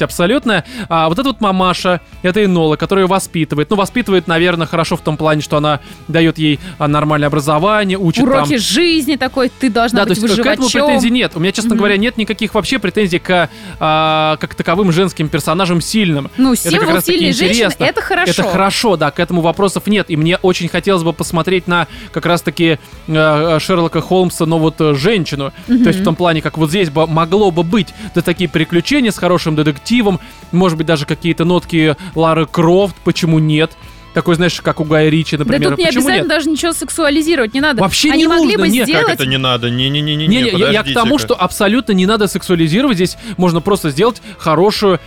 Speaker 1: абсолютно. А вот эта вот мамаша, это Энола, которая ее воспитывает. Ну, воспитывает, наверное, хорошо в том плане, что она дает ей а, нормальное образование, учит там
Speaker 3: Уроки жизни такой, ты должна
Speaker 1: Да, то
Speaker 3: быть
Speaker 1: есть к этому
Speaker 3: выживачом.
Speaker 1: претензий нет. У меня, честно
Speaker 3: Мгм.
Speaker 1: говоря, нет никаких вообще претензий к а, как таковым женским персонажам сильным.
Speaker 3: Ну,
Speaker 1: как
Speaker 3: символ
Speaker 1: раз-таки
Speaker 3: сильной женщины –
Speaker 1: интересно.
Speaker 3: это хорошо.
Speaker 1: Это хорошо, да, к этому вопросов нет. И мне очень хотелось бы посмотреть на как раз-таки э, Шерлока Холмса, но вот э, женщину.
Speaker 3: Мгм.
Speaker 1: То есть в том плане, как вот здесь бы могло бы быть. Да такие приключения с хорошим детективом, может быть, даже какие-то нотки Лары Крофт, почему нет? такой, знаешь, как у Гая Ричи,
Speaker 3: Да
Speaker 1: например.
Speaker 3: тут не
Speaker 1: Почему
Speaker 3: обязательно
Speaker 1: нет?
Speaker 3: даже ничего сексуализировать, не надо.
Speaker 1: Вообще
Speaker 3: Они
Speaker 1: не
Speaker 3: могли
Speaker 1: нужно,
Speaker 3: бы
Speaker 1: нет, как
Speaker 2: Как
Speaker 3: сделать...
Speaker 2: это не надо? Не-не-не-не,
Speaker 1: Не, я, я к тому,
Speaker 2: подождите-ка.
Speaker 1: что абсолютно не надо сексуализировать. Здесь можно просто сделать хорошую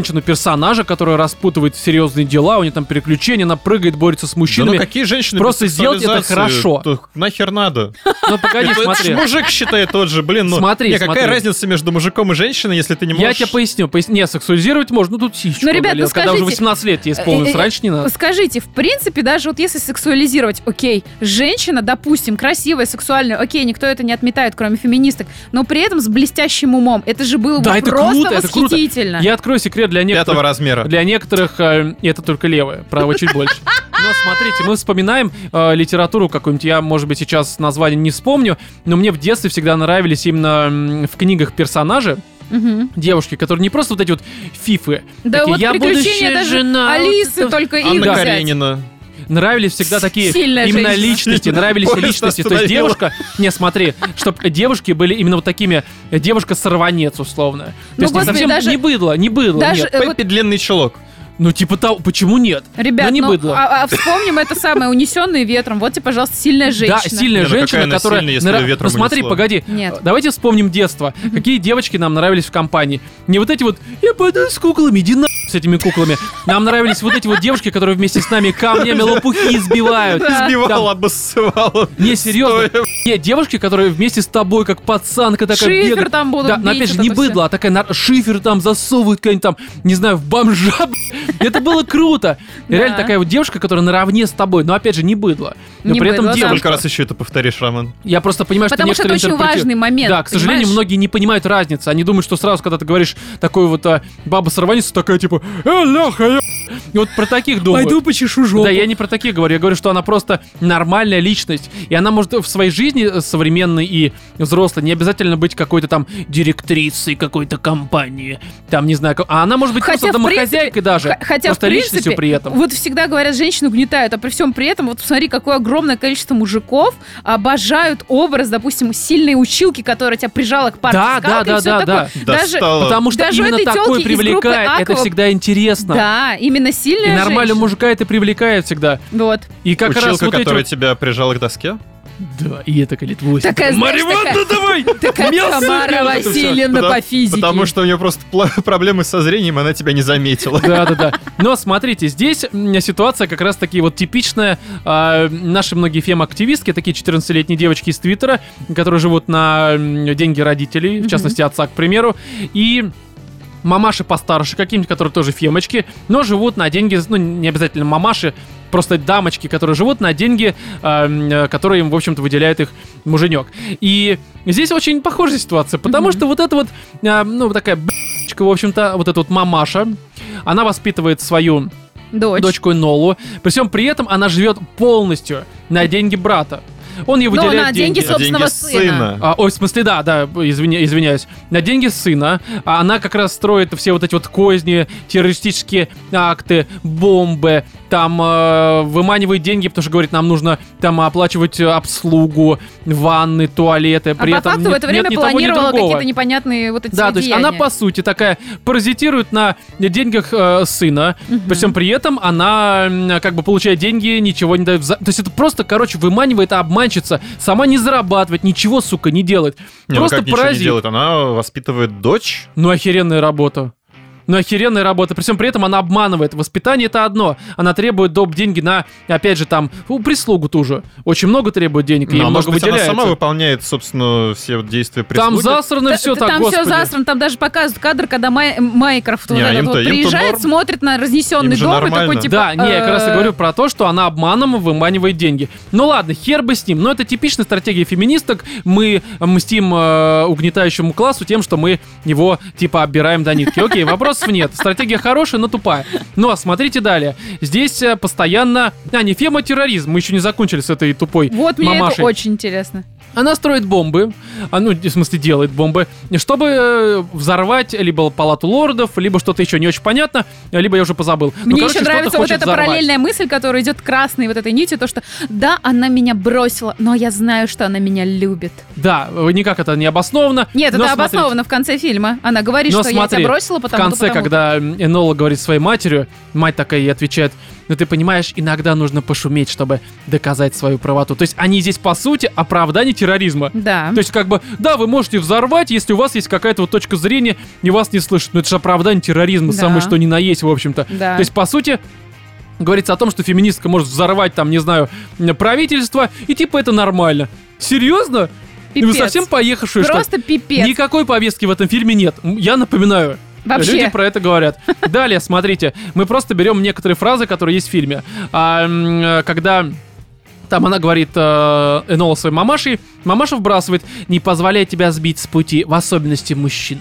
Speaker 1: женщину-персонажа, которая распутывает серьезные дела, у нее там переключения, она прыгает, борется с
Speaker 2: Да ну
Speaker 1: мужчинами.
Speaker 2: какие женщины
Speaker 1: Просто
Speaker 2: без
Speaker 1: сделать это
Speaker 2: сексуализации?
Speaker 1: хорошо.
Speaker 2: То Нахер надо.
Speaker 1: Ну, погоди,
Speaker 2: Это ж
Speaker 1: смотри.
Speaker 2: мужик считает тот же, блин. Ну,
Speaker 1: Смотри,
Speaker 2: не, какая
Speaker 1: смотри.
Speaker 2: разница между мужиком и женщиной, если ты не
Speaker 1: Я
Speaker 2: можешь...
Speaker 1: тебе поясню, поясню. Не, сексуализировать можно, ну тут сиську.
Speaker 3: Ну, ребят,
Speaker 1: удалил.
Speaker 3: ну,
Speaker 1: Когда уже
Speaker 3: скажите,
Speaker 1: 18 лет тебе
Speaker 3: э,
Speaker 1: исполнилось,
Speaker 3: э,
Speaker 1: раньше не надо.
Speaker 3: Скажите, в принципе, даже вот если сексуализировать, окей, женщина, допустим, красивая, сексуальная, окей, никто это не отметает, кроме феминисток, но при этом с блестящим умом. Это же было бы
Speaker 1: Да, это
Speaker 3: просто
Speaker 1: круто, это круто.
Speaker 3: восхитительно.
Speaker 1: Я открою секрет для некоторых.
Speaker 2: Пятого размера.
Speaker 1: Для некоторых э, это только левое, правое чуть больше. Но смотрите, мы вспоминаем э, литературу какую-нибудь, я, может быть, сейчас название не вспомню, но мне в детстве всегда нравились именно м, в книгах персонажи,
Speaker 3: Мгм.
Speaker 1: девушки, которые не просто вот эти вот фифы.
Speaker 3: Да
Speaker 1: такие,
Speaker 3: вот
Speaker 1: «Я
Speaker 3: приключения
Speaker 1: будущая
Speaker 3: даже
Speaker 1: жена»,
Speaker 3: Алисы
Speaker 1: вот это-
Speaker 3: только их
Speaker 2: Анна
Speaker 3: взять.
Speaker 2: Каренина.
Speaker 1: Нравились всегда такие
Speaker 3: Сильная
Speaker 1: именно
Speaker 3: женщина.
Speaker 1: личности, нравились
Speaker 2: Поезд
Speaker 1: личности. То есть
Speaker 2: остановила.
Speaker 1: девушка, не, смотри, чтобы девушки были именно вот такими, э, девушка-сорванец условно. То
Speaker 3: Ну,
Speaker 1: есть не
Speaker 3: господи,
Speaker 1: совсем
Speaker 3: даже-
Speaker 1: не быдло, не быдло,
Speaker 3: Даже,
Speaker 1: нет.
Speaker 3: э, вот,
Speaker 2: Пеппи длинный чулок.
Speaker 1: Ну типа того, почему нет?
Speaker 3: ребят,
Speaker 1: ну не
Speaker 3: ну,
Speaker 1: быдло.
Speaker 3: а- а вспомним это самое, унесенные ветром. Вот тебе, пожалуйста, сильная женщина.
Speaker 1: Да, сильная
Speaker 2: Не, ну какая
Speaker 1: женщина,
Speaker 2: она
Speaker 1: которая...
Speaker 2: сильная, если
Speaker 1: нра-
Speaker 2: её ветром
Speaker 1: Посмотри,
Speaker 2: унесло?
Speaker 1: погоди.
Speaker 3: Нет.
Speaker 1: Э, Давайте вспомним детство. Какие девочки нам нравились в компании? Не вот эти вот, я пойду с куклами, иди на с этими куклами. Нам нравились вот эти вот девушки, которые вместе с нами камнями лопухи избивают.
Speaker 3: Да.
Speaker 2: Сбивал,
Speaker 1: Там-
Speaker 2: обоссывал.
Speaker 1: Не, серьезно.
Speaker 2: Стоя.
Speaker 1: Нет, девушки, которые вместе с тобой, как пацанка такая
Speaker 3: Шифер
Speaker 1: бегает.
Speaker 3: там будут
Speaker 1: Да,
Speaker 3: бить,
Speaker 1: но опять же,
Speaker 3: вот
Speaker 1: не
Speaker 3: это всё.
Speaker 1: быдло, а такая нар- шифер там засовывает какая-нибудь там, не знаю, в бомжа. б***ь. Это было круто.
Speaker 3: Да.
Speaker 1: Реально такая вот девушка, которая наравне с тобой, но опять же, не быдло. Но
Speaker 3: Не
Speaker 1: при этом
Speaker 3: быдло, да.
Speaker 1: девушка.
Speaker 2: Сколько раз еще это повторишь, Роман?
Speaker 1: Я просто понимаю,
Speaker 3: Потому
Speaker 1: что
Speaker 3: что это
Speaker 1: некоторые
Speaker 3: очень
Speaker 1: интерпрети-
Speaker 3: важный момент,
Speaker 1: Да, к сожалению,
Speaker 3: понимаешь?
Speaker 1: многие не понимают разницы. Они думают, что сразу, когда ты говоришь такой вот а, баба сорванец, такая типа «Э, Леха, я...» И вот про таких думаю.
Speaker 4: Пойду почешу жопу.
Speaker 1: Да, я не про таких говорю. Я говорю, что она просто нормальная личность. И она может в своей жизни э, современной и взрослой не обязательно быть какой-то там директрисой какой-то компании. Там, не знаю, ко- а она может быть
Speaker 3: Хотя,
Speaker 1: просто
Speaker 3: в принципе,
Speaker 1: домохозяйкой даже.
Speaker 3: Х- Хотя,
Speaker 1: просто
Speaker 3: в принципе,
Speaker 1: личностью при этом.
Speaker 3: вот всегда говорят, женщину гнетают, а при всем при этом, вот посмотри, какое огромное количество мужиков обожают образ, допустим, сильной училки, которая тебя прижала к парте
Speaker 1: Да,
Speaker 3: скалкой
Speaker 1: да,
Speaker 3: и всё
Speaker 1: да, да,
Speaker 3: такое.
Speaker 2: да.
Speaker 3: Даже-
Speaker 2: Достало.
Speaker 1: Потому что
Speaker 3: Даже у
Speaker 1: именно
Speaker 3: этой тёлки
Speaker 1: такое
Speaker 3: из группы
Speaker 1: привлекает. Это
Speaker 3: Аква-
Speaker 1: всегда интересно.
Speaker 3: Да, именно
Speaker 1: И
Speaker 3: сильная
Speaker 1: нормально
Speaker 3: женщина.
Speaker 1: мужика это привлекает всегда.
Speaker 3: Вот.
Speaker 1: И как
Speaker 2: Училка,
Speaker 1: раз вот эти
Speaker 2: которая
Speaker 1: вот-
Speaker 2: тебя прижала к доске?
Speaker 1: Да, и это колит восемь.
Speaker 3: Такая, знаешь,
Speaker 1: «Мариванна,
Speaker 3: такая-
Speaker 1: давай!
Speaker 3: Такая
Speaker 1: Мясо
Speaker 3: Тамара
Speaker 1: режет, это всё.
Speaker 3: Васильевна
Speaker 2: Потому-
Speaker 3: по физике.
Speaker 2: Потому что у нее просто пла- проблемы со зрением, она тебя не заметила.
Speaker 1: Да, да, да. Но смотрите, здесь м, ситуация как раз таки вот типичная. А, наши многие фем-активистки, такие 14-летние девочки из Твиттера, которые живут на м, деньги родителей, в
Speaker 3: Мгм.
Speaker 1: частности отца, к примеру, и мамаши постарше какие-нибудь, которые тоже фемочки, но живут на деньги, ну, не обязательно мамаши, просто дамочки, которые живут на деньги, а, м, э, которые им, в общем-то, выделяет их муженек. И здесь очень похожая ситуация, потому
Speaker 3: Мгм.
Speaker 1: что вот эта вот, а, ну, такая б***чка, в общем-то, вот эта вот мамаша, она воспитывает свою
Speaker 3: Дочь.
Speaker 1: дочку Нолу, при всем при этом она живет полностью на деньги брата. Он ей
Speaker 3: Ну,
Speaker 1: выделяет
Speaker 3: на деньги
Speaker 2: А
Speaker 3: собственного
Speaker 2: деньги
Speaker 3: сына.
Speaker 1: а, ой, в смысле, да, да, извиня- извиняюсь. На деньги сына. А она как раз строит все вот эти вот козни, террористические акты, бомбы. Там э, выманивает деньги, потому что говорит, нам нужно там оплачивать э, обслугу, ванны, туалеты.
Speaker 3: А
Speaker 1: При
Speaker 3: по
Speaker 1: этом
Speaker 3: факту в
Speaker 1: нет-
Speaker 3: это время
Speaker 1: нет ни того, ни
Speaker 3: планировала
Speaker 1: другого.
Speaker 3: какие-то непонятные вот эти
Speaker 1: Да, то есть она,
Speaker 3: деяния.
Speaker 1: по сути, такая паразитирует на деньгах э, сына.
Speaker 3: Мгм.
Speaker 1: При всем при этом она м, как бы получает деньги, ничего не дает. вза- То есть это просто, короче, выманивает, а обманщица. Сама не зарабатывает, ничего, сука, не делает.
Speaker 2: Не, ну
Speaker 1: просто
Speaker 2: как ничего не
Speaker 1: паразит.
Speaker 2: делает? Она воспитывает дочь.
Speaker 1: Ну, охеренная работа. Ну, охеренная работа. При всем при этом она обманывает. Воспитание это одно. Она требует доп. деньги на, опять же, там, ну, прислугу ту же. Очень много требует денег, и
Speaker 2: Ну, а
Speaker 1: много
Speaker 2: может быть, она
Speaker 1: выделяется.
Speaker 2: сама выполняет, собственно, все вот действия
Speaker 1: Там
Speaker 2: прислуги?
Speaker 1: засрано
Speaker 3: Та-
Speaker 1: все так,
Speaker 3: там
Speaker 1: господи.
Speaker 3: все засрано, там даже показывают кадр, когда Май- Майкрофт
Speaker 2: Не,
Speaker 3: вот
Speaker 2: а
Speaker 3: этот
Speaker 2: им-то-
Speaker 3: вот
Speaker 2: им-то
Speaker 3: приезжает,
Speaker 2: норм.
Speaker 3: смотрит на разнесенный
Speaker 2: Им же
Speaker 3: дом и такой
Speaker 2: нормально.
Speaker 3: типа...
Speaker 1: Да, не, я как раз и
Speaker 3: «Э,
Speaker 1: говорю про то, что она обманом выманивает деньги. Ну ладно, хер бы с ним, но это типичная стратегия феминисток. Мы мстим э, угнетающему классу тем, что мы его типа оббираем до нитки. Окей, вопросов нет. Стратегия хорошая, но тупая. Ну а смотрите далее. Здесь а э, постоянно... А, не фема, терроризм. Мы еще не закончили с этой тупой
Speaker 3: Вот мне это
Speaker 1: мамашей.
Speaker 3: очень интересно.
Speaker 1: Она строит бомбы, а, ну, в смысле, делает бомбы, чтобы э, взорвать либо палату лордов, либо что-то еще не очень понятно, либо я уже позабыл. Ну,
Speaker 3: Мне
Speaker 1: короче,
Speaker 3: еще
Speaker 1: что-то
Speaker 3: нравится вот
Speaker 1: хочет
Speaker 3: эта
Speaker 1: взорвать.
Speaker 3: параллельная мысль, которая идет красной вот этой нитью, то, что да, она меня бросила, но я знаю, что она меня любит.
Speaker 1: Да, э, никак это не обосновано.
Speaker 3: Нет,
Speaker 1: но
Speaker 3: это
Speaker 1: смотрите,
Speaker 3: обосновано в конце фильма. Она говорит,
Speaker 1: Но
Speaker 3: что я
Speaker 1: смотри,
Speaker 3: тебя бросила,
Speaker 1: В
Speaker 3: потому
Speaker 1: конце, когда Энола говорит своей матерью, мать такая ей отвечает, ну ты понимаешь, иногда нужно пошуметь, чтобы доказать свою правоту. То есть они здесь, по сути, оправдание терроризма.
Speaker 3: Да.
Speaker 1: То есть, как бы, да, вы можете взорвать, если у вас есть какая-то вот точка зрения, и вас не слышат. Но это же оправдание терроризма,
Speaker 3: Да.
Speaker 1: самое что ни на есть, в общем-то.
Speaker 3: Да.
Speaker 1: То есть, по сути, говорится о том, что феминистка может взорвать, там, не знаю, правительство, и типа это нормально. Серьезно? И ну, Вы
Speaker 3: Пипец.
Speaker 1: совсем поехавшие, что ли?
Speaker 3: Просто пипец.
Speaker 1: Никакой повестки в этом фильме нет. М, Я напоминаю.
Speaker 3: Вообще.
Speaker 1: Люди про это говорят. Далее, смотрите, мы просто берем некоторые фразы, которые есть в фильме. А, м, э, когда там она говорит э, Энола своей мамашей, мамаша вбрасывает, не позволяй тебя сбить с пути, в особенности мужчин.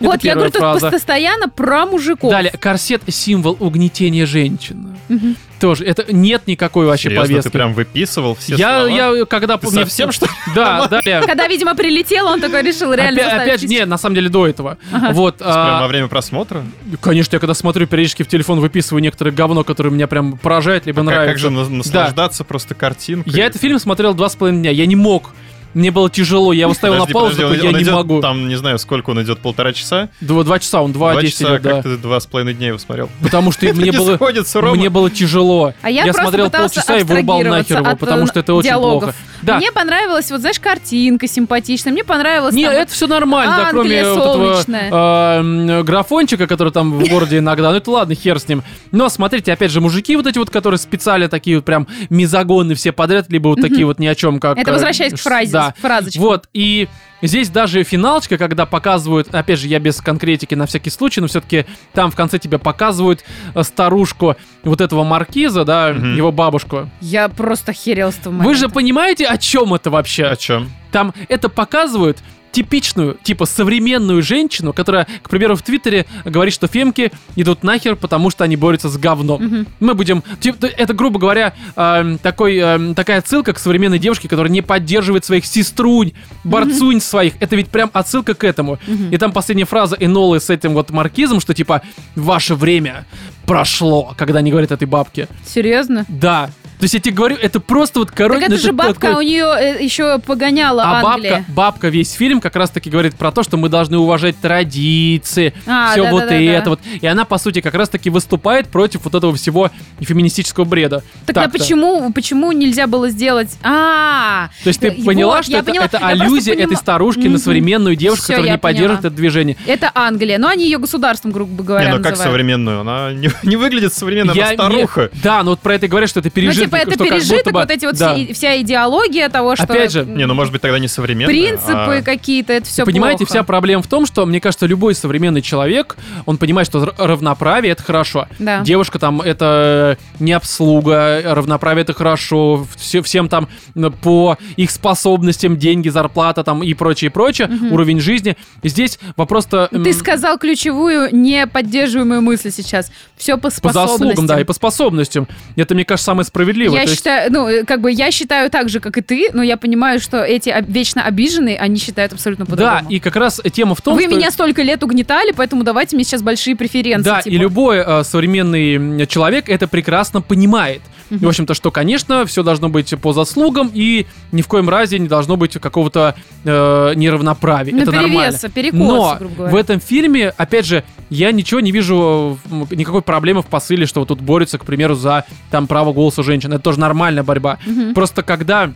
Speaker 1: Это
Speaker 3: вот я
Speaker 1: первая
Speaker 3: говорю тут
Speaker 1: фраза.
Speaker 3: постоянно про мужиков.
Speaker 1: Далее, корсет — символ угнетения женщин.
Speaker 3: Мгм.
Speaker 1: Тоже, это нет никакой вообще
Speaker 2: Серьезно,
Speaker 1: повестки.
Speaker 2: ты прям выписывал все
Speaker 1: я,
Speaker 2: слова?
Speaker 1: я, когда...
Speaker 2: Ты
Speaker 1: мне-
Speaker 2: совсем, что ли?
Speaker 1: Да, далее.
Speaker 3: Когда, видимо, прилетел, он такой решил реально
Speaker 1: Опять,
Speaker 3: заставить
Speaker 1: опять же,
Speaker 3: пить.
Speaker 1: не, на самом деле до этого. Вот,
Speaker 2: Прям
Speaker 1: а,
Speaker 2: во время просмотра?
Speaker 1: Конечно, я когда смотрю периодически в телефон, выписываю некоторое говно, которое меня прям поражает, либо
Speaker 2: А Как-
Speaker 1: нравится.
Speaker 2: Как же на- наслаждаться просто картинкой?
Speaker 1: Я этот фильм смотрел два с половиной дня, я не мог. Мне было тяжело, я его ставил на
Speaker 2: Подожди,
Speaker 1: паузу,
Speaker 2: подожди, он-
Speaker 1: такой, я
Speaker 2: он
Speaker 1: не
Speaker 2: идет
Speaker 1: могу.
Speaker 2: Там, не знаю, сколько он идет, полтора часа?
Speaker 1: Два, два часа, он два,
Speaker 2: Два
Speaker 1: десять
Speaker 2: часа,
Speaker 1: идет, да.
Speaker 2: как ты два с половиной дня его смотрел?
Speaker 1: Потому что мне
Speaker 2: Не
Speaker 1: было...
Speaker 2: сходится, Рома.
Speaker 1: Мне было тяжело.
Speaker 3: А я, просто
Speaker 1: смотрел
Speaker 3: пыталась
Speaker 1: полчаса и вырубал
Speaker 3: абстрагироваться
Speaker 1: нахер его,
Speaker 3: от,
Speaker 1: потому
Speaker 3: э,
Speaker 1: что это очень
Speaker 3: диалогов.
Speaker 1: плохо. Да.
Speaker 3: Мне понравилась, вот знаешь, картинка симпатичная. Мне понравилась
Speaker 1: Не,
Speaker 3: там вот
Speaker 1: это все нормально, да,
Speaker 3: Англия
Speaker 1: кроме вот этого
Speaker 3: солнечная.
Speaker 1: э, м, графончика, который там в городе иногда. Ну это ладно, хер с ним. Но смотрите, опять же, мужики вот эти вот, которые специально такие вот прям мизогоны все подряд, либо вот такие вот ни о чем как...
Speaker 3: Это
Speaker 1: э,
Speaker 3: возвращаясь к
Speaker 1: ш-
Speaker 3: фразе,
Speaker 1: Да.
Speaker 3: фразочке.
Speaker 1: Вот, и здесь даже финалочка, когда показывают, опять же, я без конкретики на всякий случай, но все-таки там в конце тебя показывают э, старушку вот этого маркиза, да,
Speaker 2: Мгм.
Speaker 1: его бабушку.
Speaker 3: Я просто херел с того
Speaker 1: Вы
Speaker 3: момента.
Speaker 1: же понимаете, о чем это вообще?
Speaker 2: О чем?
Speaker 1: Там это показывают типичную, типа, современную женщину, которая, к примеру, в Твиттере говорит, что фемки идут нахер, потому что они борются с говном.
Speaker 3: Мгм.
Speaker 1: Мы будем... типа, это, грубо говоря, эм, такой, эм, такая отсылка к современной девушке, которая не поддерживает своих сеструнь, борцунь своих. Это ведь прям отсылка к этому.
Speaker 3: Мгм.
Speaker 1: И там последняя фраза Энолы с этим вот маркизом, что типа «Ваше время прошло», когда они говорят этой бабке.
Speaker 3: Серьезно?
Speaker 1: Да. То есть я тебе говорю, это просто вот короче...
Speaker 3: Так это же бабка, у нее э, еще погоняла
Speaker 1: а бабка,
Speaker 3: Англия.
Speaker 1: бабка весь фильм как раз-таки говорит про то, что мы должны уважать традиции,
Speaker 3: А,
Speaker 1: все
Speaker 3: да,
Speaker 1: вот
Speaker 3: да, да,
Speaker 1: и
Speaker 3: да.
Speaker 1: это вот. И она, по сути, как раз-таки выступает против вот этого всего феминистического бреда.
Speaker 3: Тогда
Speaker 1: Так-то.
Speaker 3: а почему, почему нельзя было сделать? А,
Speaker 1: То есть ты
Speaker 3: Вот,
Speaker 1: поняла, что
Speaker 3: я
Speaker 1: это,
Speaker 3: поняла.
Speaker 1: это
Speaker 3: Я просто
Speaker 1: аллюзия
Speaker 3: понима-
Speaker 1: этой старушки
Speaker 3: Мгм.
Speaker 1: на современную девушку,
Speaker 3: Всё,
Speaker 1: которая
Speaker 3: я
Speaker 1: не поддерживает
Speaker 3: поняла.
Speaker 1: это движение.
Speaker 3: это Англия. Но они ее государством, грубо говоря,
Speaker 2: Не, ну как
Speaker 3: называют.
Speaker 2: современную? Она не, не выглядит современной,
Speaker 1: Я
Speaker 2: она
Speaker 1: не-
Speaker 2: старуха.
Speaker 1: Да, ну вот про это и говорят, что это
Speaker 3: Ну,
Speaker 1: пережиток.
Speaker 3: типа, это
Speaker 1: что как
Speaker 3: пережиток,
Speaker 1: будто бы-
Speaker 3: вот эти вот
Speaker 1: да.
Speaker 3: все- вся идеология того, что...
Speaker 1: Опять же,
Speaker 2: Не, ну может быть тогда не современная.
Speaker 3: Принципы
Speaker 2: а-
Speaker 3: какие-то, это все
Speaker 1: Понимаете,
Speaker 3: плохо.
Speaker 1: вся проблема в том, что, мне кажется, любой современный человек, он понимает, что р- равноправие — это хорошо.
Speaker 3: Да.
Speaker 1: Девушка там — это не обслуга, равноправие — это хорошо, все, всем там м, по их способностям деньги, зарплата там и прочее, прочее, уровень жизни. Здесь вопрос-то... м,
Speaker 3: Ты сказал ключевую неподдерживаемую мысль сейчас. Все по
Speaker 1: по заслугам,
Speaker 3: способностям.
Speaker 1: да, и по способностям. Это, мне кажется, самое справедливое.
Speaker 3: Я
Speaker 1: То есть-
Speaker 3: считаю, ну, э, как бы я считаю так же, как и ты, но я понимаю, что эти об- вечно обиженные, они считают абсолютно
Speaker 1: да,
Speaker 3: по-другому.
Speaker 1: и как раз тема в том,
Speaker 3: Вы
Speaker 1: что...
Speaker 3: меня столько лет угнетали, поэтому давайте мне сейчас большие преференции.
Speaker 1: Да,
Speaker 3: типа.
Speaker 1: и любой э, современный м, человек это прекрасно понимает. И, В общем-то, что, конечно, все должно быть по заслугам, и ни в коем разе не должно быть какого-то э, неравноправия.
Speaker 3: Ну,
Speaker 1: это нормально.
Speaker 3: перевеса, перекоса,
Speaker 1: Но
Speaker 3: грубо говоря.
Speaker 1: в этом фильме, опять же, я ничего не вижу, э, в- м, никакой проблемы в посыле, что вот тут борются, к примеру, за там право голоса женщин. Это тоже нормальная борьба.
Speaker 3: Мгм.
Speaker 1: Просто когда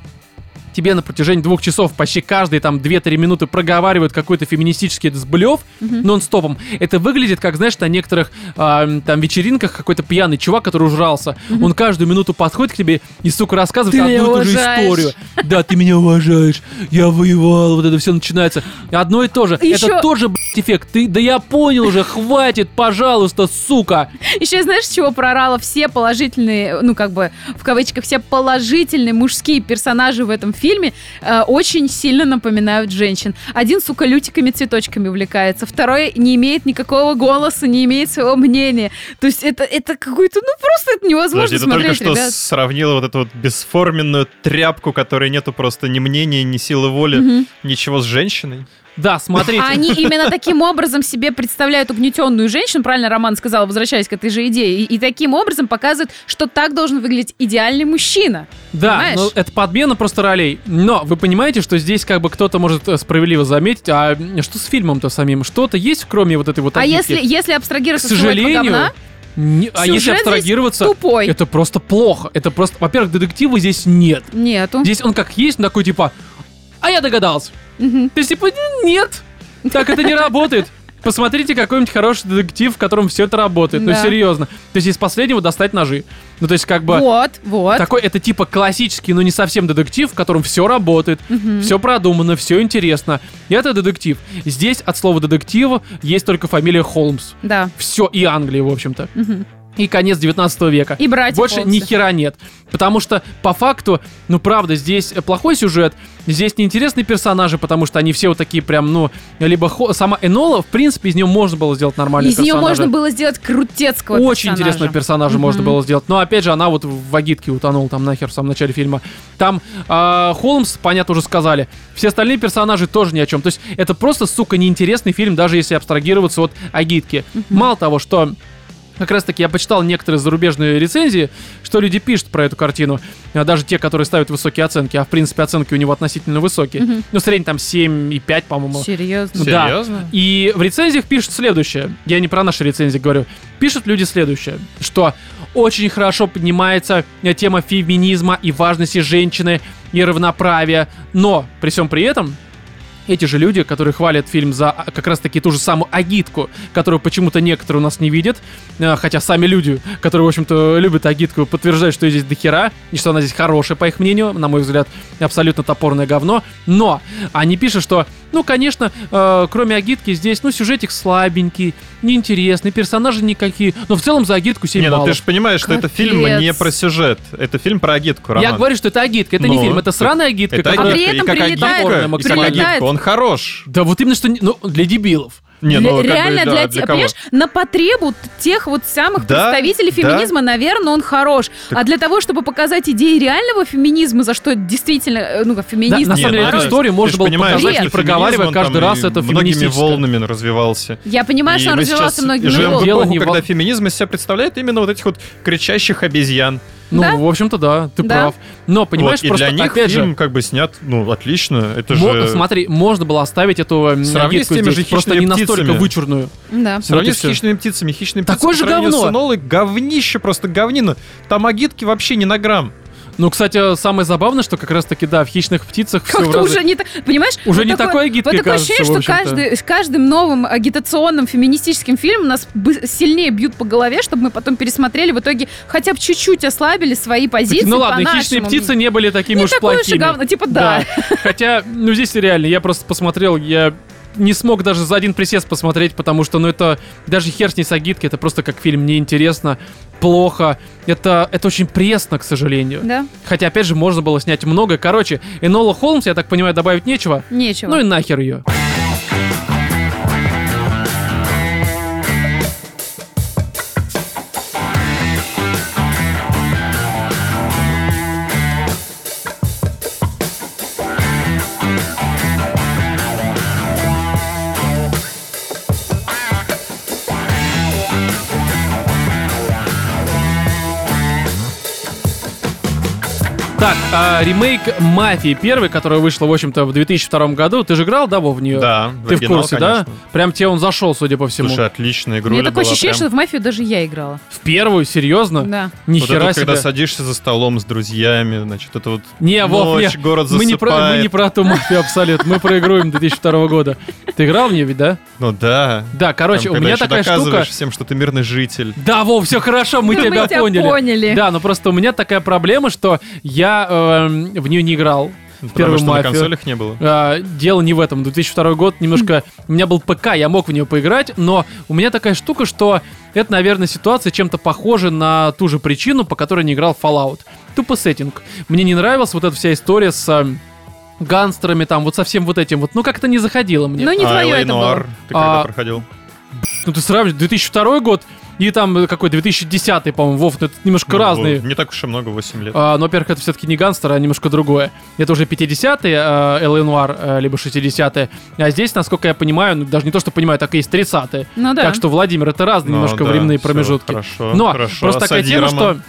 Speaker 1: тебе на протяжении двух часов почти каждые там 2-3 минуты проговаривают какой-то феминистический сблев нон-стопом, это выглядит как, знаешь, на некоторых а, м, там вечеринках какой-то пьяный чувак, который ужрался. Он каждую минуту подходит к тебе и, сука, рассказывает
Speaker 3: Ты меня
Speaker 1: одну и ту же
Speaker 3: уважаешь.
Speaker 1: историю. Да, ты меня уважаешь, я воевал, вот это все начинается. Одно и то же. Это
Speaker 3: А Ещё-
Speaker 1: тоже, блядь, эффект. Ты, да я понял уже, хватит, пожалуйста, сука.
Speaker 3: Еще знаешь, чего проорала все положительные, ну как бы в кавычках, все положительные мужские персонажи в этом фильме э, очень сильно напоминают женщин. Один, сука, лютиками-цветочками увлекается, второй не имеет никакого голоса, не имеет своего мнения. То есть это, это какой-то, ну просто это невозможно
Speaker 2: Подожди, ты только
Speaker 3: смотреть,
Speaker 2: что
Speaker 3: ребят.
Speaker 2: сравнила вот эту вот бесформенную тряпку, которой нету просто ни мнения, ни силы воли,
Speaker 3: Мгм.
Speaker 2: ничего с женщиной.
Speaker 1: Да, смотрите.
Speaker 3: А они именно таким образом себе представляют угнетенную женщину, правильно Роман сказал, возвращаясь к этой же идее, и, и таким образом показывают, что так должен выглядеть идеальный мужчина.
Speaker 1: Да,
Speaker 3: Понимаешь?
Speaker 1: ну, это подмена просто ролей. Но вы понимаете, что здесь как бы кто-то может э, справедливо заметить, а м, что с фильмом-то самим? Что-то есть, кроме вот этой вот
Speaker 3: а
Speaker 1: обивки?
Speaker 3: если, если
Speaker 1: К
Speaker 3: абстрагироваться всего этого
Speaker 1: сожалению...
Speaker 3: говна,
Speaker 1: не- а
Speaker 3: сюжет
Speaker 1: если
Speaker 3: здесь
Speaker 1: абстрагироваться,
Speaker 3: тупой.
Speaker 1: это просто плохо. Это просто, во-первых, детектива здесь нет.
Speaker 3: Нету.
Speaker 1: Здесь он как есть, он такой типа, а я догадался.
Speaker 3: Мгм.
Speaker 1: То есть типа, «Н- нет, так это не работает. Посмотрите какой-нибудь хороший детектив, в котором все это работает. Ну
Speaker 3: Да.
Speaker 1: серьезно. То есть из последнего достать ножи. Ну то есть как бы...
Speaker 3: Вот, вот.
Speaker 1: Такой это типа классический, но не совсем детектив, в котором все работает,
Speaker 3: Мгм.
Speaker 1: все продумано, все интересно. И это детектив. Здесь от слова детектива есть только фамилия Холмс.
Speaker 3: Да.
Speaker 1: Все, и Англия, в общем-то.
Speaker 3: Мгм.
Speaker 1: И конец 19 века.
Speaker 3: И братья
Speaker 1: Больше
Speaker 3: Холмсы.
Speaker 1: ни хера нет. Потому что, по факту, ну правда, здесь э, плохой сюжет, здесь неинтересные персонажи, потому что они все вот такие прям, ну, либо хо- сама Энола, в принципе, из нее можно было сделать нормальный
Speaker 3: Из нее
Speaker 1: персонажа.
Speaker 3: можно было сделать крутецкого
Speaker 1: Очень
Speaker 3: персонажа.
Speaker 1: интересного персонажа можно
Speaker 3: Мгм.
Speaker 1: было сделать. Но опять же, она вот в вагитке утонула там нахер в самом начале фильма. Там а, Холмс, понятно, уже сказали. Все остальные персонажи тоже ни о чем. То есть это просто, сука, неинтересный фильм, даже если абстрагироваться от агитки. Мало того, что как раз таки я почитал некоторые зарубежные рецензии, что люди пишут про эту картину. А, Даже те, которые ставят высокие оценки. А в принципе оценки у него относительно высокие.
Speaker 3: Мгм.
Speaker 1: Ну, средний там 7,5, по-моему.
Speaker 3: Серьезно.
Speaker 1: Да.
Speaker 2: Серьезно?
Speaker 1: И в рецензиях пишут следующее. Я не про наши рецензии говорю. Пишут люди следующее, что очень хорошо поднимается э, тема феминизма и важности женщины и равноправия. Но при всем при этом эти же люди, которые хвалят фильм за а, как раз-таки ту же самую агитку, которую почему-то некоторые у нас не видят, э, хотя сами люди, которые, в общем-то, любят агитку, подтверждают, что ее здесь дохера, и что она здесь хорошая, по их мнению, на мой взгляд, абсолютно топорное говно, но они пишут, что, ну, конечно, э, кроме агитки здесь, ну, сюжетик слабенький, неинтересный, персонажи никакие, но в целом за агитку 7
Speaker 2: Не, ну
Speaker 1: баллов.
Speaker 2: ты же понимаешь, что это фильм
Speaker 3: Капец.
Speaker 2: не про сюжет. Это фильм про агитку, Роман.
Speaker 1: Я говорю, что это агитка, это не
Speaker 2: Ну,
Speaker 1: фильм, это
Speaker 2: так
Speaker 1: сраная агитка.
Speaker 2: это
Speaker 1: которая-
Speaker 2: агитка,
Speaker 3: А при этом
Speaker 2: и как
Speaker 3: прилетает-
Speaker 2: агитка, и как
Speaker 1: прилетает-
Speaker 2: агитка, он хорош.
Speaker 1: Да вот именно что, не- ну, для дебилов.
Speaker 2: Не,
Speaker 3: Для-
Speaker 2: ну, как бы,
Speaker 3: реально
Speaker 2: да,
Speaker 3: для, те-
Speaker 2: для кого?
Speaker 3: понимаешь, на потребу тех вот самых
Speaker 2: Да,
Speaker 3: представителей
Speaker 2: да.
Speaker 3: феминизма, наверное, он хорош.
Speaker 2: Так-
Speaker 3: А для того, чтобы показать идеи реального феминизма, за что действительно, э, ну, как
Speaker 1: Да,
Speaker 3: феминизм,
Speaker 1: на самом
Speaker 2: Не,
Speaker 1: деле,
Speaker 2: ну,
Speaker 1: эту
Speaker 2: да.
Speaker 1: историю
Speaker 2: Ты
Speaker 1: можно
Speaker 2: ж
Speaker 1: было
Speaker 2: понимаешь,
Speaker 1: показывать,
Speaker 2: что
Speaker 1: не
Speaker 2: феминизм,
Speaker 1: проговаривая
Speaker 2: он
Speaker 1: каждый
Speaker 2: там
Speaker 1: раз
Speaker 2: и
Speaker 1: это
Speaker 2: Многими
Speaker 1: феминистическое.
Speaker 2: волнами развивался.
Speaker 3: я понимаю,
Speaker 2: И
Speaker 3: что он
Speaker 2: мы
Speaker 3: развивался
Speaker 2: сейчас
Speaker 3: многими
Speaker 2: живем в
Speaker 1: Дело
Speaker 2: эпоху,
Speaker 1: не во-
Speaker 2: когда феминизм из себя представляет именно вот этих вот кричащих обезьян.
Speaker 1: Ну,
Speaker 3: Да?
Speaker 1: в общем-то, да, ты
Speaker 3: Да.
Speaker 1: прав. Но, понимаешь,
Speaker 2: Вот, и
Speaker 1: просто,
Speaker 2: для них
Speaker 1: опять
Speaker 2: фильм
Speaker 1: же,
Speaker 2: как бы снят, ну, отлично. Это
Speaker 1: мо-
Speaker 2: же...
Speaker 1: смотри, можно было оставить эту м,
Speaker 2: Сравни
Speaker 1: агитку
Speaker 2: с теми
Speaker 1: здесь,
Speaker 2: же «Хищными
Speaker 1: просто не настолько
Speaker 2: птицами».
Speaker 1: вычурную.
Speaker 3: Да.
Speaker 2: Сравни
Speaker 1: Вот и
Speaker 2: с
Speaker 1: всё.
Speaker 2: хищными птицами. Хищные
Speaker 1: Такое
Speaker 2: птицы
Speaker 1: же
Speaker 2: по сравнению
Speaker 1: говно.
Speaker 2: с «Энолой» говнище, просто говнина. Там агитки вообще не на грамм.
Speaker 1: Ну, кстати, самое забавное, что как раз-таки, да, в «Хищных птицах» все
Speaker 3: Как-то уже не так, понимаешь?
Speaker 1: Уже
Speaker 3: вот
Speaker 1: не такой агиткой
Speaker 3: вот такое
Speaker 1: кажется,
Speaker 3: ощущение,
Speaker 1: в
Speaker 3: что
Speaker 1: общем-то.
Speaker 3: каждый, с каждым новым агитационным феминистическим фильмом нас бы- сильнее бьют по голове, чтобы мы потом пересмотрели, в итоге хотя бы чуть-чуть ослабили свои позиции
Speaker 1: Ну ладно,
Speaker 3: по-нашему.
Speaker 1: «Хищные птицы» не были такими
Speaker 3: Не
Speaker 1: уж
Speaker 3: такое уж и
Speaker 1: плохими.
Speaker 3: говно, типа да.
Speaker 1: Хотя, ну здесь реально, я просто посмотрел, я не смог даже за один присест посмотреть, потому что, ну это даже хер с ней с агиткой, это просто как фильм неинтересно, плохо, это, это очень пресно, к сожалению.
Speaker 3: Да,
Speaker 1: Хотя, опять же, можно было снять много. Короче, Энола Холмс, я так понимаю, добавить нечего.
Speaker 3: нечего.
Speaker 1: Ну и нахер ее. Так, а, ремейк «Мафии» первый, который вышла, в общем-то, в 2002 году. Ты же играл, да, Вов, в нее?
Speaker 2: Да,
Speaker 1: Э, Ты в курсе, да?
Speaker 2: конечно.
Speaker 1: Прям тебе он зашел, судя по всему.
Speaker 2: Слушай, а отличная
Speaker 3: У
Speaker 2: игруля
Speaker 3: меня такое
Speaker 2: была
Speaker 3: ощущение,
Speaker 2: прям.
Speaker 3: что в мафию даже я играла.
Speaker 1: В первую, серьезно?
Speaker 3: Да.
Speaker 2: Вот это
Speaker 1: Нихера
Speaker 2: вот,
Speaker 1: себе.
Speaker 2: когда садишься за столом с друзьями, значит, это вот
Speaker 1: Не, Вов,
Speaker 2: ночь,
Speaker 1: не.
Speaker 2: город засыпает.
Speaker 1: Мы не, про, мы не про ту мафию абсолютно, мы про игру им 2002 года. Ты играл в нее, ведь, да?
Speaker 2: Ну да.
Speaker 1: Да, короче,
Speaker 2: Там,
Speaker 1: у
Speaker 2: когда
Speaker 1: меня
Speaker 2: еще
Speaker 1: такая штука...
Speaker 2: доказываешь всем, что ты мирный житель.
Speaker 1: Да, Вов, все хорошо,
Speaker 3: Ну,
Speaker 1: мы тебя поняли. Да, но просто у меня такая проблема, что я эм, в нее не играл.
Speaker 2: Потому что на
Speaker 1: «Мафию».
Speaker 2: консолях не было.
Speaker 1: А, дело не в этом. 2002 год немножко... У меня был ПК, я мог в нее поиграть, но у меня такая штука, что это, наверное, ситуация чем-то похожа на ту же причину, по которой не играл в Fallout. Тупо сеттинг. Мне не нравилась вот эта вся история с... эм, гангстерами, там, вот со всем вот этим вот. Ну, как-то не заходило мне.
Speaker 3: Ну, не
Speaker 2: А
Speaker 3: твое
Speaker 2: LA
Speaker 3: это
Speaker 2: Noir
Speaker 3: было.
Speaker 2: ты когда
Speaker 1: А.
Speaker 2: проходил?
Speaker 1: Ну, ты сравнишь 2002 год и там э, какой 2010, по-моему, Вов, ну, это немножко
Speaker 2: Ну,
Speaker 1: разные.
Speaker 2: Не так уж и много, 8 лет.
Speaker 1: А, но, во-первых, это все-таки не гангстер, а немножко другое. Это уже 50-е, э, LA Noir, э, либо 60-е. А здесь, насколько я понимаю, ну, даже не то, что понимаю, так и есть 30-е.
Speaker 3: Ну да.
Speaker 1: Так что, Владимир, это разные
Speaker 2: Ну,
Speaker 1: немножко
Speaker 2: да,
Speaker 1: временные
Speaker 2: всё,
Speaker 1: промежутки.
Speaker 2: Хорошо,
Speaker 1: Но
Speaker 2: хорошо.
Speaker 1: просто такая
Speaker 2: Осади,
Speaker 1: тема,
Speaker 2: Роман.
Speaker 1: что...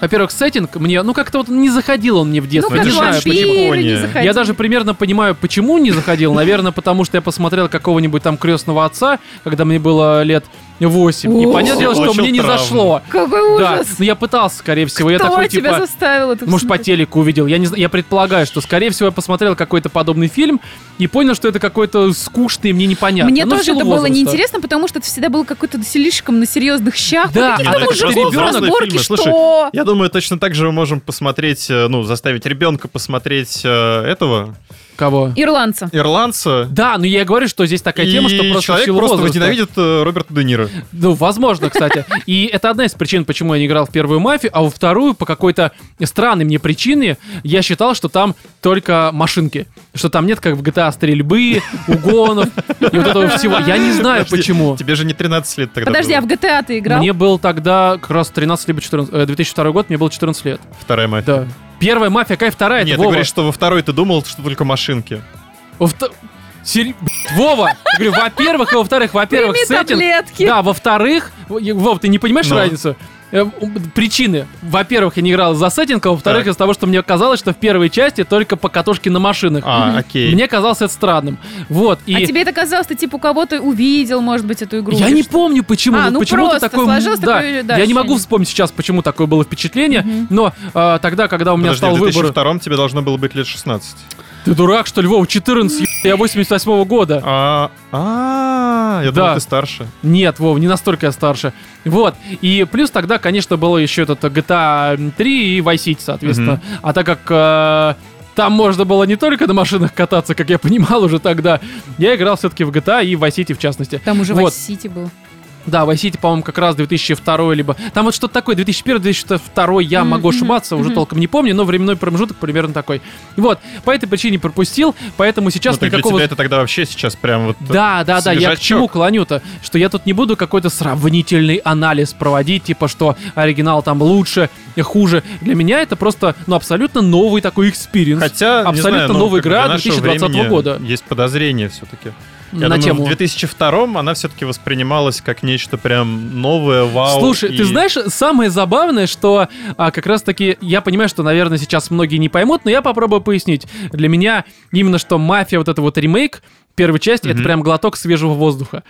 Speaker 1: Во-первых, сеттинг мне, ну как-то вот не заходил он мне в
Speaker 3: ну,
Speaker 1: детство.
Speaker 2: это
Speaker 3: как
Speaker 1: не
Speaker 2: же
Speaker 1: знаю,
Speaker 2: ваш
Speaker 1: почему.
Speaker 2: почему.
Speaker 3: вампиры не
Speaker 2: Япония.
Speaker 3: заходили.
Speaker 1: Я даже примерно понимаю, почему не заходил. Наверное, потому что я посмотрел какого-нибудь там крестного отца, когда мне было лет 8. И
Speaker 3: О.
Speaker 1: понятное дело, что
Speaker 2: Получил
Speaker 1: мне не
Speaker 2: травму.
Speaker 1: зашло.
Speaker 3: Какой
Speaker 1: Да,
Speaker 3: ужас.
Speaker 1: но я пытался, скорее всего. я
Speaker 3: Кто
Speaker 1: такой,
Speaker 3: тебя
Speaker 1: типа,
Speaker 3: заставил это
Speaker 1: может, по
Speaker 3: посмотреть?
Speaker 1: телеку увидел. Я не знаю, я предполагаю, что, скорее всего, я посмотрел какой-то подобный фильм и понял, что это какой-то скучный, мне непонятно.
Speaker 3: Мне
Speaker 1: Ну, в
Speaker 3: тоже
Speaker 1: силу
Speaker 3: это было
Speaker 1: возраста.
Speaker 3: неинтересно, потому что это всегда было какой-то слишком на серьезных щах.
Speaker 1: Да,
Speaker 3: Ну,
Speaker 1: а
Speaker 3: каких-то
Speaker 1: так что
Speaker 3: мужиков,
Speaker 1: ребенок-
Speaker 3: разборки,
Speaker 2: фильмы, слушай,
Speaker 3: что?
Speaker 2: Я думаю, точно так же мы можем посмотреть, э, ну, заставить ребенка посмотреть э, этого
Speaker 1: Кого?
Speaker 3: Ирландца.
Speaker 2: ирландца.
Speaker 1: Да, но я и говорю, что здесь такая тема, что
Speaker 2: и
Speaker 1: просто в
Speaker 2: человек
Speaker 1: силу
Speaker 2: просто
Speaker 1: возраста.
Speaker 2: возненавидит э, Роберта Де Ниро.
Speaker 1: Ну, возможно, кстати. И это одна из причин, почему я не играл в первую мафию, а во вторую, по какой-то странной мне причине, я считал, что там только машинки. Что там нет, как в GTA, стрельбы, угонов и вот этого всего. Я не знаю,
Speaker 2: Подожди,
Speaker 1: почему.
Speaker 2: Тебе же не 13 лет тогда
Speaker 3: Подожди, а
Speaker 2: было.
Speaker 3: в GTA ты играл?
Speaker 1: Мне был тогда как раз 13 либо 14... э, 2002 год, мне было 14 лет.
Speaker 3: а
Speaker 2: Вторая мать.
Speaker 1: Да. Первая мафия, какая вторая?
Speaker 2: Нет,
Speaker 1: это
Speaker 2: ты
Speaker 1: Вова.
Speaker 2: говоришь, что во второй ты думал, что только машинки.
Speaker 1: Во вто- Сери- Блядь, Вова! Я говорю, во-первых, и во-вторых, во-первых,
Speaker 3: Прими
Speaker 1: сеттинг.
Speaker 3: таблетки.
Speaker 1: Да, во-вторых, в- Вов, ты не понимаешь
Speaker 2: Но.
Speaker 1: разницу? Э, м, Причины. Во-первых, я не играл за сеттинг, а во-вторых,
Speaker 2: Так.
Speaker 1: из того, что мне казалось, что в первой части только покатушки на машинах.
Speaker 2: А, окей.
Speaker 1: Мне казалось это странным. Вот, и...
Speaker 3: А тебе это казалось, ты типа у кого-то увидел, может быть, эту игру?
Speaker 1: Я
Speaker 3: или
Speaker 1: не
Speaker 3: что?
Speaker 1: помню, почему.
Speaker 3: А,
Speaker 1: Вот
Speaker 3: ну
Speaker 1: почему
Speaker 3: просто
Speaker 1: такое...
Speaker 3: сложилось
Speaker 1: да.
Speaker 3: такое, да,
Speaker 1: Я не могу
Speaker 3: ощущение.
Speaker 1: вспомнить сейчас, почему такое было впечатление,
Speaker 3: Мгм.
Speaker 1: но э, тогда, когда у меня
Speaker 2: Подожди,
Speaker 1: стал
Speaker 2: в
Speaker 1: выбор...
Speaker 2: 2002 тебе должно было быть лет 16.
Speaker 1: Ты дурак, что ли, Вов? 14, еб- я 88 года.
Speaker 2: А, а, я
Speaker 1: Да.
Speaker 2: думал, ты старше.
Speaker 1: Нет, Вов, не настолько я старше. Вот. И плюс тогда, конечно, было еще этот GTA 3 и Vice City, соответственно.
Speaker 2: Мгм.
Speaker 1: А так как э, там можно было не только на машинах кататься, как я понимал уже тогда, я играл все-таки в GTA и Vice City в частности.
Speaker 3: Там уже
Speaker 1: Вот.
Speaker 3: Vice City был.
Speaker 1: Да, Vice City, по-моему, как раз 2002 либо... Там вот что-то такое, 2001-2002, я
Speaker 3: Мгм,
Speaker 1: могу
Speaker 3: мгм,
Speaker 1: ошибаться, уже
Speaker 3: мгм.
Speaker 1: толком не помню, но временной промежуток примерно такой. Вот, по этой причине пропустил, поэтому
Speaker 2: Ну,
Speaker 1: сейчас
Speaker 2: так для
Speaker 1: никакого...
Speaker 2: тебя это тогда вообще сейчас прям вот... э,
Speaker 1: Да, да, да, я к
Speaker 2: свежачок.
Speaker 1: чему клоню-то? Что я тут не буду какой-то сравнительный анализ проводить, типа, что оригинал там лучше, и хуже. Для меня это просто, ну, абсолютно новый такой экспириенс.
Speaker 2: Хотя, не
Speaker 1: абсолютно
Speaker 2: знаю, ну,
Speaker 1: новая
Speaker 2: как бы
Speaker 1: игра
Speaker 2: для нашего
Speaker 1: 2020
Speaker 2: времени
Speaker 1: года.
Speaker 2: Есть подозрение все-таки. Я
Speaker 1: на
Speaker 2: думаю,
Speaker 1: тему.
Speaker 2: в 2002 она все-таки воспринималась как нечто прям новое, вау.
Speaker 1: Слушай,
Speaker 2: и-
Speaker 1: ты знаешь, самое забавное, что а, как раз-таки я понимаю, что, наверное, сейчас многие не поймут, но я попробую пояснить. Для меня именно что мафия, вот это вот ремейк первой части, это
Speaker 2: Мгм.
Speaker 1: прям глоток свежего воздуха.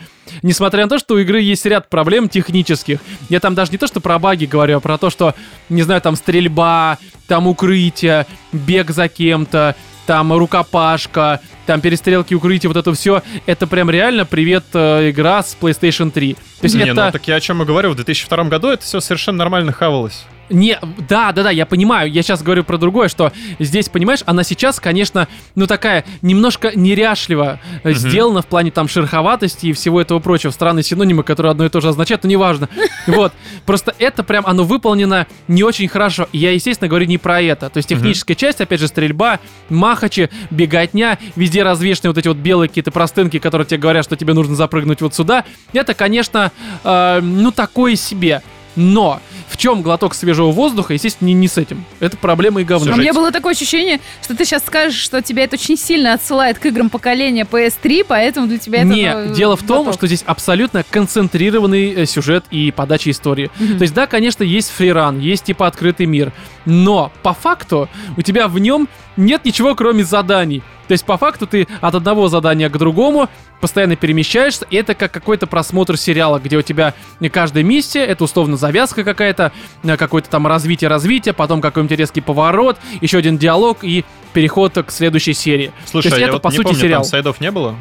Speaker 1: Несмотря на то, что у игры есть ряд проблем технических. Я там даже не то, что про баги говорю, а про то, что, не знаю, там стрельба, там укрытие, бег за кем-то, там рукопашка, там перестрелки, укрытие, вот это все. Это прям реально привет э, игра с PlayStation 3. То есть
Speaker 2: Не,
Speaker 1: это...
Speaker 2: ну так я о чем и говорю, в 2002 году это все совершенно нормально хавалось.
Speaker 1: Не, да, да, да, я понимаю. Я сейчас говорю про другое, что здесь, понимаешь, она сейчас, конечно, ну такая немножко неряшливо э,
Speaker 2: Мгм.
Speaker 1: сделана в плане там шероховатости и всего этого прочего. Странные синонимы, которые одно и то же означают, но неважно. Вот. Просто это прям, оно выполнено не очень хорошо. И я, естественно, говорю не про это. То есть техническая часть, опять же, стрельба, махачи, беготня, везде развешенные вот эти вот белые какие-то простынки, которые тебе говорят, что тебе нужно запрыгнуть вот сюда. Это, конечно, э, ну такое себе. Но в чем глоток свежего воздуха, естественно, не, не с этим. Это проблема и говно.
Speaker 3: А у
Speaker 2: Сюжет.
Speaker 3: меня было такое ощущение, что ты сейчас скажешь, что тебя это очень сильно отсылает к играм поколения PS3, поэтому для тебя это...
Speaker 1: Не,
Speaker 3: ну,
Speaker 1: дело в том,
Speaker 3: глоток.
Speaker 1: что здесь абсолютно концентрированный э, сюжет и подача истории.
Speaker 3: Мгм.
Speaker 1: То есть, да, конечно, есть фриран, есть типа открытый мир, но по факту у тебя в нем нет ничего, кроме заданий. То есть, по факту, ты от одного задания к другому постоянно перемещаешься, и это как какой-то просмотр сериала, где у тебя каждая миссия, это условно завязка какая-то, э, какое-то там развитие-развитие, потом какой-нибудь резкий поворот, еще один диалог и переход к следующей серии.
Speaker 2: Слушай,
Speaker 1: То
Speaker 2: а
Speaker 1: есть
Speaker 2: я
Speaker 1: это,
Speaker 2: вот
Speaker 1: по
Speaker 2: не
Speaker 1: сути,
Speaker 2: помню,
Speaker 1: сериал.
Speaker 2: там сайдов не было?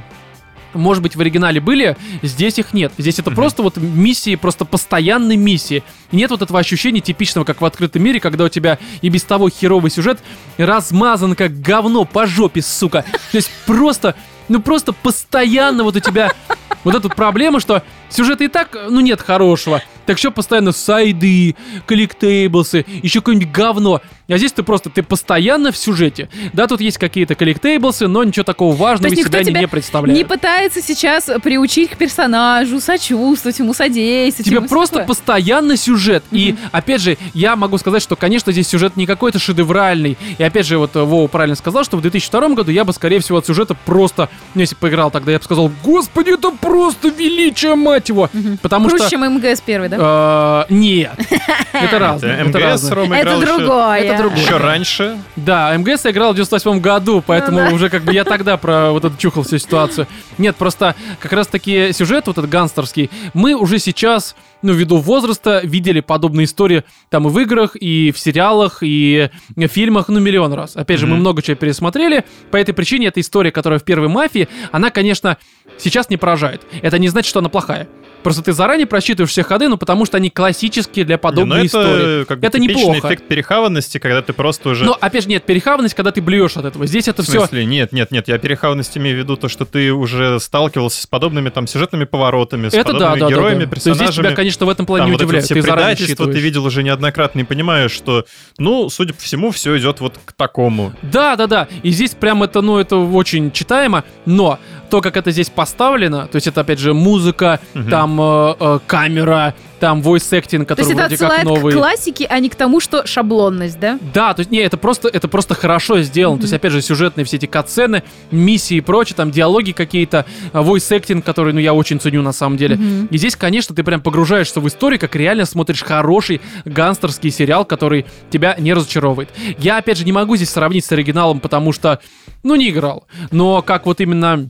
Speaker 1: может быть, в оригинале были, здесь их нет. Здесь это
Speaker 2: Мгм.
Speaker 1: просто вот миссии, просто постоянные миссии. И нет вот этого ощущения типичного, как в открытом мире, когда у тебя и без того херовый сюжет размазан как говно по жопе, сука. То есть просто, ну просто постоянно вот у тебя вот эта проблема, что сюжета и так, ну нет хорошего. Так что постоянно сайды, коллектейблсы, еще какое-нибудь говно. А здесь ты просто, ты постоянно в сюжете. Да, тут есть какие-то коллектейблсы, но ничего такого важного
Speaker 3: То
Speaker 1: из
Speaker 3: есть никто
Speaker 1: себя не,
Speaker 3: тебя
Speaker 1: не представляет.
Speaker 3: Не пытается сейчас приучить к персонажу, сочувствовать ему, содействовать.
Speaker 1: Тебе
Speaker 3: ему, всё
Speaker 1: просто
Speaker 3: такое.
Speaker 1: постоянно сюжет. И опять же, я могу сказать, что, конечно, здесь сюжет не какой-то шедевральный. И опять же, вот э, Вова правильно сказал, что в 2002 году я бы, скорее всего, от сюжета просто, ну, если бы поиграл тогда, я бы сказал, господи, это просто величие, мать его. Потому
Speaker 3: Круче,
Speaker 1: что...
Speaker 3: чем МГС первый, да?
Speaker 1: э, нет. Это разное.
Speaker 2: Это
Speaker 1: А, это
Speaker 2: Э, МГС
Speaker 1: разное.
Speaker 2: Рома
Speaker 3: Это
Speaker 2: играл еще-
Speaker 3: другое.
Speaker 1: это другое.
Speaker 2: Еще раньше.
Speaker 1: Да, МГС я играл в 98 году, поэтому
Speaker 3: Ну да.
Speaker 1: уже как бы я тогда про вот это чухал всю ситуацию. Нет, просто как раз-таки сюжет вот этот гангстерский, мы уже сейчас, ну, ввиду возраста, видели подобные истории там и в играх, и в сериалах, и в фильмах, ну, миллион раз. Опять же, мы
Speaker 2: Мгм.
Speaker 1: много чего пересмотрели, по этой причине эта история, которая в первой «Мафии», она, конечно, сейчас не поражает. Это не значит, что она плохая. Просто ты заранее просчитываешь все ходы, ну, потому что они классические для
Speaker 2: Не, ну
Speaker 1: подобной истории.
Speaker 2: это как бы
Speaker 1: Это
Speaker 2: типичный
Speaker 1: неплохо.
Speaker 2: эффект перехаванности, когда ты просто уже...
Speaker 1: Но, опять же, нет, перехаванность, когда ты блюешь от этого. Здесь это
Speaker 2: в
Speaker 1: все
Speaker 2: смысле, нет, нет, нет, я перехаванность имею в виду то, что ты уже сталкивался с подобными там сюжетными поворотами, с
Speaker 1: Это да,
Speaker 2: подобными
Speaker 1: да, да,
Speaker 2: героями,
Speaker 1: да. То есть
Speaker 2: персонажами.
Speaker 1: здесь тебя, конечно, в этом плане
Speaker 2: там
Speaker 1: не
Speaker 2: вот эти
Speaker 1: удивляет.
Speaker 2: все
Speaker 1: ты заранее
Speaker 2: предательства ты
Speaker 1: считываешь.
Speaker 2: видел уже неоднократно и понимаешь, что, ну, судя по всему, все идет вот к такому.
Speaker 1: Да, да, да. И здесь прям это, ну, это очень читаемо, но то, как это здесь поставлено, то есть это, опять же, музыка,
Speaker 2: Мгм.
Speaker 1: там э, э, камера, там voice acting,
Speaker 3: То есть
Speaker 1: который
Speaker 3: это
Speaker 1: вроде как
Speaker 3: отсылает к
Speaker 1: новый.
Speaker 3: классике, а не к тому, что шаблонность, да?
Speaker 1: Да, то есть, не, это просто, это просто хорошо сделано. То есть, опять же, сюжетные все эти катсцены, миссии и прочее, там диалоги какие-то, а, voice acting, который, ну, я очень ценю на самом деле.
Speaker 3: Мгм.
Speaker 1: И здесь, конечно, ты прям погружаешься в историю, как реально смотришь хороший гангстерский сериал, который тебя не разочаровывает. Я, опять же, не могу здесь сравнить с оригиналом, потому что, ну, не играл. Но как вот именно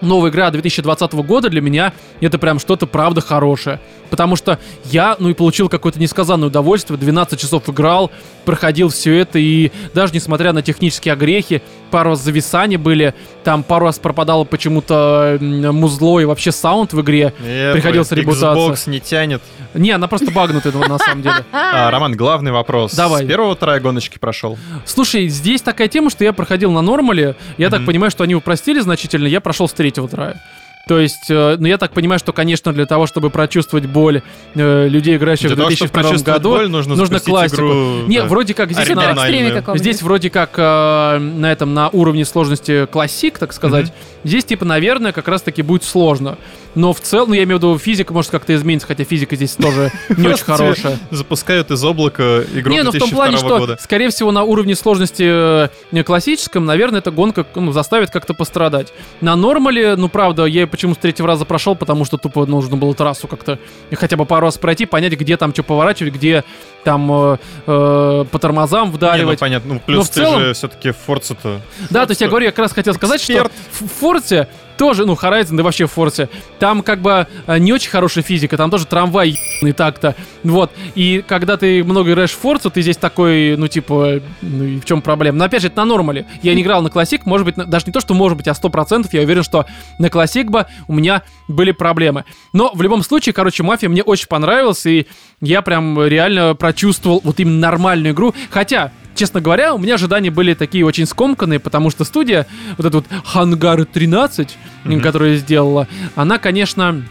Speaker 1: новая игра 2020 года для меня это прям что-то правда хорошее. Потому что я, ну и получил какое-то несказанное удовольствие, 12 часов играл, проходил все это, и даже несмотря на технические огрехи, пару раз зависания были, там пару раз пропадало почему-то м, музло и вообще саунд в игре.
Speaker 2: Э,
Speaker 1: Приходилось
Speaker 2: блин,
Speaker 1: ребутаться.
Speaker 2: Xbox не тянет.
Speaker 1: Не, она просто багнутая ну, на самом деле.
Speaker 2: А, Роман, главный вопрос.
Speaker 1: Давай.
Speaker 2: С первого трая гоночки прошел?
Speaker 1: Слушай, здесь такая тема, что я проходил на нормале. Я так
Speaker 2: Мгм.
Speaker 1: понимаю, что они упростили значительно. Я прошел с третьего трая. То есть, э, ну я так понимаю, что, конечно, для того, чтобы прочувствовать боль э, людей, играющих
Speaker 2: Для
Speaker 1: в
Speaker 2: того, чтобы
Speaker 1: 2002
Speaker 2: прочувствовать
Speaker 1: году,
Speaker 2: боль, нужно
Speaker 1: нужно
Speaker 2: запустить
Speaker 1: классику.
Speaker 2: игру,
Speaker 1: Не,
Speaker 2: да,
Speaker 1: вроде как здесь на,
Speaker 2: оригинальную.
Speaker 3: Экстриме каком-нибудь.
Speaker 1: Здесь вроде как э, на этом на уровне сложности классик, так сказать.
Speaker 2: Мгм.
Speaker 1: Здесь типа, наверное, как раз-таки будет сложно. Но в целом, ну, я имею в виду, физика может как-то изменится, хотя физика здесь тоже не очень
Speaker 2: Просто тебе
Speaker 1: хорошая.
Speaker 2: Запускают из облака игру
Speaker 1: Не, ну в том плане,
Speaker 2: 2002
Speaker 1: что,
Speaker 2: года.
Speaker 1: скорее всего, на уровне сложности э, не классическом, наверное, эта гонка ну, заставит как-то пострадать. На нормале, ну правда, я ее почему с третьего раза прошел, потому что тупо нужно было трассу как-то хотя бы пару раз пройти, понять, где там что поворачивать, где там э, э, по тормозам
Speaker 2: Не, ну
Speaker 1: вдаривать.
Speaker 2: понятно, ну плюс
Speaker 1: в
Speaker 2: ты
Speaker 1: целом-
Speaker 2: же все-таки Форцу-то...
Speaker 1: Да, то есть я говорю, я как раз хотел сказать,
Speaker 2: Эксперт.
Speaker 1: что в Форте тоже, ну, Horizon, да вообще в Форте, там как бы э, не очень хорошая физика, там тоже трамвай ебаный так-то, вот. И когда ты много играешь в Форцу, ты здесь такой, ну, типа, э, ну, и в чем проблема? Но опять же, это на нормале. Я не играл на классик, может быть, на- даже не то, что может быть, а 100%, я уверен, что на классик бы у меня были проблемы. Но в любом случае, короче, «Мафия» мне очень понравилась, и я прям реально прочувствовал вот именно нормальную игру. Хотя, честно говоря, у меня ожидания были такие очень скомканные, потому что студия, вот эта вот «Хангар 13»,
Speaker 2: Мгм.
Speaker 1: которую сделала, она, конечно,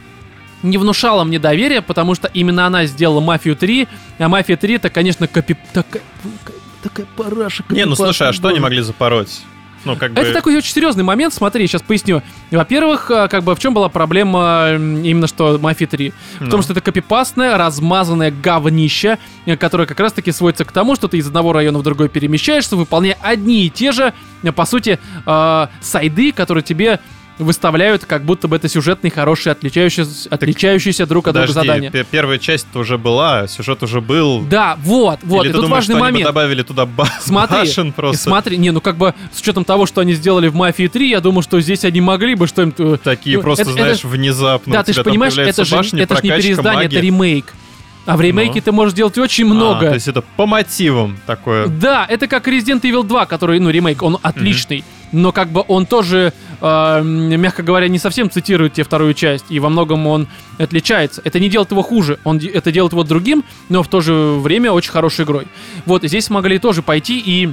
Speaker 1: не внушала мне доверия, потому что именно она сделала «Мафию 3», а «Мафия 3» это, конечно, копи... Такая, такая параша.
Speaker 2: Не, ну
Speaker 1: копипаста,
Speaker 2: слушай, а что они
Speaker 1: боже.
Speaker 2: могли запороть? Ну, как бы...
Speaker 1: Это такой очень серьезный момент, смотри, сейчас поясню. Во-первых, э, как бы в чем была проблема м, именно что Мафия 3? В
Speaker 2: ну.
Speaker 1: том, что это копипастное, размазанное говнище, э, которое как раз-таки сводится к тому, что ты из одного района в другой перемещаешься, выполняя одни и те же, э, по сути, э, сайды, которые тебе выставляют, как будто бы это сюжетные, хорошие, отличающиеся, отличающиеся друг от друга
Speaker 2: Подожди,
Speaker 1: задания.
Speaker 2: пе- первая часть-то уже была, сюжет уже был.
Speaker 1: Да, вот, вот,
Speaker 2: Или
Speaker 1: и
Speaker 2: ты
Speaker 1: тут
Speaker 2: думаешь,
Speaker 1: важный
Speaker 2: что они бы
Speaker 1: момент.
Speaker 2: добавили туда ба-
Speaker 1: Смотри,
Speaker 2: башен
Speaker 1: И
Speaker 2: просто.
Speaker 1: Смотри, не, ну как бы с учетом того, что они сделали в Мафии 3, я думаю, что здесь они могли бы что-нибудь э,
Speaker 2: Такие
Speaker 1: Ну,
Speaker 2: просто,
Speaker 1: это- это-
Speaker 2: знаешь, внезапно.
Speaker 1: да,
Speaker 2: Ну, у
Speaker 1: ты же
Speaker 2: тебя там
Speaker 1: понимаешь,
Speaker 2: появляется
Speaker 1: это же,
Speaker 2: башня,
Speaker 1: это же не
Speaker 2: прокачка,
Speaker 1: переиздание,
Speaker 2: магия.
Speaker 1: это ремейк. А в ремейке
Speaker 2: Ну.
Speaker 1: ты можешь делать очень
Speaker 2: А,
Speaker 1: много.
Speaker 2: то есть э, это по мотивам такое.
Speaker 1: Да, это как Resident Evil 2, который, ну, ремейк, он отличный. Но как бы он тоже, э, мягко говоря, не совсем цитирует тебе вторую часть, и во многом он отличается. Это не делает его хуже, он де- это делает его другим, но в то же время очень хорошей игрой. Вот, и здесь могли тоже пойти и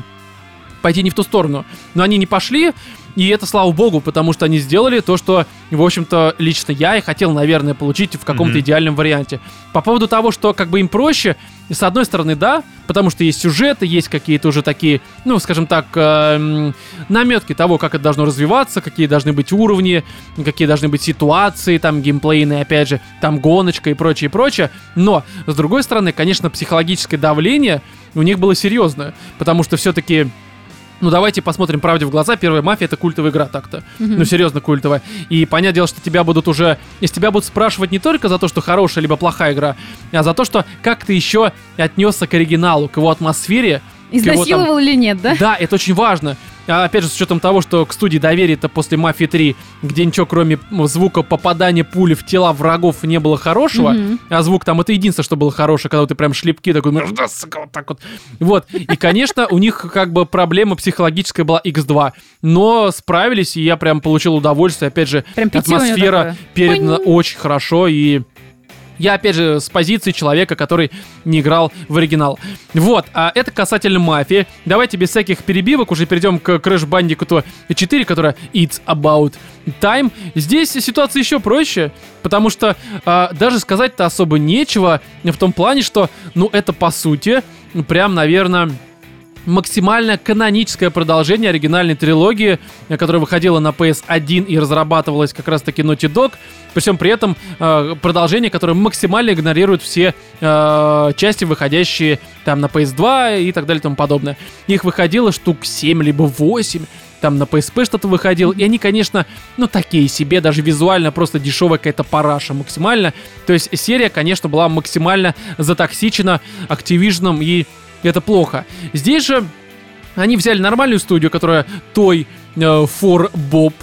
Speaker 1: пойти не в ту сторону. Но они не пошли, И это, слава богу, потому что они сделали то, что, в общем-то, лично я и хотел, наверное, получить в каком-то
Speaker 2: Мгм.
Speaker 1: идеальном варианте. По поводу того, что как бы им проще, и с одной стороны, да, потому что есть сюжеты, есть какие-то уже такие, ну, скажем так, эм, наметки того, как это должно развиваться, какие должны быть уровни, какие должны быть ситуации, там геймплейные, опять же, там гоночка и прочее, прочее. Но, с другой стороны, конечно, психологическое давление у них было серьезное, потому что все-таки... Ну, давайте посмотрим правде в глаза. Первая мафия — это культовая игра так-то.
Speaker 3: Мгм.
Speaker 1: Ну, серьезно, культовая. И понятное дело, что тебя будут уже... Из тебя будут спрашивать не только за то, что хорошая либо плохая игра, а за то, что как ты еще отнесся к оригиналу, к его атмосфере,
Speaker 3: Изнасиловал или нет, да?
Speaker 1: да, это очень важно. А, опять же, с учетом того, что к студии доверия-то после «Мафии 3», где ничего кроме м, звука попадания пули в тела врагов не было хорошего,
Speaker 3: Мгм.
Speaker 1: а звук там это единственное, что было хорошее, когда ты прям шлепки такой, «Ну, да, сука», вот так вот. Вот. И, конечно, у них как бы проблема психологическая была X2. Но справились, и я прям получил удовольствие. Опять же,
Speaker 3: Прям пяти у него
Speaker 1: атмосфера
Speaker 3: такое.
Speaker 1: передана очень хорошо и я, опять же, с позиции человека, который не играл в оригинал. Вот, а это касательно мафии. Давайте без всяких перебивок уже перейдем к Crash Bandicoot 4, которая It's About Time. Здесь ситуация еще проще, потому что а, даже сказать-то особо нечего в том плане, что, ну, это по сути прям, наверное максимально каноническое продолжение оригинальной трилогии, э, которая выходила на PS1 и разрабатывалась как раз-таки Naughty Dog. Причем при этом э, продолжение, которое максимально игнорирует все э, части, выходящие там на PS2 и так далее и тому подобное. Их выходило штук 7 либо 8 там на PSP что-то выходило, и они, конечно, ну, такие себе, даже визуально просто дешевая какая-то параша максимально. То есть серия, конечно, была максимально затоксичена Activision, и это плохо. Здесь же они взяли нормальную студию, которая той э, for Bob.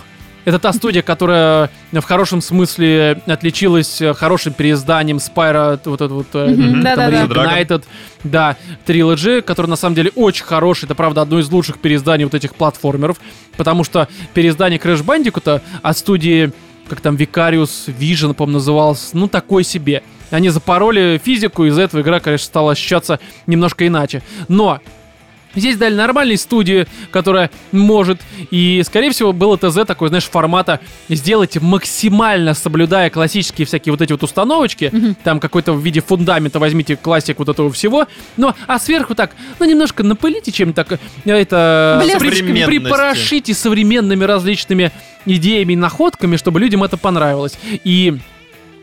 Speaker 1: Это та студия, которая э, в хорошем смысле отличилась э, хорошим переизданием Spyro, вот это вот э, там,
Speaker 3: Мгм, да-да-да.
Speaker 1: Reignited, да, Trilogy, который на самом деле очень хороший, это правда одно из лучших переизданий вот этих платформеров, потому что переиздание Crash Bandicoot от студии, как там, Vicarious Vision, по-моему, называлось, ну, такой себе. Они запороли физику, из-за этого игра, конечно, стала ощущаться немножко иначе. Но Здесь дали нормальной студии, которая может. И, скорее всего, было ТЗ такой, знаешь, формата сделать максимально, соблюдая классические всякие вот эти вот установочки. Там какой-то в виде фундамента возьмите классик вот этого всего. Но, а сверху так, ну, немножко напылите чем-то. так, э, Это...
Speaker 3: Блеск.
Speaker 1: при- Припорошите современными различными идеями и находками, чтобы людям это понравилось. И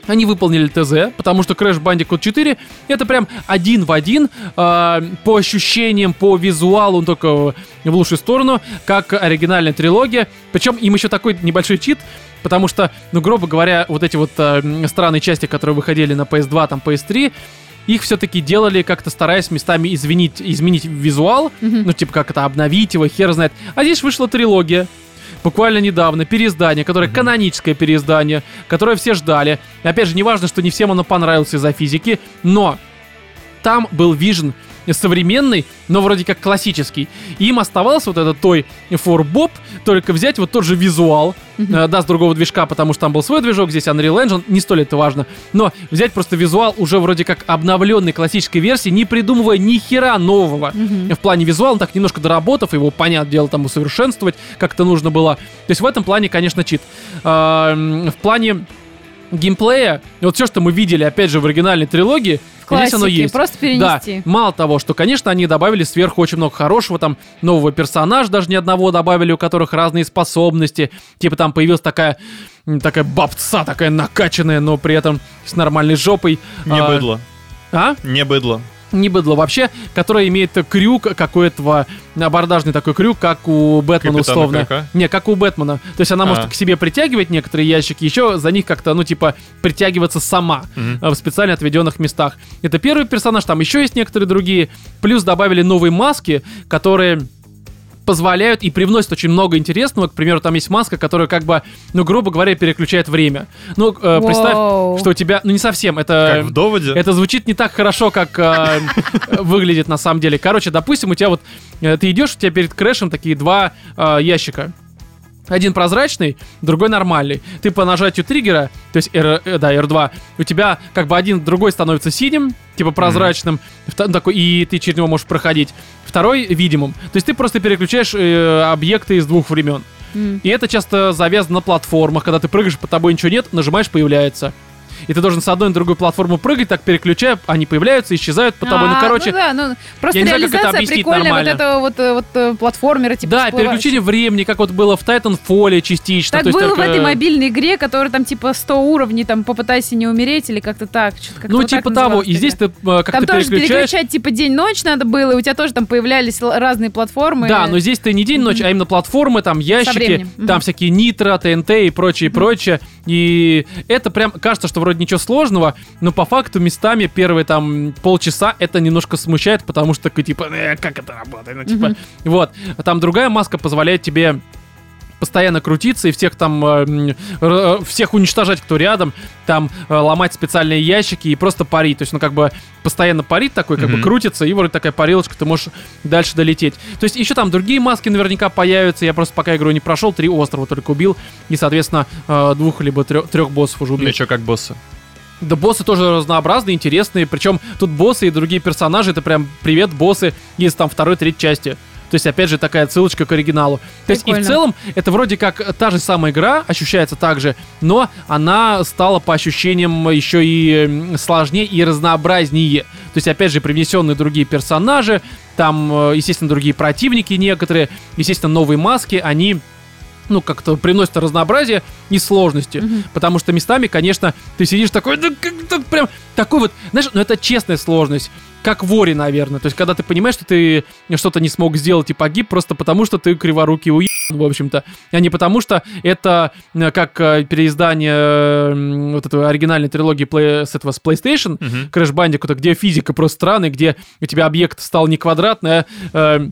Speaker 1: они выполнили ТЗ, потому что Crash Bandicoot 4 это прям один в один э, по ощущениям, по визуалу, он только в лучшую сторону, как оригинальная трилогия. Причем им еще такой небольшой чит, потому что, ну, грубо говоря, вот эти вот э, м, странные части, которые выходили на PS2, там, PS3, их все-таки делали как-то стараясь местами извинить, изменить визуал,
Speaker 3: Мгм.
Speaker 1: ну, типа, как это, обновить его, хер знает. А здесь вышла трилогия, буквально недавно, переиздание, которое каноническое переиздание, которое все ждали. И опять же, неважно, что не всем оно понравилось из-за физики, но там был вижен современный, но вроде как классический. И им оставался вот этот той форбоб, только взять вот тот же визуал, э, да, с другого движка, потому что там был свой движок, здесь Unreal Engine, не столь это важно, но взять просто визуал уже вроде как обновленной классической версии, не придумывая ни хера нового. В плане визуала, так немножко доработав, его, понятное дело, там усовершенствовать как-то нужно было. То есть в этом плане, конечно, чит. А, м, в плане геймплея, вот все, что мы видели, опять же, в оригинальной трилогии, здесь оно
Speaker 3: Классики,
Speaker 1: есть.
Speaker 3: просто
Speaker 1: Да,
Speaker 3: перенести.
Speaker 1: мало того, что, конечно, они добавили сверху очень много хорошего, там нового персонажа даже ни одного добавили, у которых разные способности, типа там появилась такая м, такая бабца, такая накачанная, но при этом с нормальной жопой.
Speaker 2: Не
Speaker 1: А,
Speaker 2: быдло.
Speaker 1: А?
Speaker 2: Не быдло.
Speaker 1: Не быдло вообще, которая имеет э, крюк какой-то, э, абордажный такой крюк, как у Бэтмена
Speaker 2: Капитана
Speaker 1: условно.
Speaker 2: Крюка?
Speaker 1: Не, как у Бэтмена. То есть она может
Speaker 2: А.
Speaker 1: к себе притягивать некоторые ящики, еще за них как-то, ну, типа, притягиваться сама
Speaker 2: Мгм.
Speaker 1: э, в специально отведенных местах. Это первый персонаж, там еще есть некоторые другие. Плюс добавили новые маски, которые позволяют и привносят очень много интересного. К примеру, там есть маска, которая как бы, ну, грубо говоря, переключает время. Ну, э,
Speaker 3: Воу.
Speaker 1: представь, что у тебя... Ну, не совсем, это...
Speaker 2: Как в доводе.
Speaker 1: Это звучит не так хорошо, как э, выглядит на самом деле. Короче, допустим, у тебя вот э, ты идешь, у тебя перед крэшем такие два э, ящика. Один прозрачный, другой нормальный. Ты по нажатию триггера, то есть R, э, да, R2, у тебя как бы один другой становится синим, типа прозрачным, вто- ну, такой, и ты через него можешь проходить. Второй видимым. То есть ты просто переключаешь э, объекты из двух времен.
Speaker 3: М.
Speaker 1: И это часто завязано на платформах, когда ты прыгаешь, под тобой ничего нет, нажимаешь, появляется. И ты должен с одной на другую платформу прыгать, так переключая, они появляются, исчезают под тобой.
Speaker 3: А,
Speaker 1: ну, короче,
Speaker 3: ну да, ну, просто
Speaker 1: я не знаю, как это
Speaker 3: реализация
Speaker 1: объяснить
Speaker 3: прикольная
Speaker 1: нормально.
Speaker 3: вот этого вот, э, вот э, платформера, типа
Speaker 1: да,
Speaker 3: всплывающего.
Speaker 1: переключение времени, как вот было в Titanfall частично.
Speaker 3: Так
Speaker 1: то есть
Speaker 3: было в
Speaker 1: только-
Speaker 3: этой мобильной игре, которая там типа 100 уровней, там попытайся не умереть или как-то так. чё-то как-то
Speaker 1: Ну,
Speaker 3: вот так
Speaker 1: типа того.
Speaker 3: называлась
Speaker 1: И здесь
Speaker 3: тогда.
Speaker 1: ты э, как-то
Speaker 3: Там тоже
Speaker 1: переключаешь.
Speaker 3: переключать типа день-ночь надо было, и у тебя тоже там появлялись л- разные платформы.
Speaker 1: Да, но здесь ты не день, ночь, а именно платформы, там ящики,
Speaker 3: временем. Мгм.
Speaker 1: там всякие нитро, ТНТ и прочее, прочее. И это прям кажется, что вроде ничего сложного, но по факту местами первые там полчаса это немножко смущает, потому что такой типа, «Э, как это работает, ну типа,
Speaker 3: Мгм.
Speaker 1: вот. А там другая маска позволяет тебе постоянно крутиться и всех там э, м, р- э, всех уничтожать, кто рядом, там э, ломать специальные ящики и просто парить. То есть, ну как бы постоянно парит такой, как бы
Speaker 2: Мгм.
Speaker 1: крутится, и вроде такая парилочка, ты можешь дальше долететь. То есть еще там другие маски наверняка появятся. Я просто пока игру не прошел, три острова только убил. И, соответственно, э, двух либо трех, трех боссов уже убил.
Speaker 2: Ну, чё, как боссы?
Speaker 1: Да боссы тоже разнообразные, интересные. Причем тут боссы и другие персонажи, это прям привет боссы из там второй, третьей части. То есть, опять же, такая отсылочка к оригиналу. То есть, и в
Speaker 3: Прикольно.
Speaker 1: целом, это вроде как та же самая игра, ощущается так же, но она стала по ощущениям еще и м, сложнее и разнообразнее. То есть, опять же, привнесенные другие персонажи, там, э, естественно, другие противники некоторые, естественно, новые маски, они ну, как-то приносят разнообразие и сложности.
Speaker 3: Мгм.
Speaker 1: Потому что местами, конечно, ты сидишь такой, да как так прям такой вот, знаешь, ну это честная сложность. Как вори, наверное. То есть, когда ты понимаешь, что ты что-то не смог сделать и погиб, просто потому что ты криворукий уебан, в общем-то. А не потому что это э, как э, переиздание э, м, вот этой оригинальной трилогии плей- с этого с PlayStation,
Speaker 2: Мгм.
Speaker 1: Crash Bandicoot, где физика просто странная, где у тебя объект стал не квадратный, а э,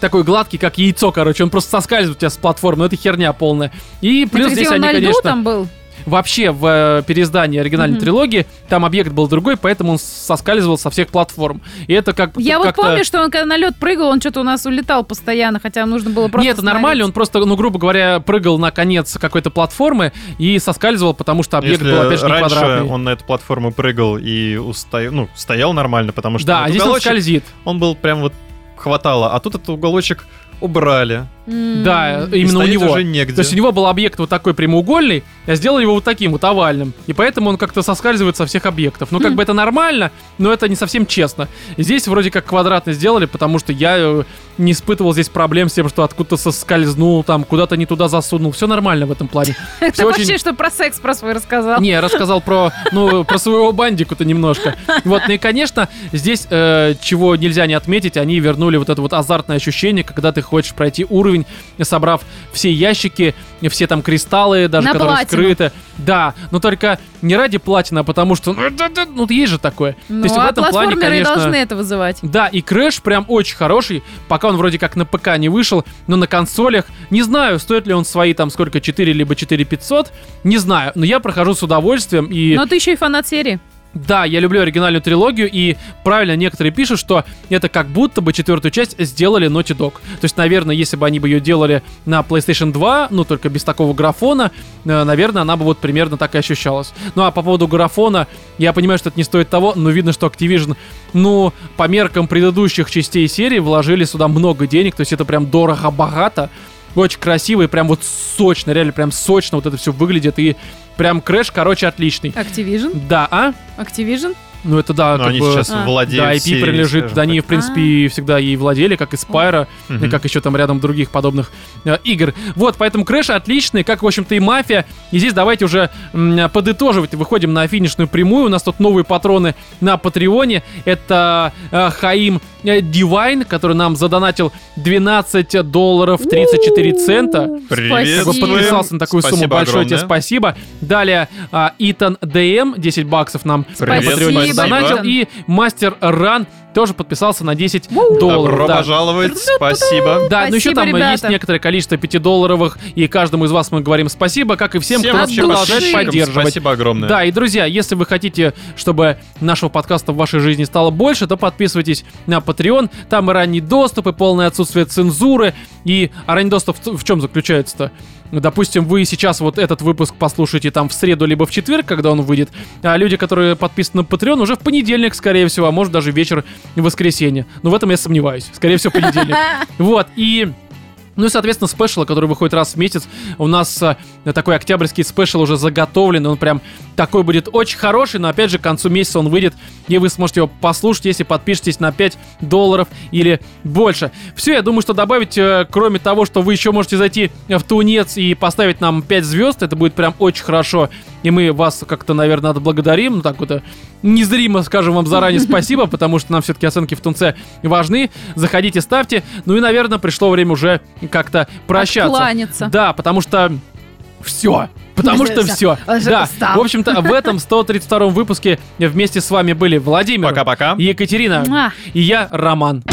Speaker 1: такой гладкий, как яйцо, короче. Он просто соскальзывает у тебя с платформы, но это херня полная. И
Speaker 3: Это
Speaker 1: плюс
Speaker 3: где
Speaker 1: здесь
Speaker 3: он
Speaker 1: они,
Speaker 3: на льду
Speaker 1: конечно...
Speaker 3: там был?
Speaker 1: Вообще в э, переиздании оригинальной
Speaker 3: Мгм.
Speaker 1: трилогии там объект был другой, поэтому он соскальзывал со всех платформ. И это как
Speaker 3: Я вот
Speaker 1: как-то-
Speaker 3: помню, что он когда на лед прыгал, он что-то у нас улетал постоянно, хотя нужно было просто...
Speaker 1: Нет, это нормально, он просто, ну, грубо говоря, прыгал на конец какой-то платформы и соскальзывал, потому что объект
Speaker 2: Если
Speaker 1: А был, опять же, не
Speaker 2: раньше
Speaker 1: квадратный.
Speaker 2: он на эту платформу прыгал и устоя- ну, стоял нормально, потому что
Speaker 1: Да, а
Speaker 2: вот
Speaker 1: здесь он
Speaker 2: уголочек,
Speaker 1: скользит.
Speaker 2: он был прям вот хватало, а тут этот уголочек убрали.
Speaker 3: остановиться. М.
Speaker 1: Да,
Speaker 2: И
Speaker 1: именно у
Speaker 2: стоять
Speaker 1: него.
Speaker 2: уже негде.
Speaker 1: То есть у него был объект вот такой прямоугольный, я сделал его вот таким вот овальным. И поэтому он как-то соскальзывает со всех объектов. Ну, как
Speaker 3: Хм.
Speaker 1: бы это нормально, но это не совсем честно. Здесь вроде как квадратно сделали, потому что я э, не испытывал здесь проблем с тем, что откуда-то соскользнул, там, куда-то не туда засунул. Все нормально в этом плане.
Speaker 3: Ты
Speaker 1: Всё очень-
Speaker 3: вообще что про секс про свой рассказал?
Speaker 1: Не, я рассказал про, ну, про своего бандику-то немножко. Вот, ну и, конечно, здесь, э, чего нельзя не отметить, они вернули вот это вот азартное ощущение, когда ты хочешь пройти уровень, собрав все ящики, все там кристаллы, даже
Speaker 3: На
Speaker 1: которые
Speaker 3: платину.
Speaker 1: скрыты. Да, но только не ради платина, а потому что, ну, да, да, ну, есть же такое.
Speaker 3: Ну,
Speaker 1: То есть в
Speaker 3: а
Speaker 1: этом плане,
Speaker 3: платформеры и
Speaker 1: конечно...
Speaker 3: должны это вызывать.
Speaker 1: Да, и Крэш прям очень хороший, пока он вроде как на ПК не вышел, но на консолях, не знаю, стоит ли он свои там сколько, 4 либо 4500, не знаю, но я прохожу с удовольствием, и
Speaker 3: Но ты еще и фанат серии.
Speaker 1: да, я люблю оригинальную трилогию, и правильно некоторые пишут, что это как будто бы четвертую часть сделали Naughty Dog. То есть, наверное, если бы они бы ее делали на PlayStation 2, ну, только без такого графона, э, наверное, она бы вот примерно так и ощущалась. Ну, а по поводу графона, я понимаю, что это не стоит того, но видно, что Activision, ну, по меркам предыдущих частей серии вложили сюда много денег, то есть это прям дорого-богато. Очень красиво и прям вот сочно, реально прям сочно вот это все выглядит, и прям крэш, короче, отличный.
Speaker 3: Activision.
Speaker 1: Да, а?
Speaker 3: Activision.
Speaker 1: Ну это да,
Speaker 2: Но
Speaker 1: как
Speaker 2: они
Speaker 1: бы,
Speaker 2: сейчас
Speaker 3: А.
Speaker 2: владеют
Speaker 1: да, IP
Speaker 2: всей,
Speaker 1: принадлежит
Speaker 2: скажем
Speaker 1: да, они, в принципе, и всегда ей владели, как и Spyro,
Speaker 2: так.
Speaker 1: и
Speaker 2: Мгм.
Speaker 1: как еще там рядом других подобных э, игр. Вот, поэтому Крэш отличный, как, в общем-то, и Мафия. И здесь давайте уже м, подытоживать. Выходим на финишную прямую. У нас тут новые патроны на Патреоне. Это э, Хаим э, Дивайн, который нам задонатил 12 долларов 34 цента.
Speaker 2: Привет.
Speaker 1: Как бы
Speaker 2: Спасибо.
Speaker 1: подписался на такую сумму.
Speaker 2: Спасибо
Speaker 1: Большое
Speaker 2: огромное.
Speaker 1: тебе спасибо. Далее а, Итан ДМ, 10 баксов нам на
Speaker 2: Привет,
Speaker 1: Патреоне
Speaker 2: спасибо.
Speaker 1: задонатил. И Мастер Ран тоже подписался на 10
Speaker 2: Добро
Speaker 1: долларов. да.
Speaker 2: пожаловать, спасибо.
Speaker 1: Да, ну еще
Speaker 3: Спасибо,
Speaker 1: там
Speaker 3: ребята.
Speaker 1: есть некоторое количество 5-долларовых, и каждому из вас мы говорим спасибо, как и всем, кто нас
Speaker 3: вообще
Speaker 1: продолжает
Speaker 3: подписчикам
Speaker 1: поддерживать.
Speaker 2: Спасибо огромное.
Speaker 1: Да, и друзья, если вы хотите, чтобы нашего подкаста в вашей жизни стало больше, то подписывайтесь на Patreon. Там и ранний доступ, и полное отсутствие цензуры. И а ранний доступ в, чем заключается-то? Допустим, вы сейчас вот этот выпуск послушаете там в среду либо в четверг, когда он выйдет, а люди, которые подписаны на Patreon, уже в понедельник, скорее всего, а может Ну, даже вечер воскресенья. Но в этом я сомневаюсь. Скорее всего, понедельник. Вот, и Ну и, соответственно, спешалы, который выходит раз в месяц. У нас э, такой октябрьский спешл уже заготовлен. Он прям такой будет очень хороший. Но, опять же, к концу месяца он выйдет. И вы сможете его послушать, если подпишетесь на 5 долларов или больше. Все, я думаю, что добавить, э, кроме того, что вы еще можете зайти в Тунец и поставить нам 5 звезд. Это будет прям очень хорошо. И мы вас как-то, наверное, отблагодарим. Ну, так вот э, незримо скажем вам заранее спасибо, потому что нам все-таки оценки в Тунце важны. Заходите, ставьте. Ну и, наверное, пришло время уже как-то прощаться.
Speaker 3: Откланяться.
Speaker 1: Да, потому что все. Потому что все.
Speaker 3: Он же
Speaker 1: Да.
Speaker 3: устал.
Speaker 1: В общем-то, в этом 132-м выпуске вместе с вами были Владимир,
Speaker 2: Пока-пока.
Speaker 1: Екатерина
Speaker 3: Муа.
Speaker 1: и я, Роман.